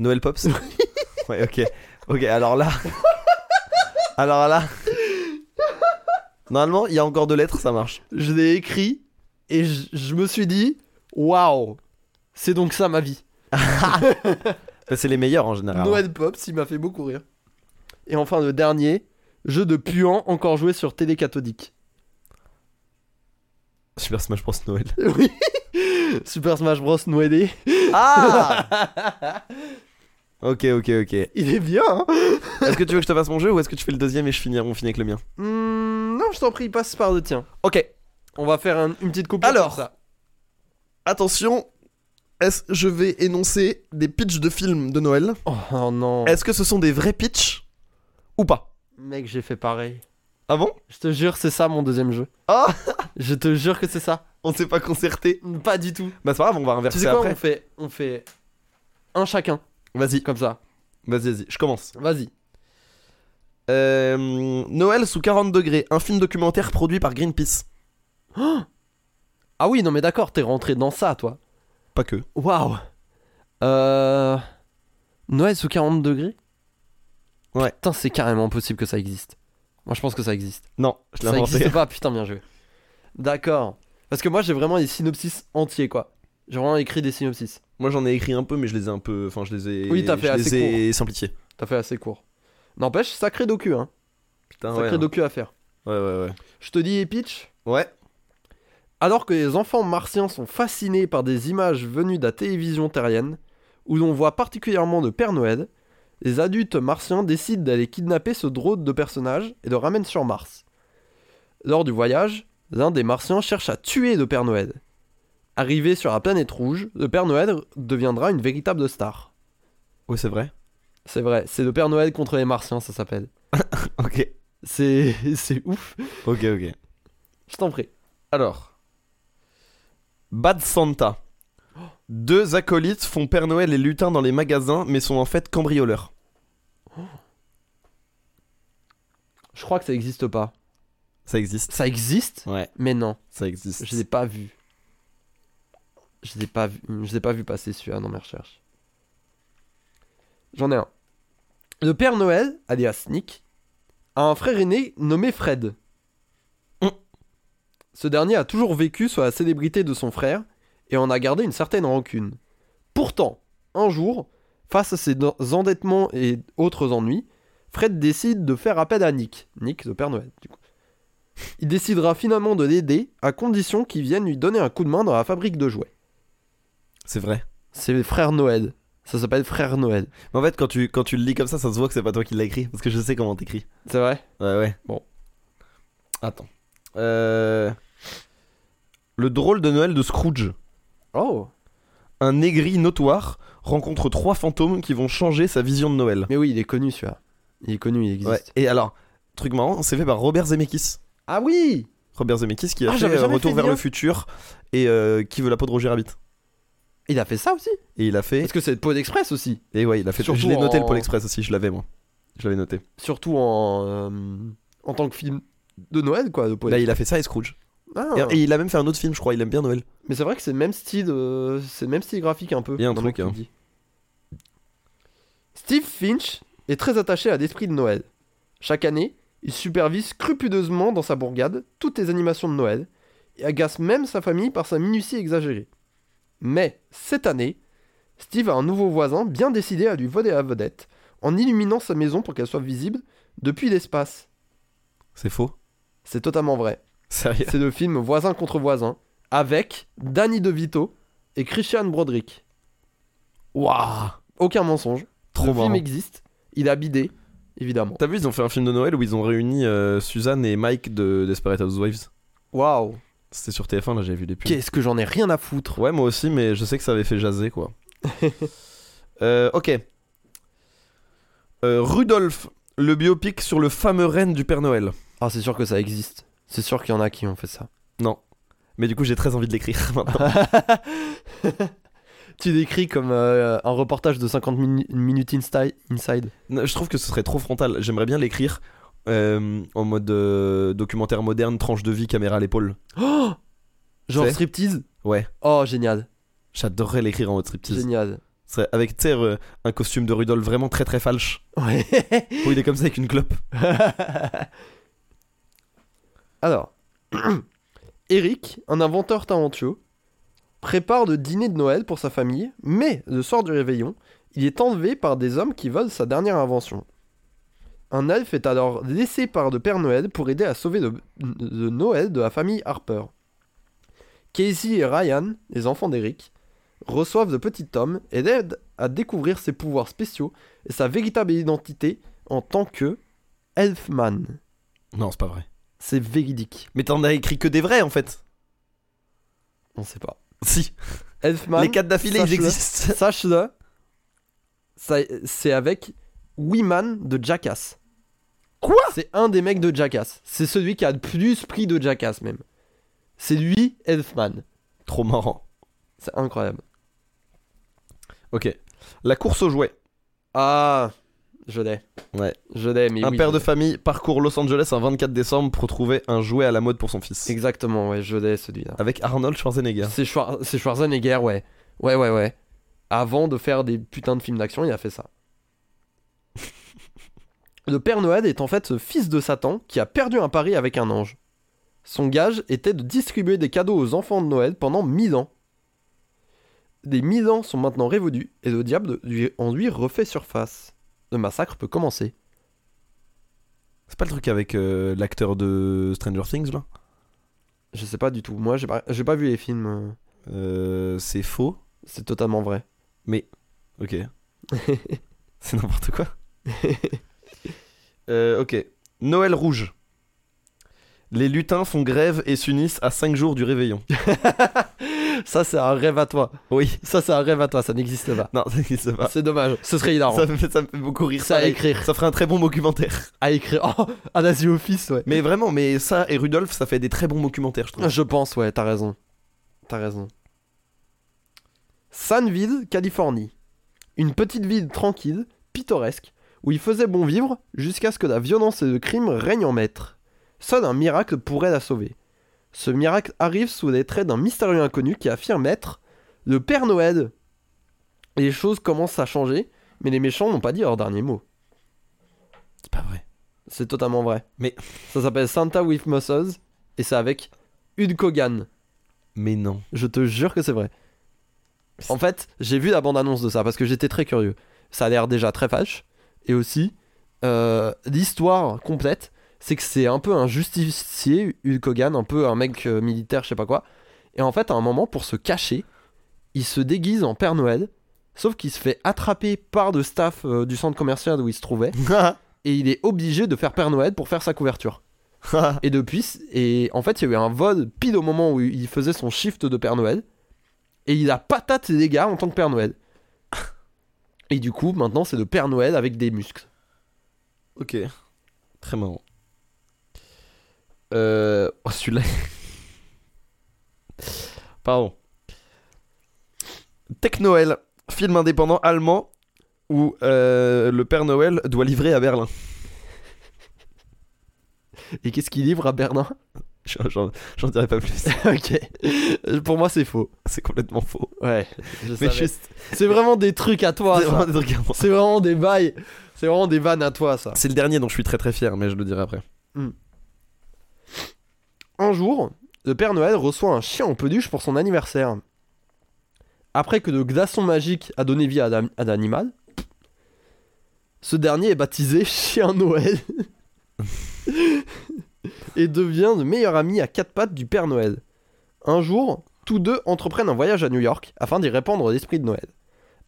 [SPEAKER 1] Noël Pops Ouais, ok. Ok, alors là. alors là. Normalement, il y a encore deux lettres, ça marche.
[SPEAKER 2] Je l'ai écrit et je, je me suis dit, waouh, c'est donc ça ma vie.
[SPEAKER 1] C'est les meilleurs en général.
[SPEAKER 2] Noël Pops, il m'a fait beaucoup rire. Et enfin, le dernier, jeu de puant encore joué sur télé cathodique.
[SPEAKER 1] Super Smash Bros Noël.
[SPEAKER 2] Oui. Super Smash Bros. Noël.
[SPEAKER 1] Ah Ok, ok, ok.
[SPEAKER 2] Il est bien, hein
[SPEAKER 1] Est-ce que tu veux que je te fasse mon jeu ou est-ce que tu fais le deuxième et je finis, on finit avec le mien
[SPEAKER 2] Hmm, Non, je t'en prie, passe par le tien.
[SPEAKER 1] Ok,
[SPEAKER 2] On va faire un- une petite coupure.
[SPEAKER 1] Alors.
[SPEAKER 2] comme ça.
[SPEAKER 1] attention. Est-ce, je vais énoncer des pitchs de films de Noël.
[SPEAKER 2] Oh, oh non.
[SPEAKER 1] Est-ce que ce sont des vrais pitchs ou pas
[SPEAKER 2] Mec, j'ai fait pareil.
[SPEAKER 1] Ah bon
[SPEAKER 2] Je te jure, c'est ça mon deuxième jeu.
[SPEAKER 1] Ah
[SPEAKER 2] Je te jure que c'est ça.
[SPEAKER 1] On s'est pas concerté.
[SPEAKER 2] Pas du tout.
[SPEAKER 1] Bah c'est pas grave, on va
[SPEAKER 2] Tu
[SPEAKER 1] inverser
[SPEAKER 2] sais quoi
[SPEAKER 1] après.
[SPEAKER 2] On fait, on fait un chacun.
[SPEAKER 1] Vas-y,
[SPEAKER 2] Comme ça.
[SPEAKER 1] vas-y, vas-y, je commence.
[SPEAKER 2] Vas-y.
[SPEAKER 1] Euh, Noël sous 40 degrés, un film documentaire produit par Greenpeace.
[SPEAKER 2] Ah oui, non mais d'accord, t'es rentré dans ça, toi.
[SPEAKER 1] Pas que.
[SPEAKER 2] Waouh. Euh... Noël sous 40 degrés
[SPEAKER 1] Ouais.
[SPEAKER 2] Putain, c'est carrément possible que ça existe. Moi, je pense que ça existe.
[SPEAKER 1] Non, je l'ai
[SPEAKER 2] ça
[SPEAKER 1] inventé.
[SPEAKER 2] existe pas, putain, bien joué. D'accord. Parce que moi, j'ai vraiment des synopsis entiers, quoi. J'ai vraiment écrit des synopsis.
[SPEAKER 1] Moi j'en ai écrit un peu, mais je les ai un peu. Enfin, je les ai.
[SPEAKER 2] Oui, t'as fait
[SPEAKER 1] je
[SPEAKER 2] assez
[SPEAKER 1] les ai simplifiés.
[SPEAKER 2] T'as fait assez court. N'empêche, sacré docu, hein.
[SPEAKER 1] Putain,
[SPEAKER 2] Sacré
[SPEAKER 1] Ah ouais.
[SPEAKER 2] docu à faire.
[SPEAKER 1] hein. Ouais, ouais, ouais.
[SPEAKER 2] Je te dis, pitch
[SPEAKER 1] Ouais.
[SPEAKER 2] Alors que les enfants martiens sont fascinés par des images venues de la télévision terrienne, où l'on voit particulièrement le Père Noël, les adultes martiens décident d'aller kidnapper ce drôle de personnage et le ramènent sur Mars. Lors du voyage, l'un des martiens cherche à tuer le Père Noël. Arrivé sur la planète rouge, le Père Noël deviendra une véritable star.
[SPEAKER 1] Ouais, c'est vrai.
[SPEAKER 2] C'est vrai, c'est le Père Noël contre les martiens, ça s'appelle.
[SPEAKER 1] Ok.
[SPEAKER 2] C'est c'est ouf,
[SPEAKER 1] Ok, ok.
[SPEAKER 2] je t'en prie.
[SPEAKER 1] Alors, Bad Santa. Deux acolytes font Père Noël et lutin dans les magasins, mais sont en fait cambrioleurs.
[SPEAKER 2] Je crois que ça existe pas.
[SPEAKER 1] Ça existe.
[SPEAKER 2] Ça existe
[SPEAKER 1] Ouais,
[SPEAKER 2] Mais non.
[SPEAKER 1] ça existe.
[SPEAKER 2] Je l'ai pas vu. Je l'ai pas vu. Je l'ai pas vu passer celui-là dans mes recherches. J'en ai un. Le Père Noël, alias Nick, a un frère aîné nommé Fred.
[SPEAKER 1] Mm.
[SPEAKER 2] Ce dernier a toujours vécu sur la célébrité de son frère et en a gardé une certaine rancune. Pourtant, un jour, face à ses do- endettements et autres ennuis, Fred décide de faire appel à Nick. Nick, le Père Noël, du coup. Il décidera finalement de l'aider à condition qu'il vienne lui donner un coup de main dans la fabrique de jouets.
[SPEAKER 1] C'est vrai.
[SPEAKER 2] C'est les frères Noël. Ça s'appelle Frère Noël.
[SPEAKER 1] Mais en fait, quand tu, quand tu le lis comme ça, ça se voit que c'est pas toi qui l'as écrit, parce que je sais comment t'écris.
[SPEAKER 2] C'est vrai
[SPEAKER 1] Ouais, ouais.
[SPEAKER 2] Bon.
[SPEAKER 1] Attends. Euh, Le drôle de Noël de Scrooge.
[SPEAKER 2] Oh
[SPEAKER 1] Un aigri notoire rencontre trois fantômes qui vont changer sa vision de Noël.
[SPEAKER 2] Mais oui, il est connu celui-là. Il est connu, il existe.
[SPEAKER 1] Ouais. Et alors, truc marrant, c'est fait par Robert Zemeckis.
[SPEAKER 2] Ah oui
[SPEAKER 1] Robert Zemeckis qui a
[SPEAKER 2] Ah,
[SPEAKER 1] fait
[SPEAKER 2] j'avais
[SPEAKER 1] euh,
[SPEAKER 2] jamais
[SPEAKER 1] Retour
[SPEAKER 2] fait
[SPEAKER 1] vers
[SPEAKER 2] le
[SPEAKER 1] le
[SPEAKER 2] lien.
[SPEAKER 1] futur et euh, Qui veut la peau de Roger Rabbit.
[SPEAKER 2] Il a fait ça aussi
[SPEAKER 1] Et il a fait.
[SPEAKER 2] Parce que c'est Pod Express aussi.
[SPEAKER 1] Et ouais, il a fait. Je
[SPEAKER 2] Surtout
[SPEAKER 1] l'ai noté
[SPEAKER 2] en-
[SPEAKER 1] le Pôle Express aussi, je l'avais moi. Je l'avais noté.
[SPEAKER 2] Surtout en, euh, en tant que film de Noël, quoi. De Pod
[SPEAKER 1] Bah, il a fait ça et Scrooge.
[SPEAKER 2] Ah.
[SPEAKER 1] Et, et il a même fait un autre film, je crois. Il aime bien Noël.
[SPEAKER 2] Mais c'est vrai que c'est le même style, euh, c'est le même style graphique un peu.
[SPEAKER 1] Il y a un
[SPEAKER 2] maintenant
[SPEAKER 1] truc,
[SPEAKER 2] que tu
[SPEAKER 1] hein.
[SPEAKER 2] le dis. Steve Finch est très attaché à l'esprit de Noël. Chaque année, il supervise scrupuleusement dans sa bourgade toutes les animations de Noël et agace même sa famille par sa minutie exagérée. Mais cette année, Steve a un nouveau voisin bien décidé à lui voler la vedette en illuminant sa maison pour qu'elle soit visible depuis l'espace.
[SPEAKER 1] C'est faux.
[SPEAKER 2] C'est totalement vrai.
[SPEAKER 1] Sérieux.
[SPEAKER 2] C'est le film Voisin contre voisin avec Danny DeVito et Christian Broderick.
[SPEAKER 1] Waouh.
[SPEAKER 2] Aucun mensonge.
[SPEAKER 1] Trop
[SPEAKER 2] le film
[SPEAKER 1] marrant.
[SPEAKER 2] existe. Il a bidé, évidemment.
[SPEAKER 1] T'as vu, ils ont fait un film de Noël où ils ont réuni euh, Suzanne et Mike de Desperate Housewives.
[SPEAKER 2] Waouh.
[SPEAKER 1] C'était sur TF1, là, j'ai vu les pubs.
[SPEAKER 2] Qu'est-ce que j'en ai rien à foutre.
[SPEAKER 1] Ouais, moi aussi, mais je sais que ça avait fait jaser, quoi. Euh, ok. Euh, Rudolf, le biopic sur le fameux reine du Père Noël.
[SPEAKER 2] Ah, c'est sûr que ça existe. C'est sûr qu'il y en a qui ont fait ça.
[SPEAKER 1] Mais du coup, j'ai très envie de l'écrire maintenant.
[SPEAKER 2] Tu décris comme euh, un reportage de 50 minu- minutes insti- inside.
[SPEAKER 1] Non, Je trouve que ce serait trop frontal. J'aimerais bien l'écrire euh, en mode euh, documentaire moderne, tranche de vie, caméra à l'épaule.
[SPEAKER 2] Genre
[SPEAKER 1] C'est
[SPEAKER 2] striptease
[SPEAKER 1] Ouais,
[SPEAKER 2] Oh, génial.
[SPEAKER 1] j'adorerais l'écrire en mode striptease.
[SPEAKER 2] Génial.
[SPEAKER 1] Ce serait Avec, tu sais, euh, un costume de Rudolf vraiment très très falche.
[SPEAKER 2] Ouais.
[SPEAKER 1] Où il est comme ça avec une clope.
[SPEAKER 2] Alors, Eric, un inventeur talentueux, prépare le dîner de Noël pour sa famille, mais le soir du réveillon, il est enlevé par des hommes qui volent sa dernière invention. Un elfe est alors laissé par le Père Noël pour aider à sauver le, le Noël de la famille Harper. Casey et Ryan, les enfants d'Eric, reçoivent le petit Tom et l'aident à découvrir ses pouvoirs spéciaux et sa véritable identité en tant que Elfman.
[SPEAKER 1] Non, c'est pas vrai.
[SPEAKER 2] C'est véridique.
[SPEAKER 1] Mais t'en as écrit que des vrais en fait.
[SPEAKER 2] On sait pas.
[SPEAKER 1] Si.
[SPEAKER 2] Elfman,
[SPEAKER 1] les quatre d'affilée, ils
[SPEAKER 2] sache-le.
[SPEAKER 1] existent.
[SPEAKER 2] sache-le, ça- c'est avec Weeman de Jackass. Quoi C'est un des mecs de Jackass. C'est celui qui a le plus pris de Jackass même. C'est lui, Elfman.
[SPEAKER 1] Trop marrant.
[SPEAKER 2] C'est incroyable.
[SPEAKER 1] Ok. La course aux jouets.
[SPEAKER 2] Ah, je l'ai.
[SPEAKER 1] Ouais.
[SPEAKER 2] Je l'ai, mais
[SPEAKER 1] un
[SPEAKER 2] oui,
[SPEAKER 1] père
[SPEAKER 2] je
[SPEAKER 1] de
[SPEAKER 2] l'ai.
[SPEAKER 1] famille parcourt Los Angeles un 24 décembre pour trouver un jouet à la mode pour son fils.
[SPEAKER 2] Exactement, ouais, je l'ai celui-là.
[SPEAKER 1] Avec Arnold Schwarzenegger.
[SPEAKER 2] C'est Schwar- c'est Schwarzenegger, ouais. Ouais, ouais, ouais. Avant de faire des putains de films d'action, il a fait ça. Le Père Noël est en fait ce fils de Satan qui a perdu un pari avec un ange. Son gage était de distribuer des cadeaux aux enfants de Noël pendant 1000 ans. Les 1000 ans sont maintenant révolus et le diable lui- en lui refait surface. Le massacre peut commencer.
[SPEAKER 1] C'est pas le truc avec euh, l'acteur de Stranger Things là
[SPEAKER 2] Je sais pas du tout. Moi, j'ai pas, j'ai pas vu les films. euh,
[SPEAKER 1] Euh, C'est faux.
[SPEAKER 2] C'est totalement vrai.
[SPEAKER 1] Ok. C'est n'importe quoi. Euh, ok. Noël rouge. Les lutins font grève et s'unissent à 5 jours du réveillon.
[SPEAKER 2] Ça, c'est un rêve à toi.
[SPEAKER 1] Oui.
[SPEAKER 2] Ça, c'est un rêve à toi. Ça n'existe pas.
[SPEAKER 1] Non, ça n'existe pas.
[SPEAKER 2] C'est dommage. Ce serait hilarant.
[SPEAKER 1] Ça me, fait, ça me fait beaucoup rire.
[SPEAKER 2] Ah. Ça à
[SPEAKER 1] pareil.
[SPEAKER 2] écrire.
[SPEAKER 1] Ça ferait un très bon documentaire.
[SPEAKER 2] À écrire. Oh, un Asie Office, ouais.
[SPEAKER 1] Mais vraiment, mais ça et Rudolf, ça fait des très bons documentaires, je trouve.
[SPEAKER 2] Je pense, ouais, t'as raison. T'as raison. Sanville, Californie. Une petite ville tranquille, pittoresque, où il faisait bon vivre jusqu'à ce que la violence et le crime règnent en maître. Seul un miracle pourrait la sauver. Ce miracle arrive sous les traits d'un mystérieux inconnu qui affirme être le Père Noël. Les choses commencent à changer, mais les méchants n'ont pas dit leur dernier mot.
[SPEAKER 1] C'est pas vrai.
[SPEAKER 2] C'est totalement vrai.
[SPEAKER 1] Mais-
[SPEAKER 2] ça s'appelle Santa with Muscles et c'est avec Hulk Hogan.
[SPEAKER 1] Mais non.
[SPEAKER 2] Je te jure que c'est vrai. En fait, j'ai vu la bande-annonce de ça parce que j'étais très curieux. Ça a l'air déjà très fâche et aussi euh, l'histoire complète, c'est que c'est un peu un justicier Hulk Hogan, un peu un mec euh, militaire, je sais pas quoi. Et en fait, à un moment, pour se cacher, il se déguise en Père Noël, sauf qu'il se fait attraper par le staff euh, du centre commercial où il se trouvait et il est obligé de faire Père Noël pour faire sa couverture. Et depuis, c- et en fait, il y a eu un vol pile au moment où il faisait son shift de Père Noël. Et il a patate les gars en tant que Père Noël. Et du coup, maintenant, c'est le Père Noël avec des muscles.
[SPEAKER 1] ok. Très marrant. Euh... Oh, celui-là. Pardon. Tech Noël, film indépendant allemand où euh, le Père Noël doit livrer à Berlin.
[SPEAKER 2] Et qu'est-ce qu'il livre à Berlin
[SPEAKER 1] J'en- J'en j'en dirai pas plus.
[SPEAKER 2] Ok. Pour moi, c'est faux.
[SPEAKER 1] C'est complètement faux.
[SPEAKER 2] Ouais. je
[SPEAKER 1] Mais
[SPEAKER 2] savais.
[SPEAKER 1] juste,
[SPEAKER 2] C'est vraiment des trucs à toi.
[SPEAKER 1] c'est
[SPEAKER 2] ça.
[SPEAKER 1] vraiment des trucs à moi.
[SPEAKER 2] C'est vraiment des bails. C'est vraiment des vannes à toi, ça.
[SPEAKER 1] C'est le dernier dont je suis très très fier, mais je le dirai après.
[SPEAKER 2] Un jour, le Père Noël reçoit un chien en peluche pour son anniversaire. Après que le glaçon magique a donné vie à l'am- à l'animal, ce dernier est baptisé Chien Noël et devient le meilleur ami à quatre pattes du Père Noël. Un jour, tous deux entreprennent un voyage à New York afin d'y répandre l'esprit de Noël.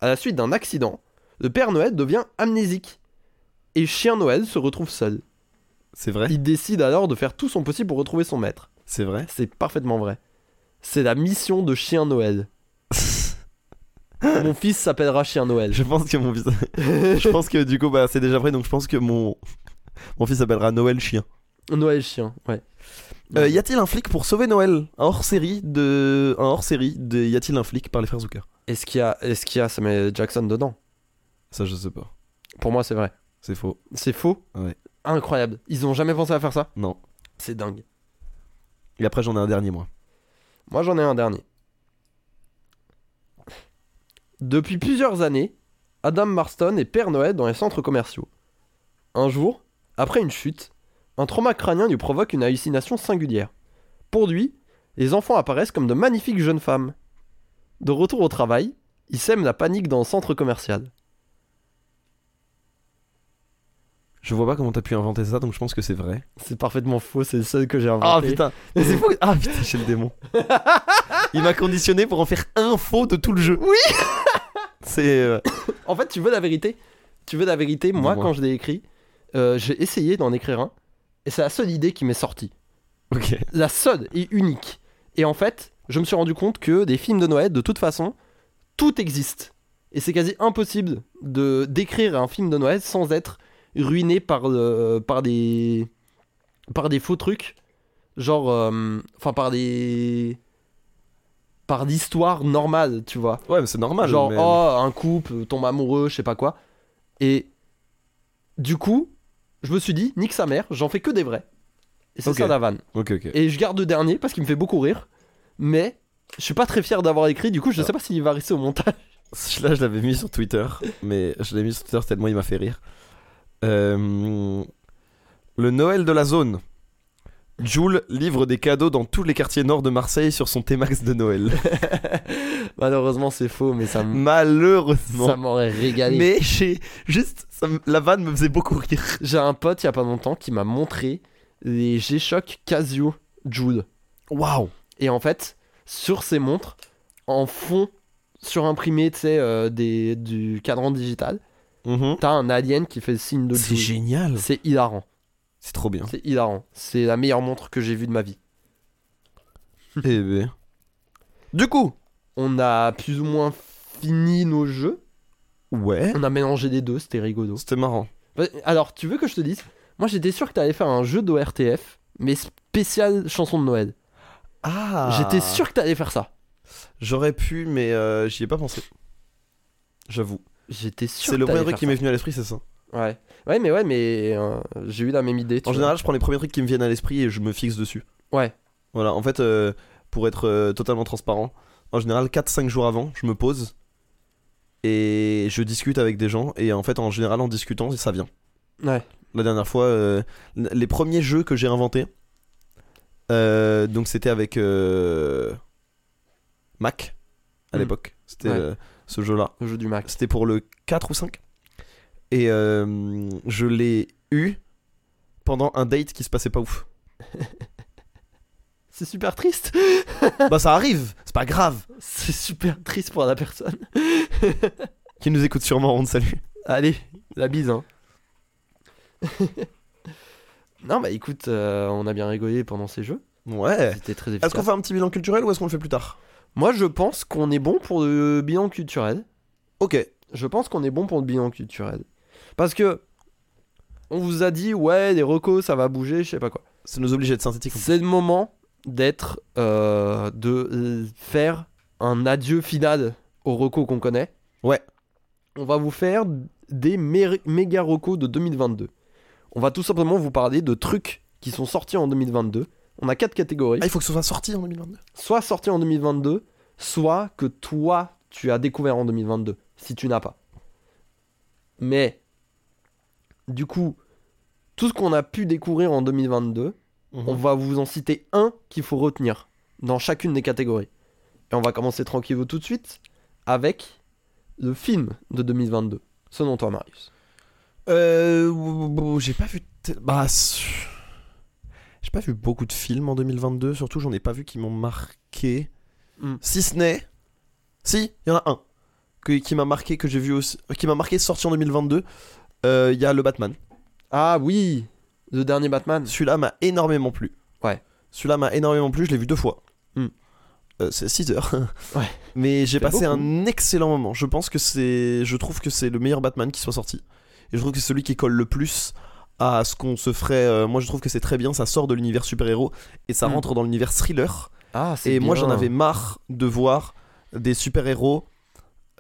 [SPEAKER 2] À la suite d'un accident, le Père Noël devient amnésique et Chien Noël se retrouve seul.
[SPEAKER 1] C'est vrai
[SPEAKER 2] Il décide alors de faire tout son possible pour retrouver son maître.
[SPEAKER 1] C'est vrai
[SPEAKER 2] C'est parfaitement vrai. C'est la mission de Chien Noël. Mon fils s'appellera Chien Noël.
[SPEAKER 1] Je pense que mon vis- je pense que du coup bah c'est déjà prêt donc je pense que mon mon fils s'appellera Noël chien.
[SPEAKER 2] Noël Chien, ouais.
[SPEAKER 1] Euh, y a-t-il un flic pour sauver Noël Un hors-série de un hors-série de Y a-t-il un flic par les frères Zucker
[SPEAKER 2] Est-ce qu'il y a, est-ce qu'il y a Samuel Jackson dedans
[SPEAKER 1] Ça je sais pas.
[SPEAKER 2] Pour moi, c'est vrai.
[SPEAKER 1] C'est faux.
[SPEAKER 2] C'est faux
[SPEAKER 1] Ouais.
[SPEAKER 2] Incroyable. Ils ont jamais pensé à faire ça
[SPEAKER 1] Non.
[SPEAKER 2] C'est dingue.
[SPEAKER 1] Et après j'en ai un dernier moi.
[SPEAKER 2] Moi, j'en ai un dernier. Depuis plusieurs années, Adam Marston est Père Noël dans les centres commerciaux. Un jour, après une chute, un trauma crânien lui provoque une hallucination singulière. Pour lui, les enfants apparaissent comme de magnifiques jeunes femmes. De retour au travail, il sème la panique dans le centre commercial.
[SPEAKER 1] Je vois pas comment t'as pu inventer ça, donc je pense que c'est vrai.
[SPEAKER 2] C'est parfaitement faux, c'est le seul que j'ai
[SPEAKER 1] Ah
[SPEAKER 2] inventé.
[SPEAKER 1] putain, mais c'est fou. Ah putain, j'ai le démon. Il m'a conditionné pour en faire un faux de tout le jeu. Oui. C'est euh,
[SPEAKER 2] En fait, tu veux la vérité Tu veux la vérité Moi,
[SPEAKER 1] Dis-moi.
[SPEAKER 2] quand je l'ai écrit, euh, j'ai essayé d'en écrire un. Et c'est la seule idée qui m'est sortie.
[SPEAKER 1] ok.
[SPEAKER 2] La seule et unique. Et en fait, je me suis rendu compte que des films de Noël, de toute façon, tout existe. Et c'est quasi impossible de d'écrire un film de Noël sans être ruiné par, le- par, des, par des faux trucs. Genre. euh, Enfin, par des. Par l'histoire normale, tu vois.
[SPEAKER 1] Ouais, mais c'est normal.
[SPEAKER 2] Genre,
[SPEAKER 1] mais-
[SPEAKER 2] oh, un couple tombe amoureux, je sais pas quoi. Et du coup, je me suis dit, nique sa mère, j'en fais que des vrais. Et c'est
[SPEAKER 1] Ok.
[SPEAKER 2] ça la vanne.
[SPEAKER 1] Ok, ok.
[SPEAKER 2] Et je garde le dernier parce qu'il me fait beaucoup rire. Mais je suis pas très fier d'avoir écrit, du coup, je sais pas s'il va rester au montage.
[SPEAKER 1] Là, je l'avais mis sur Twitter, mais je l'ai mis sur Twitter tellement il m'a fait rire. Euh, Le Noël de la zone. Jules livre des cadeaux dans tous les quartiers nord de Marseille sur son T-Max de Noël.
[SPEAKER 2] Malheureusement, c'est faux, mais
[SPEAKER 1] Mm.
[SPEAKER 2] ça m-
[SPEAKER 1] Malheureusement.
[SPEAKER 2] ça m'aurait régalé.
[SPEAKER 1] mais j'ai juste ça me- la vanne me faisait beaucoup rire.
[SPEAKER 2] J'ai un pote il y a pas longtemps qui m'a montré les G-Shock Casio Joule.
[SPEAKER 1] Waouh.
[SPEAKER 2] Et en fait, sur ces montres, en fond, surimprimé, tu sais, euh, des- du cadran digital,
[SPEAKER 1] Mhm.
[SPEAKER 2] T'as un alien qui fait le signe de
[SPEAKER 1] C'est
[SPEAKER 2] Jules.
[SPEAKER 1] génial.
[SPEAKER 2] C'est Ah. hilarant.
[SPEAKER 1] C'est trop bien.
[SPEAKER 2] C'est hilarant. C'est la meilleure montre que j'ai vue de ma vie.
[SPEAKER 1] Eh ben. Du coup,
[SPEAKER 2] On a plus ou moins fini nos jeux.
[SPEAKER 1] ouais.
[SPEAKER 2] On a mélangé les deux, c'était rigolo.
[SPEAKER 1] C'était marrant.
[SPEAKER 2] Bah, Alors, tu veux que je te dise Moi, j'étais sûr que t'allais faire un jeu d'ORTF, mais spécial chanson de Noël.
[SPEAKER 1] Ah.
[SPEAKER 2] J'étais sûr que t'allais faire ça.
[SPEAKER 1] J'aurais pu, mais euh, j'y ai pas pensé. J'avoue.
[SPEAKER 2] J'étais sûr.
[SPEAKER 1] C'est le
[SPEAKER 2] que t'allais
[SPEAKER 1] premier truc
[SPEAKER 2] faire
[SPEAKER 1] qui m'est venu à l'esprit, c'est ça.
[SPEAKER 2] ça. Ouais. Ouais, mais ouais, mais euh, j'ai eu la même idée. tu
[SPEAKER 1] En
[SPEAKER 2] vois.
[SPEAKER 1] général, je prends les premiers trucs qui me viennent à l'esprit et je me fixe dessus.
[SPEAKER 2] Ouais.
[SPEAKER 1] Voilà, en fait, euh, pour être euh, totalement transparent, en général, 4-5 jours avant, je me pose et je discute avec des gens. Et en fait, en général, en discutant, ça vient.
[SPEAKER 2] Ouais.
[SPEAKER 1] La dernière fois, euh, n- les premiers jeux que j'ai inventés, euh, donc c'était avec euh, Mac à
[SPEAKER 2] Mm.
[SPEAKER 1] l'époque. C'était
[SPEAKER 2] Ouais.
[SPEAKER 1] euh, ce jeu-là.
[SPEAKER 2] Le jeu du Mac.
[SPEAKER 1] C'était pour le 4 ou 5. Et euh, je l'ai eu pendant un date qui se passait pas ouf.
[SPEAKER 2] C'est super triste.
[SPEAKER 1] bah ça arrive, c'est pas grave.
[SPEAKER 2] C'est super triste pour la personne.
[SPEAKER 1] Qui nous écoute sûrement, on te salue.
[SPEAKER 2] Allez, la bise, hein. non, bah écoute, euh, on a bien rigolé pendant ces jeux.
[SPEAKER 1] Ouais.
[SPEAKER 2] C'était très
[SPEAKER 1] Est-ce
[SPEAKER 2] efficace.
[SPEAKER 1] qu'on fait un petit bilan culturel ou est-ce qu'on le fait plus tard
[SPEAKER 2] Moi, je pense qu'on est bon pour le bilan culturel.
[SPEAKER 1] Ok.
[SPEAKER 2] Je pense qu'on est bon pour le bilan culturel. Parce que. On vous a dit, ouais, les recos, ça va bouger, je sais pas quoi.
[SPEAKER 1] Ça nous oblige à être synthétique.
[SPEAKER 2] C'est le moment d'être. euh, de euh, faire un adieu final aux recos qu'on connaît.
[SPEAKER 1] Ouais.
[SPEAKER 2] on va vous faire des mé- méga recos de 2022. On va tout simplement vous parler de trucs qui sont sortis en 2022. On a quatre catégories.
[SPEAKER 1] Ah, il faut que ce soit sorti en 2022.
[SPEAKER 2] Soit sortis en 2022, soit que toi, tu as découvert en 2022, si tu n'as pas. Mais, du coup, tout ce qu'on a pu découvrir en 2022,
[SPEAKER 1] Mhm.
[SPEAKER 2] on va vous en citer un qu'il faut retenir dans chacune des catégories. Et on va commencer tranquillement tout de suite avec le film de 2022, selon toi, Marius.
[SPEAKER 1] Euh. bou- bou- J'ai pas vu. tel- Bah. s- J'ai pas vu beaucoup de films en 2022. Surtout, j'en ai pas vu qui m'ont marqué.
[SPEAKER 2] Mm.
[SPEAKER 1] Si ce n'est. Si, il y en a un. que- qui m'a marqué, que j'ai vu aussi. Qui m'a marqué sorti en 2022. Euh, Il y a le Batman.
[SPEAKER 2] Ah oui, le dernier Batman.
[SPEAKER 1] Celui-là m'a énormément plu.
[SPEAKER 2] Ouais.
[SPEAKER 1] Celui-là m'a énormément plu, je l'ai vu deux fois.
[SPEAKER 2] Hmm.
[SPEAKER 1] Euh, c'est 6 heures.
[SPEAKER 2] Ouais.
[SPEAKER 1] Mais j'ai
[SPEAKER 2] C'est
[SPEAKER 1] passé
[SPEAKER 2] beaucoup.
[SPEAKER 1] un excellent moment. Je pense que c'est. Je trouve que c'est le meilleur Batman qui soit sorti. Et je trouve que c'est celui qui colle le plus à ce qu'on se ferait. euh, moi, je trouve que c'est très bien. Ça sort de l'univers super-héros et ça
[SPEAKER 2] Hmm.
[SPEAKER 1] rentre dans l'univers thriller.
[SPEAKER 2] Ah,
[SPEAKER 1] Et moi, j'en avais marre de voir des super-héros.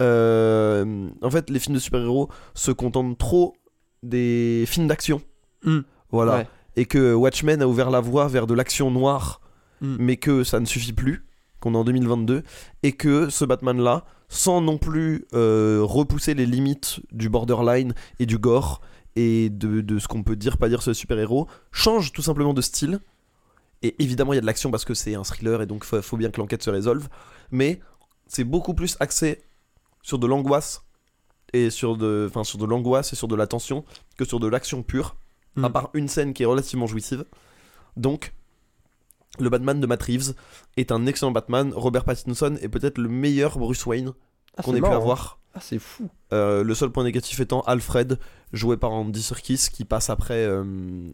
[SPEAKER 1] euh, En fait, les films de super-héros se contentent trop des films d'action.
[SPEAKER 2] Hmm.
[SPEAKER 1] Voilà.
[SPEAKER 2] Ouais.
[SPEAKER 1] Et que Watchmen a ouvert la voie vers de l'action noire,
[SPEAKER 2] Mm.
[SPEAKER 1] mais que ça ne suffit plus, qu'on est en 2022, et que ce Batman-là, sans non plus euh, repousser les limites du borderline et du gore, et de, de ce qu'on peut dire, pas dire sur les super-héros, change tout simplement de style. Et évidemment, il y a de l'action parce que c'est un thriller et donc faut, faut bien que l'enquête se résolve. Mais c'est beaucoup plus axé sur de l'angoisse et sur de, enfin, sur de l'angoisse et sur de la tension que sur de l'action pure,
[SPEAKER 2] Mm.
[SPEAKER 1] à part une scène qui est relativement jouissive. Donc, le Batman de Matt Reeves est un excellent Batman. Robert Pattinson est peut-être le meilleur Bruce Wayne
[SPEAKER 2] Ah,
[SPEAKER 1] qu'on
[SPEAKER 2] c'est
[SPEAKER 1] ait pu
[SPEAKER 2] marrant.
[SPEAKER 1] avoir.
[SPEAKER 2] Ah, c'est fou.
[SPEAKER 1] Euh, le seul point négatif étant Alfred, joué par Andy Serkis, qui passe après. euh,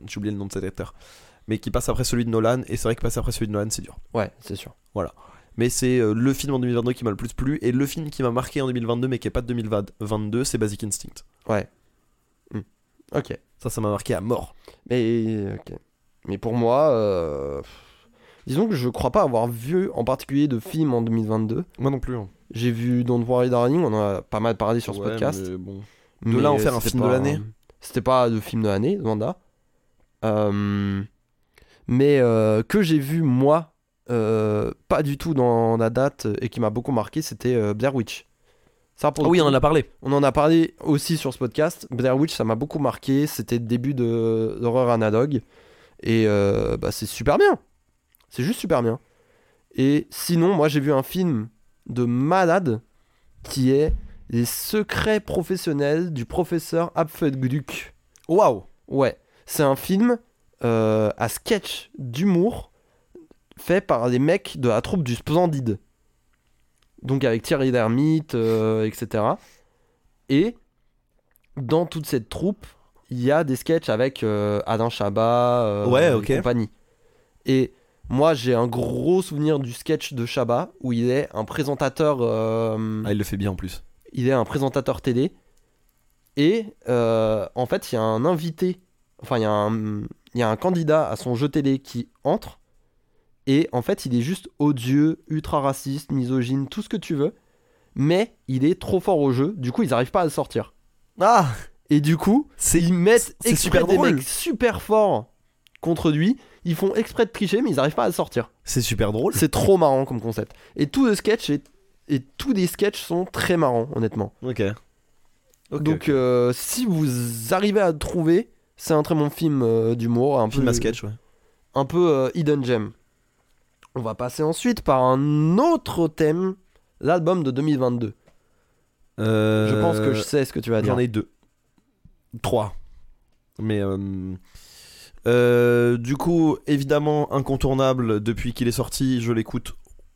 [SPEAKER 1] J'ai oublié le nom de cet acteur. Mais qui passe après celui de Nolan, et c'est vrai que passer après celui de Nolan, c'est dur.
[SPEAKER 2] Ouais, c'est sûr.
[SPEAKER 1] Mais c'est euh, le film en 2022 qui m'a le plus plu, et le film qui m'a marqué en 2022, mais qui est pas de 2022, c'est Basic Instinct.
[SPEAKER 2] Ok.
[SPEAKER 1] Ça, ça m'a marqué à mort.
[SPEAKER 2] Mais, ok. Mais pour moi, euh, pff, disons que je crois pas avoir vu en particulier de film en 2022.
[SPEAKER 1] Moi non plus. hein.
[SPEAKER 2] J'ai vu Don't Worry Darling, on en a pas mal parlé sur ce
[SPEAKER 1] Ouais,
[SPEAKER 2] podcast.
[SPEAKER 1] mais bon.
[SPEAKER 2] De
[SPEAKER 1] là en faire un film de l'année
[SPEAKER 2] C'était pas de film de l'année, Wanda. Euh, mais euh, que j'ai vu, moi, euh, pas du tout dans la date et qui m'a beaucoup marqué, c'était euh, Blair Witch. Ça, pour
[SPEAKER 1] Ah
[SPEAKER 2] le
[SPEAKER 1] oui,
[SPEAKER 2] coup,
[SPEAKER 1] on en a parlé.
[SPEAKER 2] on en a parlé aussi sur ce podcast. Blair Witch, ça m'a beaucoup marqué. C'était le début de d'horreur analogue. Et euh, bah, c'est super bien. C'est juste super bien. Et sinon, moi, j'ai vu un film de malade qui est Les secrets professionnels du professeur Apfelgluck.
[SPEAKER 1] Waouh!
[SPEAKER 2] Ouais, c'est un film euh, à sketch d'humour fait par les mecs de la troupe du Splendide. Donc avec Thierry Lhermitte, euh, etc. Et dans toute cette troupe, il y a des sketchs avec euh, Alain Chabat euh,
[SPEAKER 1] Ouais,
[SPEAKER 2] et
[SPEAKER 1] ok.
[SPEAKER 2] compagnie. Et moi, j'ai un gros souvenir du sketch de Chabat où il est un présentateur. euh,
[SPEAKER 1] Ah, il le fait bien en plus.
[SPEAKER 2] il est un présentateur télé. Et euh, en fait, il y a un invité, enfin, il y, a un- il y a un candidat à son jeu télé qui entre. Et en fait, il est juste odieux, ultra raciste, misogyne, tout ce que tu veux. Mais il est trop fort au jeu, du coup, ils n'arrivent pas à le sortir.
[SPEAKER 1] Ah!
[SPEAKER 2] Et du coup,
[SPEAKER 1] C'est
[SPEAKER 2] ils mettent
[SPEAKER 1] c'est
[SPEAKER 2] exprès
[SPEAKER 1] super
[SPEAKER 2] des
[SPEAKER 1] drôle.
[SPEAKER 2] mecs super forts contre lui. Ils font exprès de tricher, mais ils n'arrivent pas à le sortir.
[SPEAKER 1] c'est super drôle.
[SPEAKER 2] C'est trop marrant comme concept. Et tout le sketch est- et tous les sketchs sont très marrants, honnêtement.
[SPEAKER 1] Ok. Ok,
[SPEAKER 2] Donc,
[SPEAKER 1] ok.
[SPEAKER 2] euh, si vous arrivez à le trouver, c'est un très bon film euh, d'humour, un
[SPEAKER 1] film
[SPEAKER 2] peu,
[SPEAKER 1] à sketch, ouais.
[SPEAKER 2] un peu euh, hidden gem. On va passer ensuite par un autre thème, l'album de 2022. Je pense que je sais ce que tu vas dire.
[SPEAKER 1] Euh, J'en ai deux. Trois. Mais. euh, euh, du coup, évidemment, incontournable, depuis qu'il est sorti, je l'écoute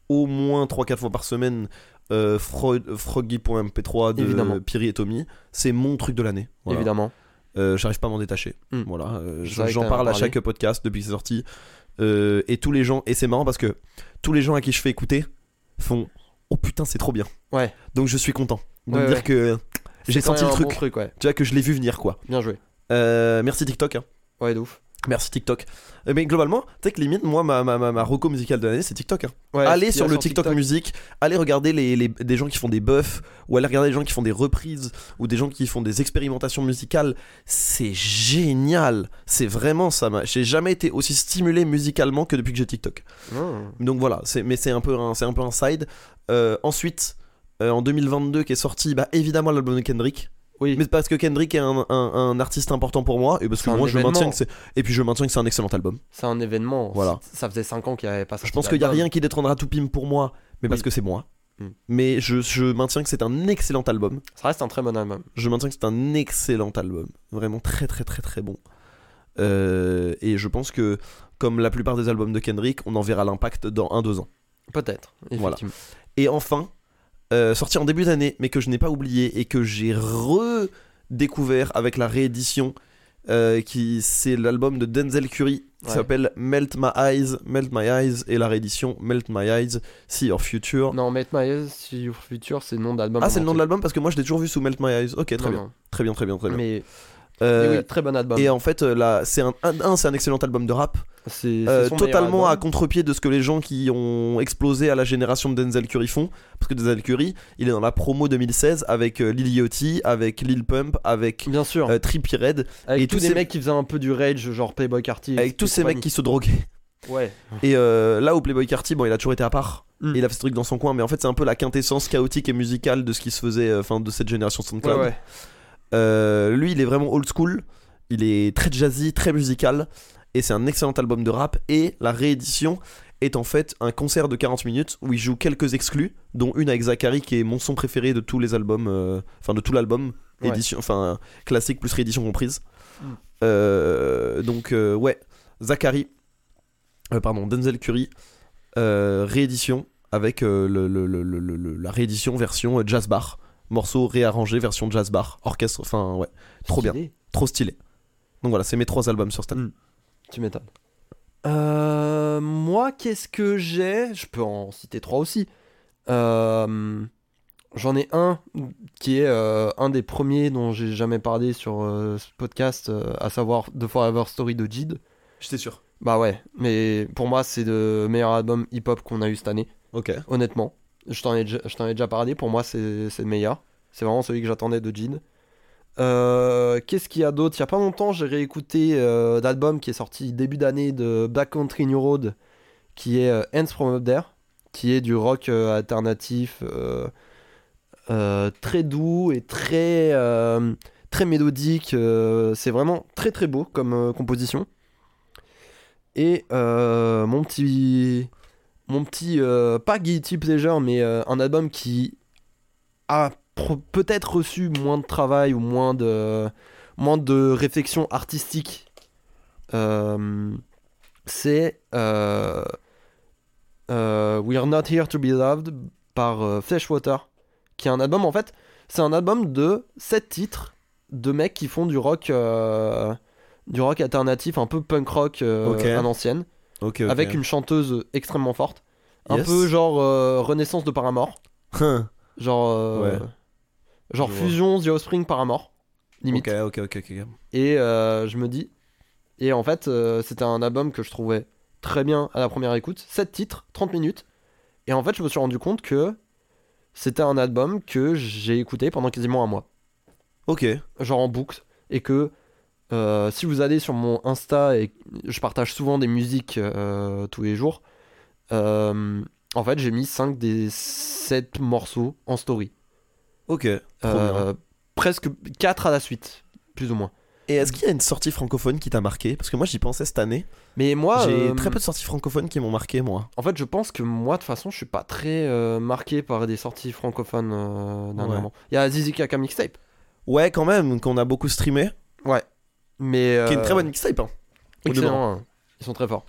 [SPEAKER 1] au moins 3-4 fois par semaine. euh, Fro- Froggy.mp3 de
[SPEAKER 2] Évidemment.
[SPEAKER 1] Piri et Tommy. C'est mon truc de l'année. Voilà.
[SPEAKER 2] Évidemment.
[SPEAKER 1] Euh, J'arrive pas à m'en détacher.
[SPEAKER 2] Mm.
[SPEAKER 1] Voilà, euh,
[SPEAKER 2] C'est vrai que
[SPEAKER 1] j'en
[SPEAKER 2] t'en as
[SPEAKER 1] parle à
[SPEAKER 2] parlé.
[SPEAKER 1] chaque podcast depuis que c'est sorti. Euh, et tous les gens, et c'est marrant parce que tous les gens à qui je fais écouter font Oh putain, c'est trop bien.
[SPEAKER 2] Ouais.
[SPEAKER 1] Donc je suis content de me
[SPEAKER 2] Ouais,
[SPEAKER 1] dire
[SPEAKER 2] ouais.
[SPEAKER 1] que j'ai
[SPEAKER 2] C'est quand
[SPEAKER 1] senti
[SPEAKER 2] même
[SPEAKER 1] le
[SPEAKER 2] un
[SPEAKER 1] truc,
[SPEAKER 2] bon truc, ouais.
[SPEAKER 1] tu vois, que je l'ai vu venir quoi.
[SPEAKER 2] Bien joué.
[SPEAKER 1] Euh, merci TikTok. hein.
[SPEAKER 2] Ouais, de ouf.
[SPEAKER 1] Merci TikTok. Euh, Mais globalement, tu sais que limite, moi, ma, ma, ma, ma reco musicale de l'année, c'est TikTok. hein.
[SPEAKER 2] Ouais,
[SPEAKER 1] allez
[SPEAKER 2] il y
[SPEAKER 1] sur
[SPEAKER 2] a
[SPEAKER 1] le TikTok, musique, allez regarder les, les- des gens qui font des buffs, ou allez regarder des gens qui font des reprises, ou des gens qui font des expérimentations musicales. C'est génial. C'est vraiment ça. m'a- J'ai jamais été aussi stimulé musicalement que depuis que j'ai TikTok.
[SPEAKER 2] Mmh.
[SPEAKER 1] Donc voilà, c'est- mais c'est un, peu un- c'est un peu un side. Euh, ensuite, euh, en 2022, qui est sorti, bah, évidemment, l'album de Kendrick.
[SPEAKER 2] Oui.
[SPEAKER 1] Mais c'est parce que Kendrick est un, un- un artiste important pour moi et parce que
[SPEAKER 2] C'est un
[SPEAKER 1] moi je
[SPEAKER 2] événement.
[SPEAKER 1] maintiens que c'est et puis je maintiens que c'est un excellent album.
[SPEAKER 2] C'est un événement.
[SPEAKER 1] Voilà.
[SPEAKER 2] C- Ça faisait 5 ans qu'il n'y avait pas
[SPEAKER 1] Je pense qu'il y a rien qui détrônera Toupim pour moi, mais
[SPEAKER 2] Oui.
[SPEAKER 1] parce que c'est moi.
[SPEAKER 2] Mm.
[SPEAKER 1] Mais je, je maintiens que c'est un excellent album.
[SPEAKER 2] Ça reste un très bon album.
[SPEAKER 1] Je maintiens que c'est un excellent album, vraiment très très très très bon. Euh, et je pense que comme la plupart des albums de Kendrick, on en verra l'impact dans un deux ans.
[SPEAKER 2] Peut-être.
[SPEAKER 1] Voilà.
[SPEAKER 2] effectivement.
[SPEAKER 1] Et enfin, euh, sorti en début d'année, mais que je n'ai pas oublié et que j'ai redécouvert avec la réédition, euh, qui c'est l'album de Denzel Curry qui
[SPEAKER 2] Ouais.
[SPEAKER 1] s'appelle Melt My Eyes, Melt My Eyes, et la réédition Melt My Eyes, See Your Future.
[SPEAKER 2] Non, Met My Eyes, See Your Future, Oh. c'est le nom d'album.
[SPEAKER 1] Ah, c'est le nom de l'album parce que moi je l'ai toujours vu sous Melt My Eyes. Ok, très
[SPEAKER 2] Non,
[SPEAKER 1] bien.
[SPEAKER 2] non.
[SPEAKER 1] Très bien, très bien, très bien.
[SPEAKER 2] Mais
[SPEAKER 1] Euh,
[SPEAKER 2] mais oui, très bon album.
[SPEAKER 1] Et en fait, euh, là, c'est un, un, un, c'est un excellent album de rap,
[SPEAKER 2] C'est c'est
[SPEAKER 1] euh,
[SPEAKER 2] son
[SPEAKER 1] totalement
[SPEAKER 2] meilleur
[SPEAKER 1] à
[SPEAKER 2] album.
[SPEAKER 1] contre-pied de ce que les gens qui ont explosé à la génération de Denzel Curry font. Parce que Denzel Curry, il est dans la promo 2016 avec euh, Lil Yachty, avec Lil Pump, avec
[SPEAKER 2] Bien sûr.
[SPEAKER 1] euh, Trippie Redd,
[SPEAKER 2] avec
[SPEAKER 1] et
[SPEAKER 2] tous
[SPEAKER 1] tous
[SPEAKER 2] ces
[SPEAKER 1] ces-
[SPEAKER 2] mecs qui faisaient un peu du rage, genre Playboy Carty.
[SPEAKER 1] avec tous ces mecs qui se droguaient.
[SPEAKER 2] Ouais.
[SPEAKER 1] Et euh, là où Playboy Carty, bon, il a toujours été à part.
[SPEAKER 2] Mm.
[SPEAKER 1] Et il a fait ce truc dans son coin, mais en fait, c'est un peu la quintessence chaotique et musicale de ce qui se faisait, euh, enfin, de cette génération
[SPEAKER 2] Ouais,
[SPEAKER 1] SoundCloud.
[SPEAKER 2] ouais.
[SPEAKER 1] Euh, lui, il est vraiment old school. Il est très jazzy, très musical. et c'est un excellent album de rap et la réédition est en fait un concert de 40 minutes où il joue quelques exclus dont une avec Zachary qui est mon son préféré de tous les albums euh, enfin de tout l'album
[SPEAKER 2] Ouais.
[SPEAKER 1] édition enfin classique plus réédition comprise
[SPEAKER 2] Mm.
[SPEAKER 1] Euh, donc euh, ouais Zachary euh, pardon Denzel Curry euh, réédition avec euh, le- le- le- le- le- le- la réédition version euh, jazz bar morceau réarrangé version jazz bar orchestre enfin ouais trop bien
[SPEAKER 2] Stylé.
[SPEAKER 1] trop stylé donc voilà c'est mes trois albums sur cette année.
[SPEAKER 2] Mm. Tu m'étonnes. Euh, moi, qu'est-ce que j'ai Je peux en citer trois aussi. Euh, J'en ai un qui est euh, un des premiers dont j'ai jamais parlé sur euh, ce podcast, euh, à savoir The Forever Story de Jid.
[SPEAKER 1] j'étais sûr
[SPEAKER 2] Bah ouais, mais pour moi, c'est le meilleur album hip-hop qu'on a eu cette année,
[SPEAKER 1] ok
[SPEAKER 2] honnêtement. Je t'en ai, déjà- je t'en ai déjà parlé, pour moi, c'est c'est le meilleur. C'est vraiment celui que j'attendais de Jid. Euh, Qu'est-ce qu'il y a d'autre Il y a pas longtemps, j'ai réécouté euh, l'album qui est sorti début d'année de Black Country New Road, qui est euh, Ends From Up There, qui est du rock euh, alternatif euh, euh, très doux et très, euh, très mélodique. euh, C'est vraiment très très beau comme euh, composition. Et euh, mon petit, mon petit euh, pas guilty pleasure, mais euh, un album qui a pro- peut-être reçu moins de travail ou moins de, moins de réflexion artistique, euh, c'est euh, euh, We Are Not Here to Be Loved par euh, Fleshwater, qui est un album en fait, c'est un album de 7 titres de mecs qui font du rock, euh, du rock alternatif, un peu punk rock euh,
[SPEAKER 1] Ok.
[SPEAKER 2] à l'ancienne,
[SPEAKER 1] ok, ok.
[SPEAKER 2] avec une chanteuse extrêmement forte, un
[SPEAKER 1] Yes.
[SPEAKER 2] peu genre euh, Renaissance de Paramore.
[SPEAKER 1] Hein.
[SPEAKER 2] Genre, euh,
[SPEAKER 1] Ouais.
[SPEAKER 2] genre
[SPEAKER 1] Je vois.
[SPEAKER 2] fusion The Offspring Paramore, limite.
[SPEAKER 1] ok ok ok ok
[SPEAKER 2] Et euh, je me dis. Et en fait, euh, c'était un album que je trouvais très bien à la première écoute. 7 titres, 30 minutes. Et en fait, je me suis rendu compte que c'était un album que j'ai écouté pendant quasiment un mois
[SPEAKER 1] ok
[SPEAKER 2] genre en boucle et que euh, si vous allez sur mon Insta et je partage souvent des musiques euh, tous les jours euh, en fait j'ai mis 5 des 7 morceaux en story
[SPEAKER 1] ok Trop
[SPEAKER 2] Euh, presque 4 à la suite plus ou moins
[SPEAKER 1] Et est-ce qu'il y a une sortie francophone qui t'a marqué Parce que moi j'y pensais cette année.
[SPEAKER 2] mais moi
[SPEAKER 1] J'ai
[SPEAKER 2] euh,
[SPEAKER 1] très peu de sorties francophones qui m'ont marqué moi.
[SPEAKER 2] en fait je pense que moi de toute façon je suis pas très euh, marqué par des sorties francophones euh, dernièrement il y a Zizi Kaka Mixtape
[SPEAKER 1] Ouais quand même, qu'on a beaucoup streamé.
[SPEAKER 2] mais
[SPEAKER 1] Qui est
[SPEAKER 2] euh,
[SPEAKER 1] une très bonne mixtape. hein.
[SPEAKER 2] excellent,
[SPEAKER 1] Au-devant.
[SPEAKER 2] hein. ils sont très forts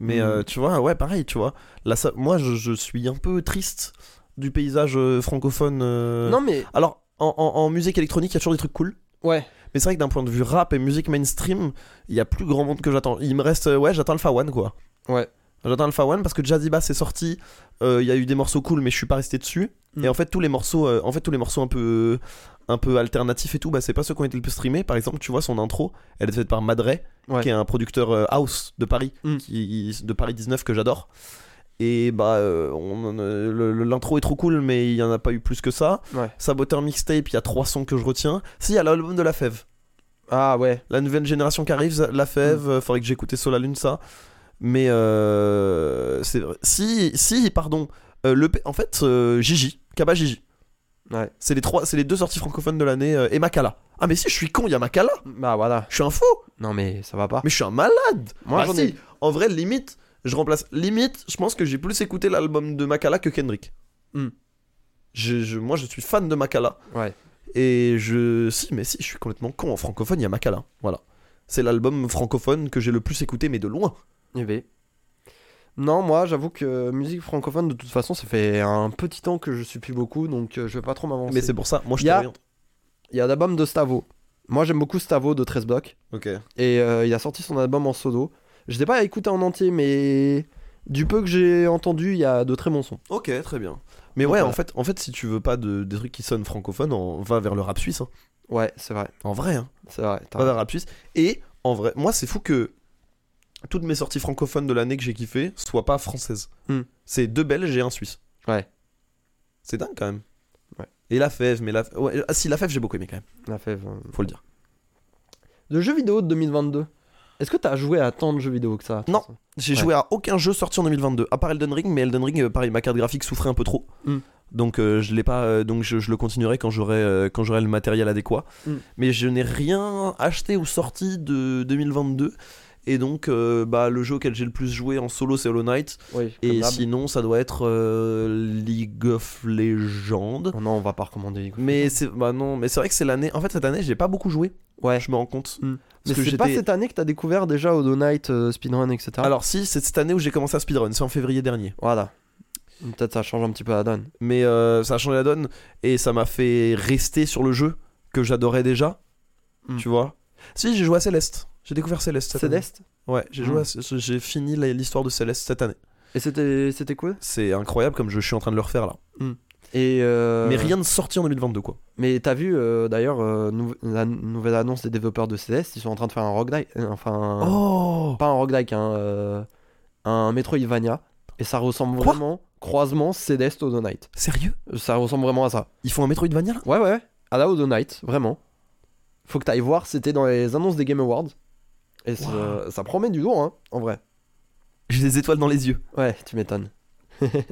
[SPEAKER 1] Mais
[SPEAKER 2] Mm.
[SPEAKER 1] euh, tu vois, ouais pareil, tu vois. Là, ça- moi je, je suis un peu triste du paysage euh, francophone. euh.
[SPEAKER 2] non mais
[SPEAKER 1] Alors en, en- en musique électronique, il y a toujours des trucs cool.
[SPEAKER 2] ouais
[SPEAKER 1] Mais c'est vrai que d'un point de vue rap et musique mainstream, il y a plus grand monde que j'attends. Il me reste, euh, ouais, j'attends le Fawan quoi.
[SPEAKER 2] Ouais.
[SPEAKER 1] J'attends le Fawan parce que Jazzy Bass est sorti. euh, Il y a eu des morceaux cool, mais je suis pas resté dessus.
[SPEAKER 2] Mm.
[SPEAKER 1] Et en fait tous les morceaux, euh, en fait tous les morceaux un peu, un peu alternatifs et tout, bah c'est pas ceux qui ont été le plus streamés. Par exemple, tu vois son intro, elle est faite par Madray,
[SPEAKER 2] Ouais.
[SPEAKER 1] qui est un producteur euh, house de Paris,
[SPEAKER 2] Mm.
[SPEAKER 1] qui de Paris 19 que j'adore. Et bah, euh, on en a- le- le- l'intro est trop cool, mais il y en a pas eu plus que ça.
[SPEAKER 2] Ouais.
[SPEAKER 1] Saboteur mixtape, il y a trois sons que je retiens. Si, il y a l'album de La Fève.
[SPEAKER 2] ah ouais
[SPEAKER 1] La nouvelle génération qui arrive, la
[SPEAKER 2] Mm.
[SPEAKER 1] fève, euh, faudrait que j'écoutais Sola Lune, ça. Mais euh, c'est vrai. Si, si, pardon. euh, le, P- en fait, euh, Gigi, Kaba Gigi.
[SPEAKER 2] Ouais.
[SPEAKER 1] C'est les, trois, c'est les deux sorties francophones de l'année euh, et Makala. Ah, mais si, je suis con, il y a Makala.
[SPEAKER 2] bah voilà
[SPEAKER 1] Je suis un faux.
[SPEAKER 2] non mais ça va pas
[SPEAKER 1] Mais je suis un malade.
[SPEAKER 2] Moi,
[SPEAKER 1] Bah
[SPEAKER 2] j'en
[SPEAKER 1] si,
[SPEAKER 2] ai-
[SPEAKER 1] En vrai, limite, je remplace. Limite, je pense que j'ai plus écouté l'album de Makala que Kendrick.
[SPEAKER 2] Hmm.
[SPEAKER 1] Je, je- moi, je suis fan de Makala.
[SPEAKER 2] Ouais.
[SPEAKER 1] Et je. Si, mais si, je suis complètement con. En francophone, il y a Makala. Voilà. C'est l'album francophone que j'ai le plus écouté, mais de loin.
[SPEAKER 2] Eh ben. Non, moi, j'avoue que musique francophone, de toute façon, ça fait un petit temps que je suis plus beaucoup, donc euh, je vais pas trop
[SPEAKER 1] mais
[SPEAKER 2] m'avancer.
[SPEAKER 1] c'est pour ça, moi, je
[SPEAKER 2] Il y a-
[SPEAKER 1] t'oriente.
[SPEAKER 2] Il y a l'album de Stavo. Moi, j'aime beaucoup Stavo de 13 blocs,
[SPEAKER 1] Ok.
[SPEAKER 2] et euh, il a sorti son album en solo. Je l'ai pas écouté en entier, mais du peu que j'ai entendu, il y a de très bons sons.
[SPEAKER 1] Ok, très bien. Mais
[SPEAKER 2] Donc
[SPEAKER 1] ouais, en,
[SPEAKER 2] voilà.
[SPEAKER 1] fait, en fait, si tu veux pas de, des trucs qui sonnent francophones, on va vers le rap suisse. hein.
[SPEAKER 2] Ouais, c'est vrai,
[SPEAKER 1] En vrai, hein.
[SPEAKER 2] c'est vrai. t'as
[SPEAKER 1] Pas vers rap suisse. Et en vrai, moi, c'est fou que toutes mes sorties francophones de l'année que j'ai kiffé soient pas françaises.
[SPEAKER 2] Hmm.
[SPEAKER 1] C'est deux Belges et un Suisse.
[SPEAKER 2] Ouais.
[SPEAKER 1] C'est dingue quand même.
[SPEAKER 2] Ouais.
[SPEAKER 1] Et la fève, mais la. ouais, ah, si, la fève, j'ai beaucoup aimé quand même,
[SPEAKER 2] La fève. euh.
[SPEAKER 1] faut le dire.
[SPEAKER 2] Le jeu vidéo de 2022. Est-ce que t'as joué à tant de jeux vidéo que ça de toute
[SPEAKER 1] Non.
[SPEAKER 2] façon
[SPEAKER 1] J'ai
[SPEAKER 2] Ouais.
[SPEAKER 1] joué à aucun jeu sorti en 2022, à part Elden Ring, mais Elden Ring, euh, pareil, ma carte graphique souffrait un peu trop.
[SPEAKER 2] Hmm.
[SPEAKER 1] Donc euh, je l'ai pas, euh, donc je, je le continuerai quand j'aurai euh, quand j'aurai le matériel adéquat.
[SPEAKER 2] Hmm.
[SPEAKER 1] Mais je n'ai rien acheté ou sorti de 2022 Et donc, euh, bah, le jeu auquel j'ai le plus joué en solo, c'est Hollow Knight.
[SPEAKER 2] Oui, comme
[SPEAKER 1] Et
[SPEAKER 2] d'hab.
[SPEAKER 1] sinon, ça doit être euh, League of Legends.
[SPEAKER 2] Oh non, on va pas recommander. écoute.
[SPEAKER 1] Mais c'est bah non, mais c'est vrai que c'est l'année. En fait, cette année, j'ai pas beaucoup joué.
[SPEAKER 2] Ouais.
[SPEAKER 1] Je me rends compte.
[SPEAKER 2] Mm.
[SPEAKER 1] Parce
[SPEAKER 2] mais
[SPEAKER 1] que
[SPEAKER 2] c'est pas
[SPEAKER 1] j'étais-
[SPEAKER 2] cette année que t'as découvert déjà Odo Knight, euh, Speedrun, etc.
[SPEAKER 1] Alors si, c'est cette année où j'ai commencé à speedrun, c'est en février dernier.
[SPEAKER 2] Voilà. Peut-être ça change un petit peu la donne.
[SPEAKER 1] Mais euh, ça a changé la donne et ça m'a fait rester sur le jeu que j'adorais déjà.
[SPEAKER 2] Mm.
[SPEAKER 1] Tu vois Si, j'ai joué à Céleste. J'ai découvert Céleste. cette année.
[SPEAKER 2] Céleste
[SPEAKER 1] Ouais, j'ai
[SPEAKER 2] Mm.
[SPEAKER 1] joué, à C- j'ai fini la- l'histoire de Céleste cette année.
[SPEAKER 2] Et c'était c'était cool
[SPEAKER 1] C'est incroyable comme je suis en train de le refaire là.
[SPEAKER 2] Et euh,
[SPEAKER 1] Mais rien de sorti en 2022 quoi.
[SPEAKER 2] Mais t'as vu euh, d'ailleurs euh, nou- la nouvelle annonce des développeurs de Céleste, ils sont en train de faire un roguelike, euh, enfin un-
[SPEAKER 1] Oh
[SPEAKER 2] pas un roguelike, un, euh, un Metroidvania, et ça ressemble
[SPEAKER 1] Quoi
[SPEAKER 2] vraiment croisement Céleste Odo Knight. Euh,
[SPEAKER 1] Sérieux
[SPEAKER 2] Ça ressemble vraiment à ça.
[SPEAKER 1] Ils font un Metroidvania là
[SPEAKER 2] Ouais ouais, à la Odo Knight, vraiment. Faut que t'ailles voir, c'était dans les annonces des Game Awards. Et ça-
[SPEAKER 1] Waouh.
[SPEAKER 2] ça promet du lourd, hein, en vrai.
[SPEAKER 1] J'ai des étoiles dans les yeux.
[SPEAKER 2] Ouais, tu m'étonnes.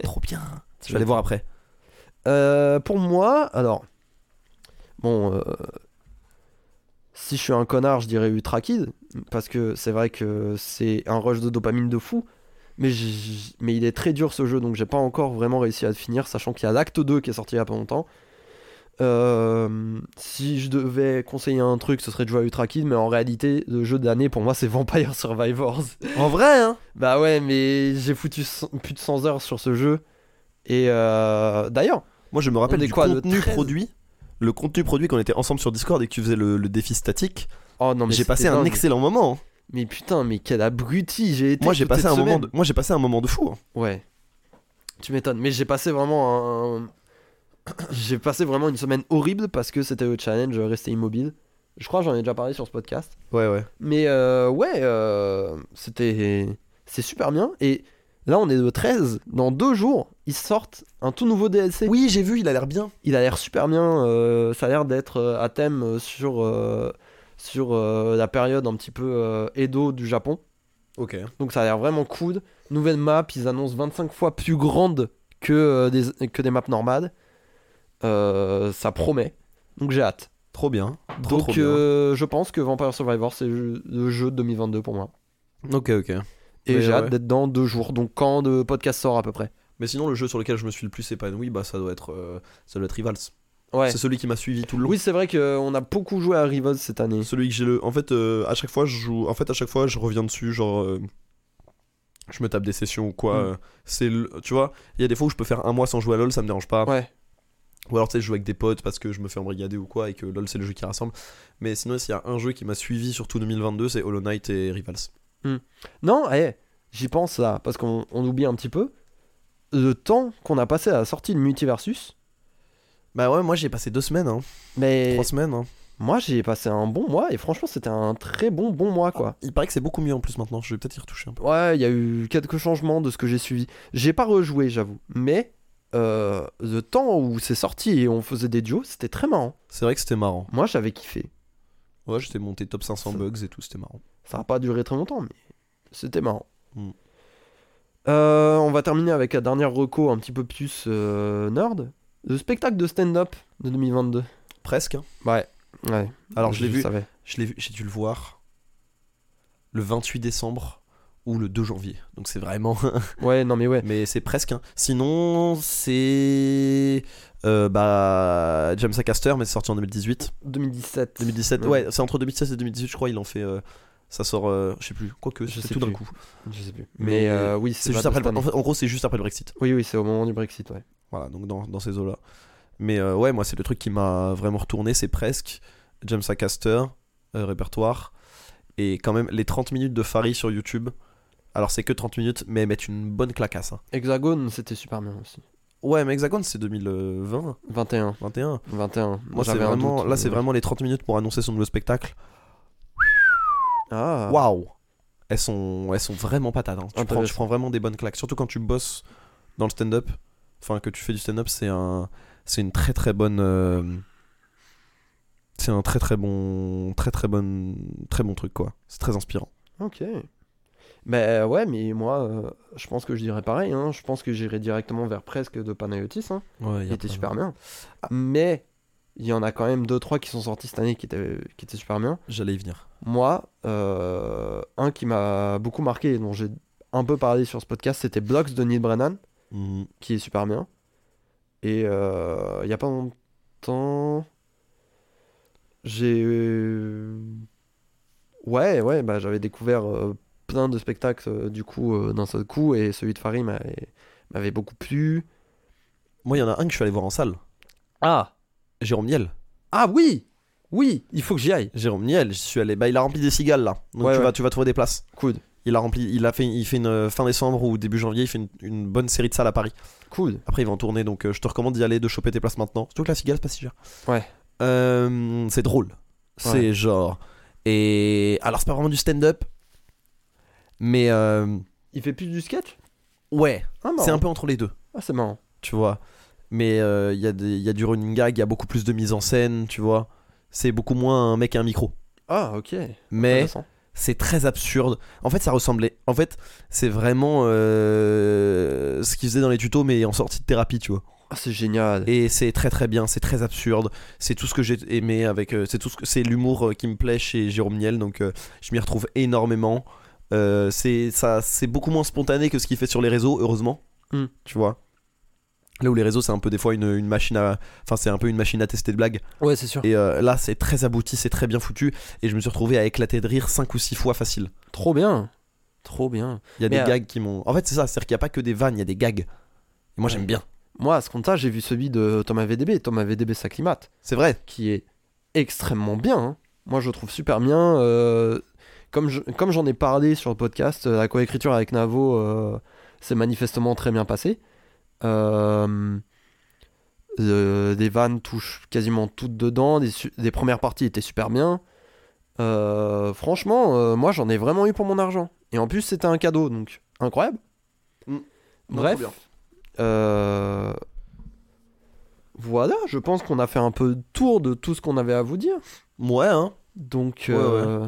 [SPEAKER 1] Trop bien. Je vais aller voir après.
[SPEAKER 2] Euh, pour moi, alors. Bon. euh, si je suis un connard, je dirais Ultra Kid. Parce que c'est vrai que c'est un rush de dopamine de fou. Mais, j'- mais il est très dur ce jeu, donc j'ai pas encore vraiment réussi à le finir, sachant qu'il y a l'acte 2 qui est sorti il y a pas longtemps. Euh, si je devais conseiller un truc, ce serait de jouer à Ultra Kid, mais en réalité, le jeu d'année pour moi c'est Vampire Survivors.
[SPEAKER 1] En vrai hein
[SPEAKER 2] Bah ouais, mais j'ai foutu cent- plus de 100 heures sur ce jeu. Et euh, d'ailleurs,
[SPEAKER 1] Moi, je me
[SPEAKER 2] On
[SPEAKER 1] rappelle
[SPEAKER 2] est
[SPEAKER 1] du
[SPEAKER 2] quoi, le
[SPEAKER 1] contenu
[SPEAKER 2] 13?
[SPEAKER 1] produit. Le contenu produit qu'on était ensemble sur Discord et que tu faisais le, le défi statique.
[SPEAKER 2] oh non, mais
[SPEAKER 1] J'ai passé
[SPEAKER 2] c'était
[SPEAKER 1] un
[SPEAKER 2] dingue.
[SPEAKER 1] excellent moment. hein.
[SPEAKER 2] Mais putain, mais quel abruti j'ai été.
[SPEAKER 1] Moi, j'ai
[SPEAKER 2] toute
[SPEAKER 1] passé
[SPEAKER 2] cette
[SPEAKER 1] un moment.
[SPEAKER 2] semaine.
[SPEAKER 1] De... Moi, j'ai passé un moment de fou. hein.
[SPEAKER 2] Ouais. Tu m'étonnes. Mais j'ai passé vraiment un. j'ai passé vraiment une semaine horrible parce que c'était le challenge euh, rester immobile. Je crois que j'en ai déjà parlé sur ce podcast.
[SPEAKER 1] Ouais, ouais.
[SPEAKER 2] Mais euh, ouais, euh, c'était. C'est super bien. Et là, on est le 13. Dans deux jours, ils sortent un tout nouveau DLC.
[SPEAKER 1] Oui, j'ai vu. Il a l'air bien.
[SPEAKER 2] il a l'air super bien. euh, ça a l'air d'être euh, à thème euh, sur, euh, sur euh, la période un petit peu euh, Edo du Japon.
[SPEAKER 1] Ok.
[SPEAKER 2] Donc ça a l'air vraiment cool. Nouvelle map, ils annoncent 25 fois plus grande que, euh, des, que des maps normales. Euh, ça promet. Donc j'ai hâte.
[SPEAKER 1] Trop bien. Trop,
[SPEAKER 2] Donc
[SPEAKER 1] trop bien.
[SPEAKER 2] euh, je pense que Vampire Survivor c'est le le jeu de 2022 pour moi.
[SPEAKER 1] Ok, ok.
[SPEAKER 2] Et
[SPEAKER 1] Mais
[SPEAKER 2] j'ai
[SPEAKER 1] ouais.
[SPEAKER 2] hâte d'être dans deux jours. Donc quand le podcast sort à peu près.
[SPEAKER 1] Mais sinon, le jeu sur lequel je me suis le plus épanoui, bah, ça doit être, euh, ça doit être Rivals.
[SPEAKER 2] Ouais.
[SPEAKER 1] C'est celui qui m'a suivi tout le long.
[SPEAKER 2] Oui c'est vrai qu'on a beaucoup joué à Rivals cette année.
[SPEAKER 1] Celui que j'ai le. En fait, euh, à chaque fois, je joue. En fait, à chaque fois, je reviens dessus. Genre, euh, je me tape des sessions ou quoi.
[SPEAKER 2] Mm.
[SPEAKER 1] euh, c'est, le- tu vois, il y a des fois où je peux faire un mois sans jouer à LoL, ça me dérange pas.
[SPEAKER 2] Ouais.
[SPEAKER 1] Ou alors tu sais, je joue avec des potes parce que je me fais embrigader ou quoi et que LoL c'est le jeu qui rassemble. Mais sinon, s'il y a un jeu qui m'a suivi surtout 2022, c'est Hollow Knight et Rivals.
[SPEAKER 2] Non, eh, j'y pense là, parce qu'on on oublie un petit peu le temps qu'on a passé à la sortie de Multiversus.
[SPEAKER 1] Bah ouais, moi j'ai passé deux semaines, hein.
[SPEAKER 2] Mais
[SPEAKER 1] trois semaines. hein.
[SPEAKER 2] moi, j'ai passé un bon mois, et franchement, c'était un très bon, bon mois, quoi.
[SPEAKER 1] Ah, Il paraît que c'est beaucoup mieux en plus maintenant, je vais peut-être y retoucher un peu.
[SPEAKER 2] Ouais, il y a eu quelques changements de ce que j'ai suivi. J'ai pas rejoué, j'avoue, mais euh, le temps où c'est sorti et on faisait des duos, c'était très marrant.
[SPEAKER 1] C'est vrai que c'était marrant.
[SPEAKER 2] Moi, j'avais kiffé.
[SPEAKER 1] Ouais, j'étais monté top 500
[SPEAKER 2] Ça-
[SPEAKER 1] bugs et tout, c'était marrant.
[SPEAKER 2] Ça n'a pas duré très longtemps, mais c'était marrant.
[SPEAKER 1] Mm.
[SPEAKER 2] Euh, on va terminer avec la dernière reco un petit peu plus euh, nerd. Le spectacle de stand-up de 2022.
[SPEAKER 1] Presque. hein.
[SPEAKER 2] Ouais. Ouais.
[SPEAKER 1] Alors je l'ai vu,
[SPEAKER 2] savais.
[SPEAKER 1] je l'ai vu, j'ai dû le voir le 28 décembre ou le 2 janvier. Donc c'est vraiment
[SPEAKER 2] Ouais, non mais ouais.
[SPEAKER 1] Mais c'est presque. hein. Sinon, c'est. euh, bah. James Acaster, mais c'est sorti en 2018.
[SPEAKER 2] 2017.
[SPEAKER 1] 2017,
[SPEAKER 2] Ouais.
[SPEAKER 1] ouais, c'est entre 2016 et 2018, je crois. Il en fait. euh, ça sort, euh, je sais plus, quoique,
[SPEAKER 2] Je
[SPEAKER 1] c'est
[SPEAKER 2] sais
[SPEAKER 1] tout d'un
[SPEAKER 2] plus.
[SPEAKER 1] coup.
[SPEAKER 2] Je sais plus.
[SPEAKER 1] Mais,
[SPEAKER 2] Mais euh, oui, c'est
[SPEAKER 1] C'est juste
[SPEAKER 2] pas de
[SPEAKER 1] après le- en,
[SPEAKER 2] cette année.
[SPEAKER 1] fait, en gros, c'est juste après le Brexit.
[SPEAKER 2] Oui, oui, c'est au moment du Brexit, ouais.
[SPEAKER 1] Voilà, donc dans, dans ces eaux-là. Mais euh, ouais, moi, c'est le truc qui m'a vraiment retourné, c'est presque James Acaster, euh, répertoire. Et quand même, les 30 minutes de Farid sur YouTube. Alors, c'est que 30 minutes, mais elles mettent une bonne clacasse. hein.
[SPEAKER 2] Hexagone, c'était super bien aussi.
[SPEAKER 1] Ouais, mais Hexagone, c'est 2020,
[SPEAKER 2] 21.
[SPEAKER 1] 21.
[SPEAKER 2] 21.
[SPEAKER 1] Moi, c'est
[SPEAKER 2] J'avais un
[SPEAKER 1] vraiment,
[SPEAKER 2] doute,
[SPEAKER 1] là,
[SPEAKER 2] mais-
[SPEAKER 1] c'est vraiment les 30 minutes pour annoncer son nouveau spectacle.
[SPEAKER 2] Ah.
[SPEAKER 1] Waouh! Elles sont, elles sont vraiment patates. hein. Tu, prends, tu
[SPEAKER 2] Intéressant.
[SPEAKER 1] prends vraiment des bonnes claques. Surtout quand tu bosses dans le stand-up. Enfin, que tu fais du stand-up, c'est un, c'est une très très bonne. euh, c'est un très très bon, très très bon, très bon truc quoi. C'est très inspirant.
[SPEAKER 2] Ok. Mais ouais, mais moi, euh, je pense que je dirais pareil. hein. Je pense que j'irais directement vers presque de Panayotis. hein.
[SPEAKER 1] Ouais,
[SPEAKER 2] Il était super bien. Mais il y en a quand même 2-3 qui sont sortis cette année qui étaient, qui étaient super bien.
[SPEAKER 1] J'allais y venir.
[SPEAKER 2] Moi, euh, un qui m'a beaucoup marqué et dont j'ai un peu parlé sur ce podcast, c'était Blocks de Neil Brennan,
[SPEAKER 1] Mhm.
[SPEAKER 2] qui est super bien. Et euh, il y a pas longtemps, j'ai. euh, Ouais, ouais, bah, j'avais découvert euh, plein de spectacles euh, du coup euh, d'un seul coup, et celui de Farid m'avait m'avait beaucoup plu.
[SPEAKER 1] Moi, il y en a un que je suis allé voir en salle.
[SPEAKER 2] Ah
[SPEAKER 1] Jérôme Niel.
[SPEAKER 2] Ah oui Oui, il faut que j'y aille.
[SPEAKER 1] Jérôme Niel, je suis allé. Bah, il a rempli des cigales là. Donc
[SPEAKER 2] Ouais,
[SPEAKER 1] tu,
[SPEAKER 2] ouais.
[SPEAKER 1] Vas, tu vas trouver des places.
[SPEAKER 2] Cool,
[SPEAKER 1] Il a rempli, il a fait, il fait une euh, fin décembre ou début janvier, il fait une, une bonne série de salles à Paris.
[SPEAKER 2] cool.
[SPEAKER 1] Après, il va en tourner, donc euh, je te recommande d'y aller, de choper tes places maintenant. Surtout que la cigale, c'est pas si cher.
[SPEAKER 2] Ouais.
[SPEAKER 1] Euh, c'est drôle. C'est genre. Et alors, c'est pas vraiment du stand-up, mais euh,
[SPEAKER 2] Il fait plus du sketch
[SPEAKER 1] ouais,
[SPEAKER 2] Ah,
[SPEAKER 1] c'est un peu entre les deux,
[SPEAKER 2] Ah, c'est marrant.
[SPEAKER 1] tu vois. Mais euh, il y, a des- il y a du running gag, il y a beaucoup plus de mise en scène, tu vois. C'est beaucoup moins un mec à un micro.
[SPEAKER 2] Ah, ok.
[SPEAKER 1] Mais
[SPEAKER 2] Intéressant.
[SPEAKER 1] c'est très absurde. En fait, ça ressemblait. En fait, c'est vraiment euh, ce qu'ils faisaient dans les tutos, mais en sortie de thérapie, tu vois.
[SPEAKER 2] Ah, c'est génial.
[SPEAKER 1] Et c'est très très bien, c'est très absurde. C'est tout ce que j'ai aimé avec. euh, c'est tout ce que c'est l'humour euh, qui me plaît chez Jérôme Niel, donc euh, je m'y retrouve énormément. Euh, c'est ça, c'est beaucoup moins spontané que ce qu'il fait sur les réseaux, heureusement.
[SPEAKER 2] Hmm.
[SPEAKER 1] Tu vois. Là où les réseaux, c'est un peu des fois une, une machine à. Enfin, c'est un peu une machine à tester de blagues.
[SPEAKER 2] Ouais, c'est sûr.
[SPEAKER 1] Et euh, là, c'est très abouti, c'est très bien foutu. Et je me suis retrouvé à éclater de rire 5 ou 6 fois facile.
[SPEAKER 2] Trop bien. Trop bien.
[SPEAKER 1] Il y a
[SPEAKER 2] Mais,
[SPEAKER 1] des
[SPEAKER 2] euh,
[SPEAKER 1] gags qui m'ont. En fait, c'est ça, c'est-à-dire qu'il n'y a pas que des vannes, il y a des gags. Et moi, j'aime bien.
[SPEAKER 2] Moi, à ce compte-là, j'ai vu celui de Thomas VDB, Thomas VDB s'acclimate,
[SPEAKER 1] C'est vrai.
[SPEAKER 2] qui est extrêmement bien. hein. Moi, je le trouve super bien. euh, comme je- comme j'en ai parlé sur le podcast, euh, la coécriture avec Navo euh, s'est manifestement très bien passée. Euh, le- les vannes touchent quasiment toutes dedans. Les, su- les premières parties étaient super bien. Euh, franchement, euh, moi, j'en ai vraiment eu pour mon argent. Et en plus, c'était un cadeau, donc incroyable.
[SPEAKER 1] Mm.
[SPEAKER 2] Bref. Euh, Voilà, je pense qu'on a fait un peu le tour de tout ce qu'on avait à vous dire.
[SPEAKER 1] Ouais, hein.
[SPEAKER 2] Donc,
[SPEAKER 1] Ouais,
[SPEAKER 2] euh,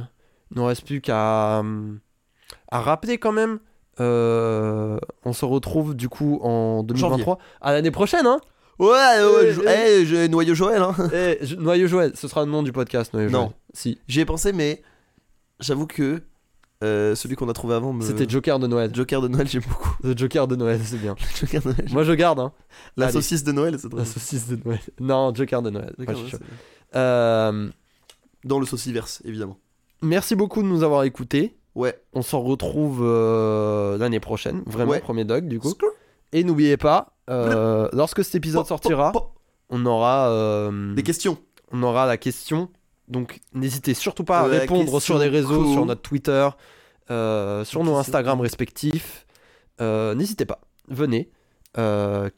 [SPEAKER 2] il nous reste plus qu'à euh, à rappeler quand même. Euh, on se retrouve du coup en 2023. À l'année prochaine, hein
[SPEAKER 1] Ouais, ouais,
[SPEAKER 2] Eh,
[SPEAKER 1] je-
[SPEAKER 2] eh.
[SPEAKER 1] eh, j'ai noyé Joël, hein.
[SPEAKER 2] Eh, je- Noyau Joël, ce sera le nom du podcast, Noyau
[SPEAKER 1] Non.
[SPEAKER 2] Joël. Si,
[SPEAKER 1] J'y ai pensé, mais j'avoue que euh, celui qu'on a trouvé avant me.
[SPEAKER 2] c'était Joker de Noël.
[SPEAKER 1] Joker de Noël, j'aime beaucoup.
[SPEAKER 2] Le Joker de Noël, c'est bien.
[SPEAKER 1] Joker de Noël.
[SPEAKER 2] Moi, je garde, hein.
[SPEAKER 1] La
[SPEAKER 2] Allez.
[SPEAKER 1] saucisse de Noël, c'est drôle.
[SPEAKER 2] La saucisse de Noël. Non, Joker de Noël.
[SPEAKER 1] Joker
[SPEAKER 2] Ouais,
[SPEAKER 1] de
[SPEAKER 2] je suis
[SPEAKER 1] Noël, c'est-
[SPEAKER 2] chaud. Euh,
[SPEAKER 1] Dans le sauciverse, évidemment.
[SPEAKER 2] merci beaucoup de nous avoir écoutés.
[SPEAKER 1] Ouais.
[SPEAKER 2] On s'en retrouve euh, l'année prochaine, vraiment
[SPEAKER 1] Ouais.
[SPEAKER 2] premier dog du coup. Et n'oubliez pas, euh, lorsque cet épisode
[SPEAKER 1] Po-
[SPEAKER 2] sortira,
[SPEAKER 1] po- po-
[SPEAKER 2] on aura, euh,
[SPEAKER 1] Des questions.
[SPEAKER 2] on aura la question. Donc n'hésitez surtout pas à
[SPEAKER 1] La
[SPEAKER 2] répondre sur
[SPEAKER 1] question
[SPEAKER 2] les réseaux,
[SPEAKER 1] co.
[SPEAKER 2] sur notre Twitter, euh, sur
[SPEAKER 1] La
[SPEAKER 2] nos
[SPEAKER 1] question
[SPEAKER 2] Instagram respectifs. Euh, n'hésitez pas, venez. Euh,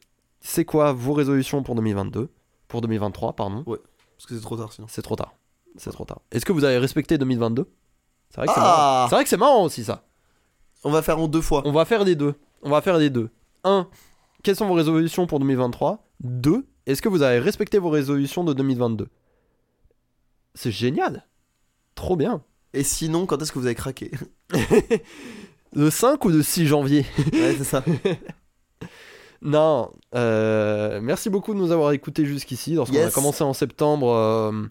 [SPEAKER 2] c'est quoi vos résolutions pour 2022 Pour 2023, pardon.
[SPEAKER 1] Parce que c'est trop tard sinon.
[SPEAKER 2] C'est trop tard. C'est trop tard. Est-ce que vous avez respecté 2022 C'est vrai que c'est marrant.
[SPEAKER 1] Ah
[SPEAKER 2] C'est vrai que c'est marrant aussi ça.
[SPEAKER 1] On va faire en deux fois.
[SPEAKER 2] On va faire des deux. On va faire des deux. 1. Quelles sont vos résolutions pour 2023 2. Est-ce que vous avez respecté vos résolutions de 2022 C'est génial. Trop bien.
[SPEAKER 1] Et sinon, quand est-ce que vous avez craqué
[SPEAKER 2] Le 5 ou le 6 janvier
[SPEAKER 1] Ouais, c'est ça.
[SPEAKER 2] Non. euh, merci beaucoup de nous avoir écoutés jusqu'ici. Lorsqu'on
[SPEAKER 1] Yes.
[SPEAKER 2] a commencé en septembre, euh,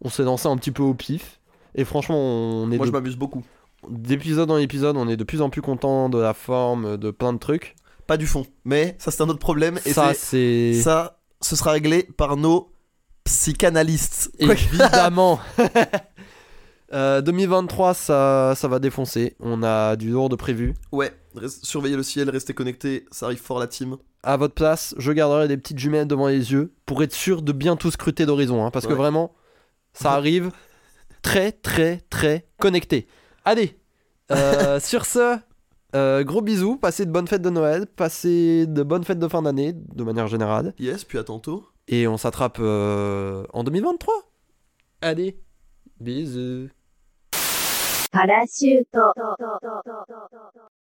[SPEAKER 2] on s'est lancé un petit peu au pif. Et franchement, on est
[SPEAKER 1] Moi, je
[SPEAKER 2] de-
[SPEAKER 1] m'abuse beaucoup.
[SPEAKER 2] d'épisode en épisode, on est de plus en plus content de la forme, de plein de trucs.
[SPEAKER 1] Pas du fond. Mais ça, c'est un autre problème. Et
[SPEAKER 2] ça,
[SPEAKER 1] c'est-
[SPEAKER 2] c'est
[SPEAKER 1] Ça, ce sera réglé par nos psychanalystes.
[SPEAKER 2] Évidemment. Euh, 2023, ça, ça va défoncer. On a du lourd de prévu.
[SPEAKER 1] Ouais, reste- surveillez le ciel, restez connectés, ça arrive fort la team.
[SPEAKER 2] À votre place, je garderai des petites jumelles devant les yeux pour être sûr de bien tout scruter d'horizon. hein, parce que
[SPEAKER 1] Ouais.
[SPEAKER 2] vraiment, ça arrive très, très, très connecté. Allez, euh, sur ce, euh, gros bisous. Passez de bonnes fêtes de Noël. Passez de bonnes fêtes de fin d'année, de manière générale.
[SPEAKER 1] Yes, puis à tantôt.
[SPEAKER 2] Et on s'attrape euh, en 2023. Allez, bisous.
[SPEAKER 3] パラシュート。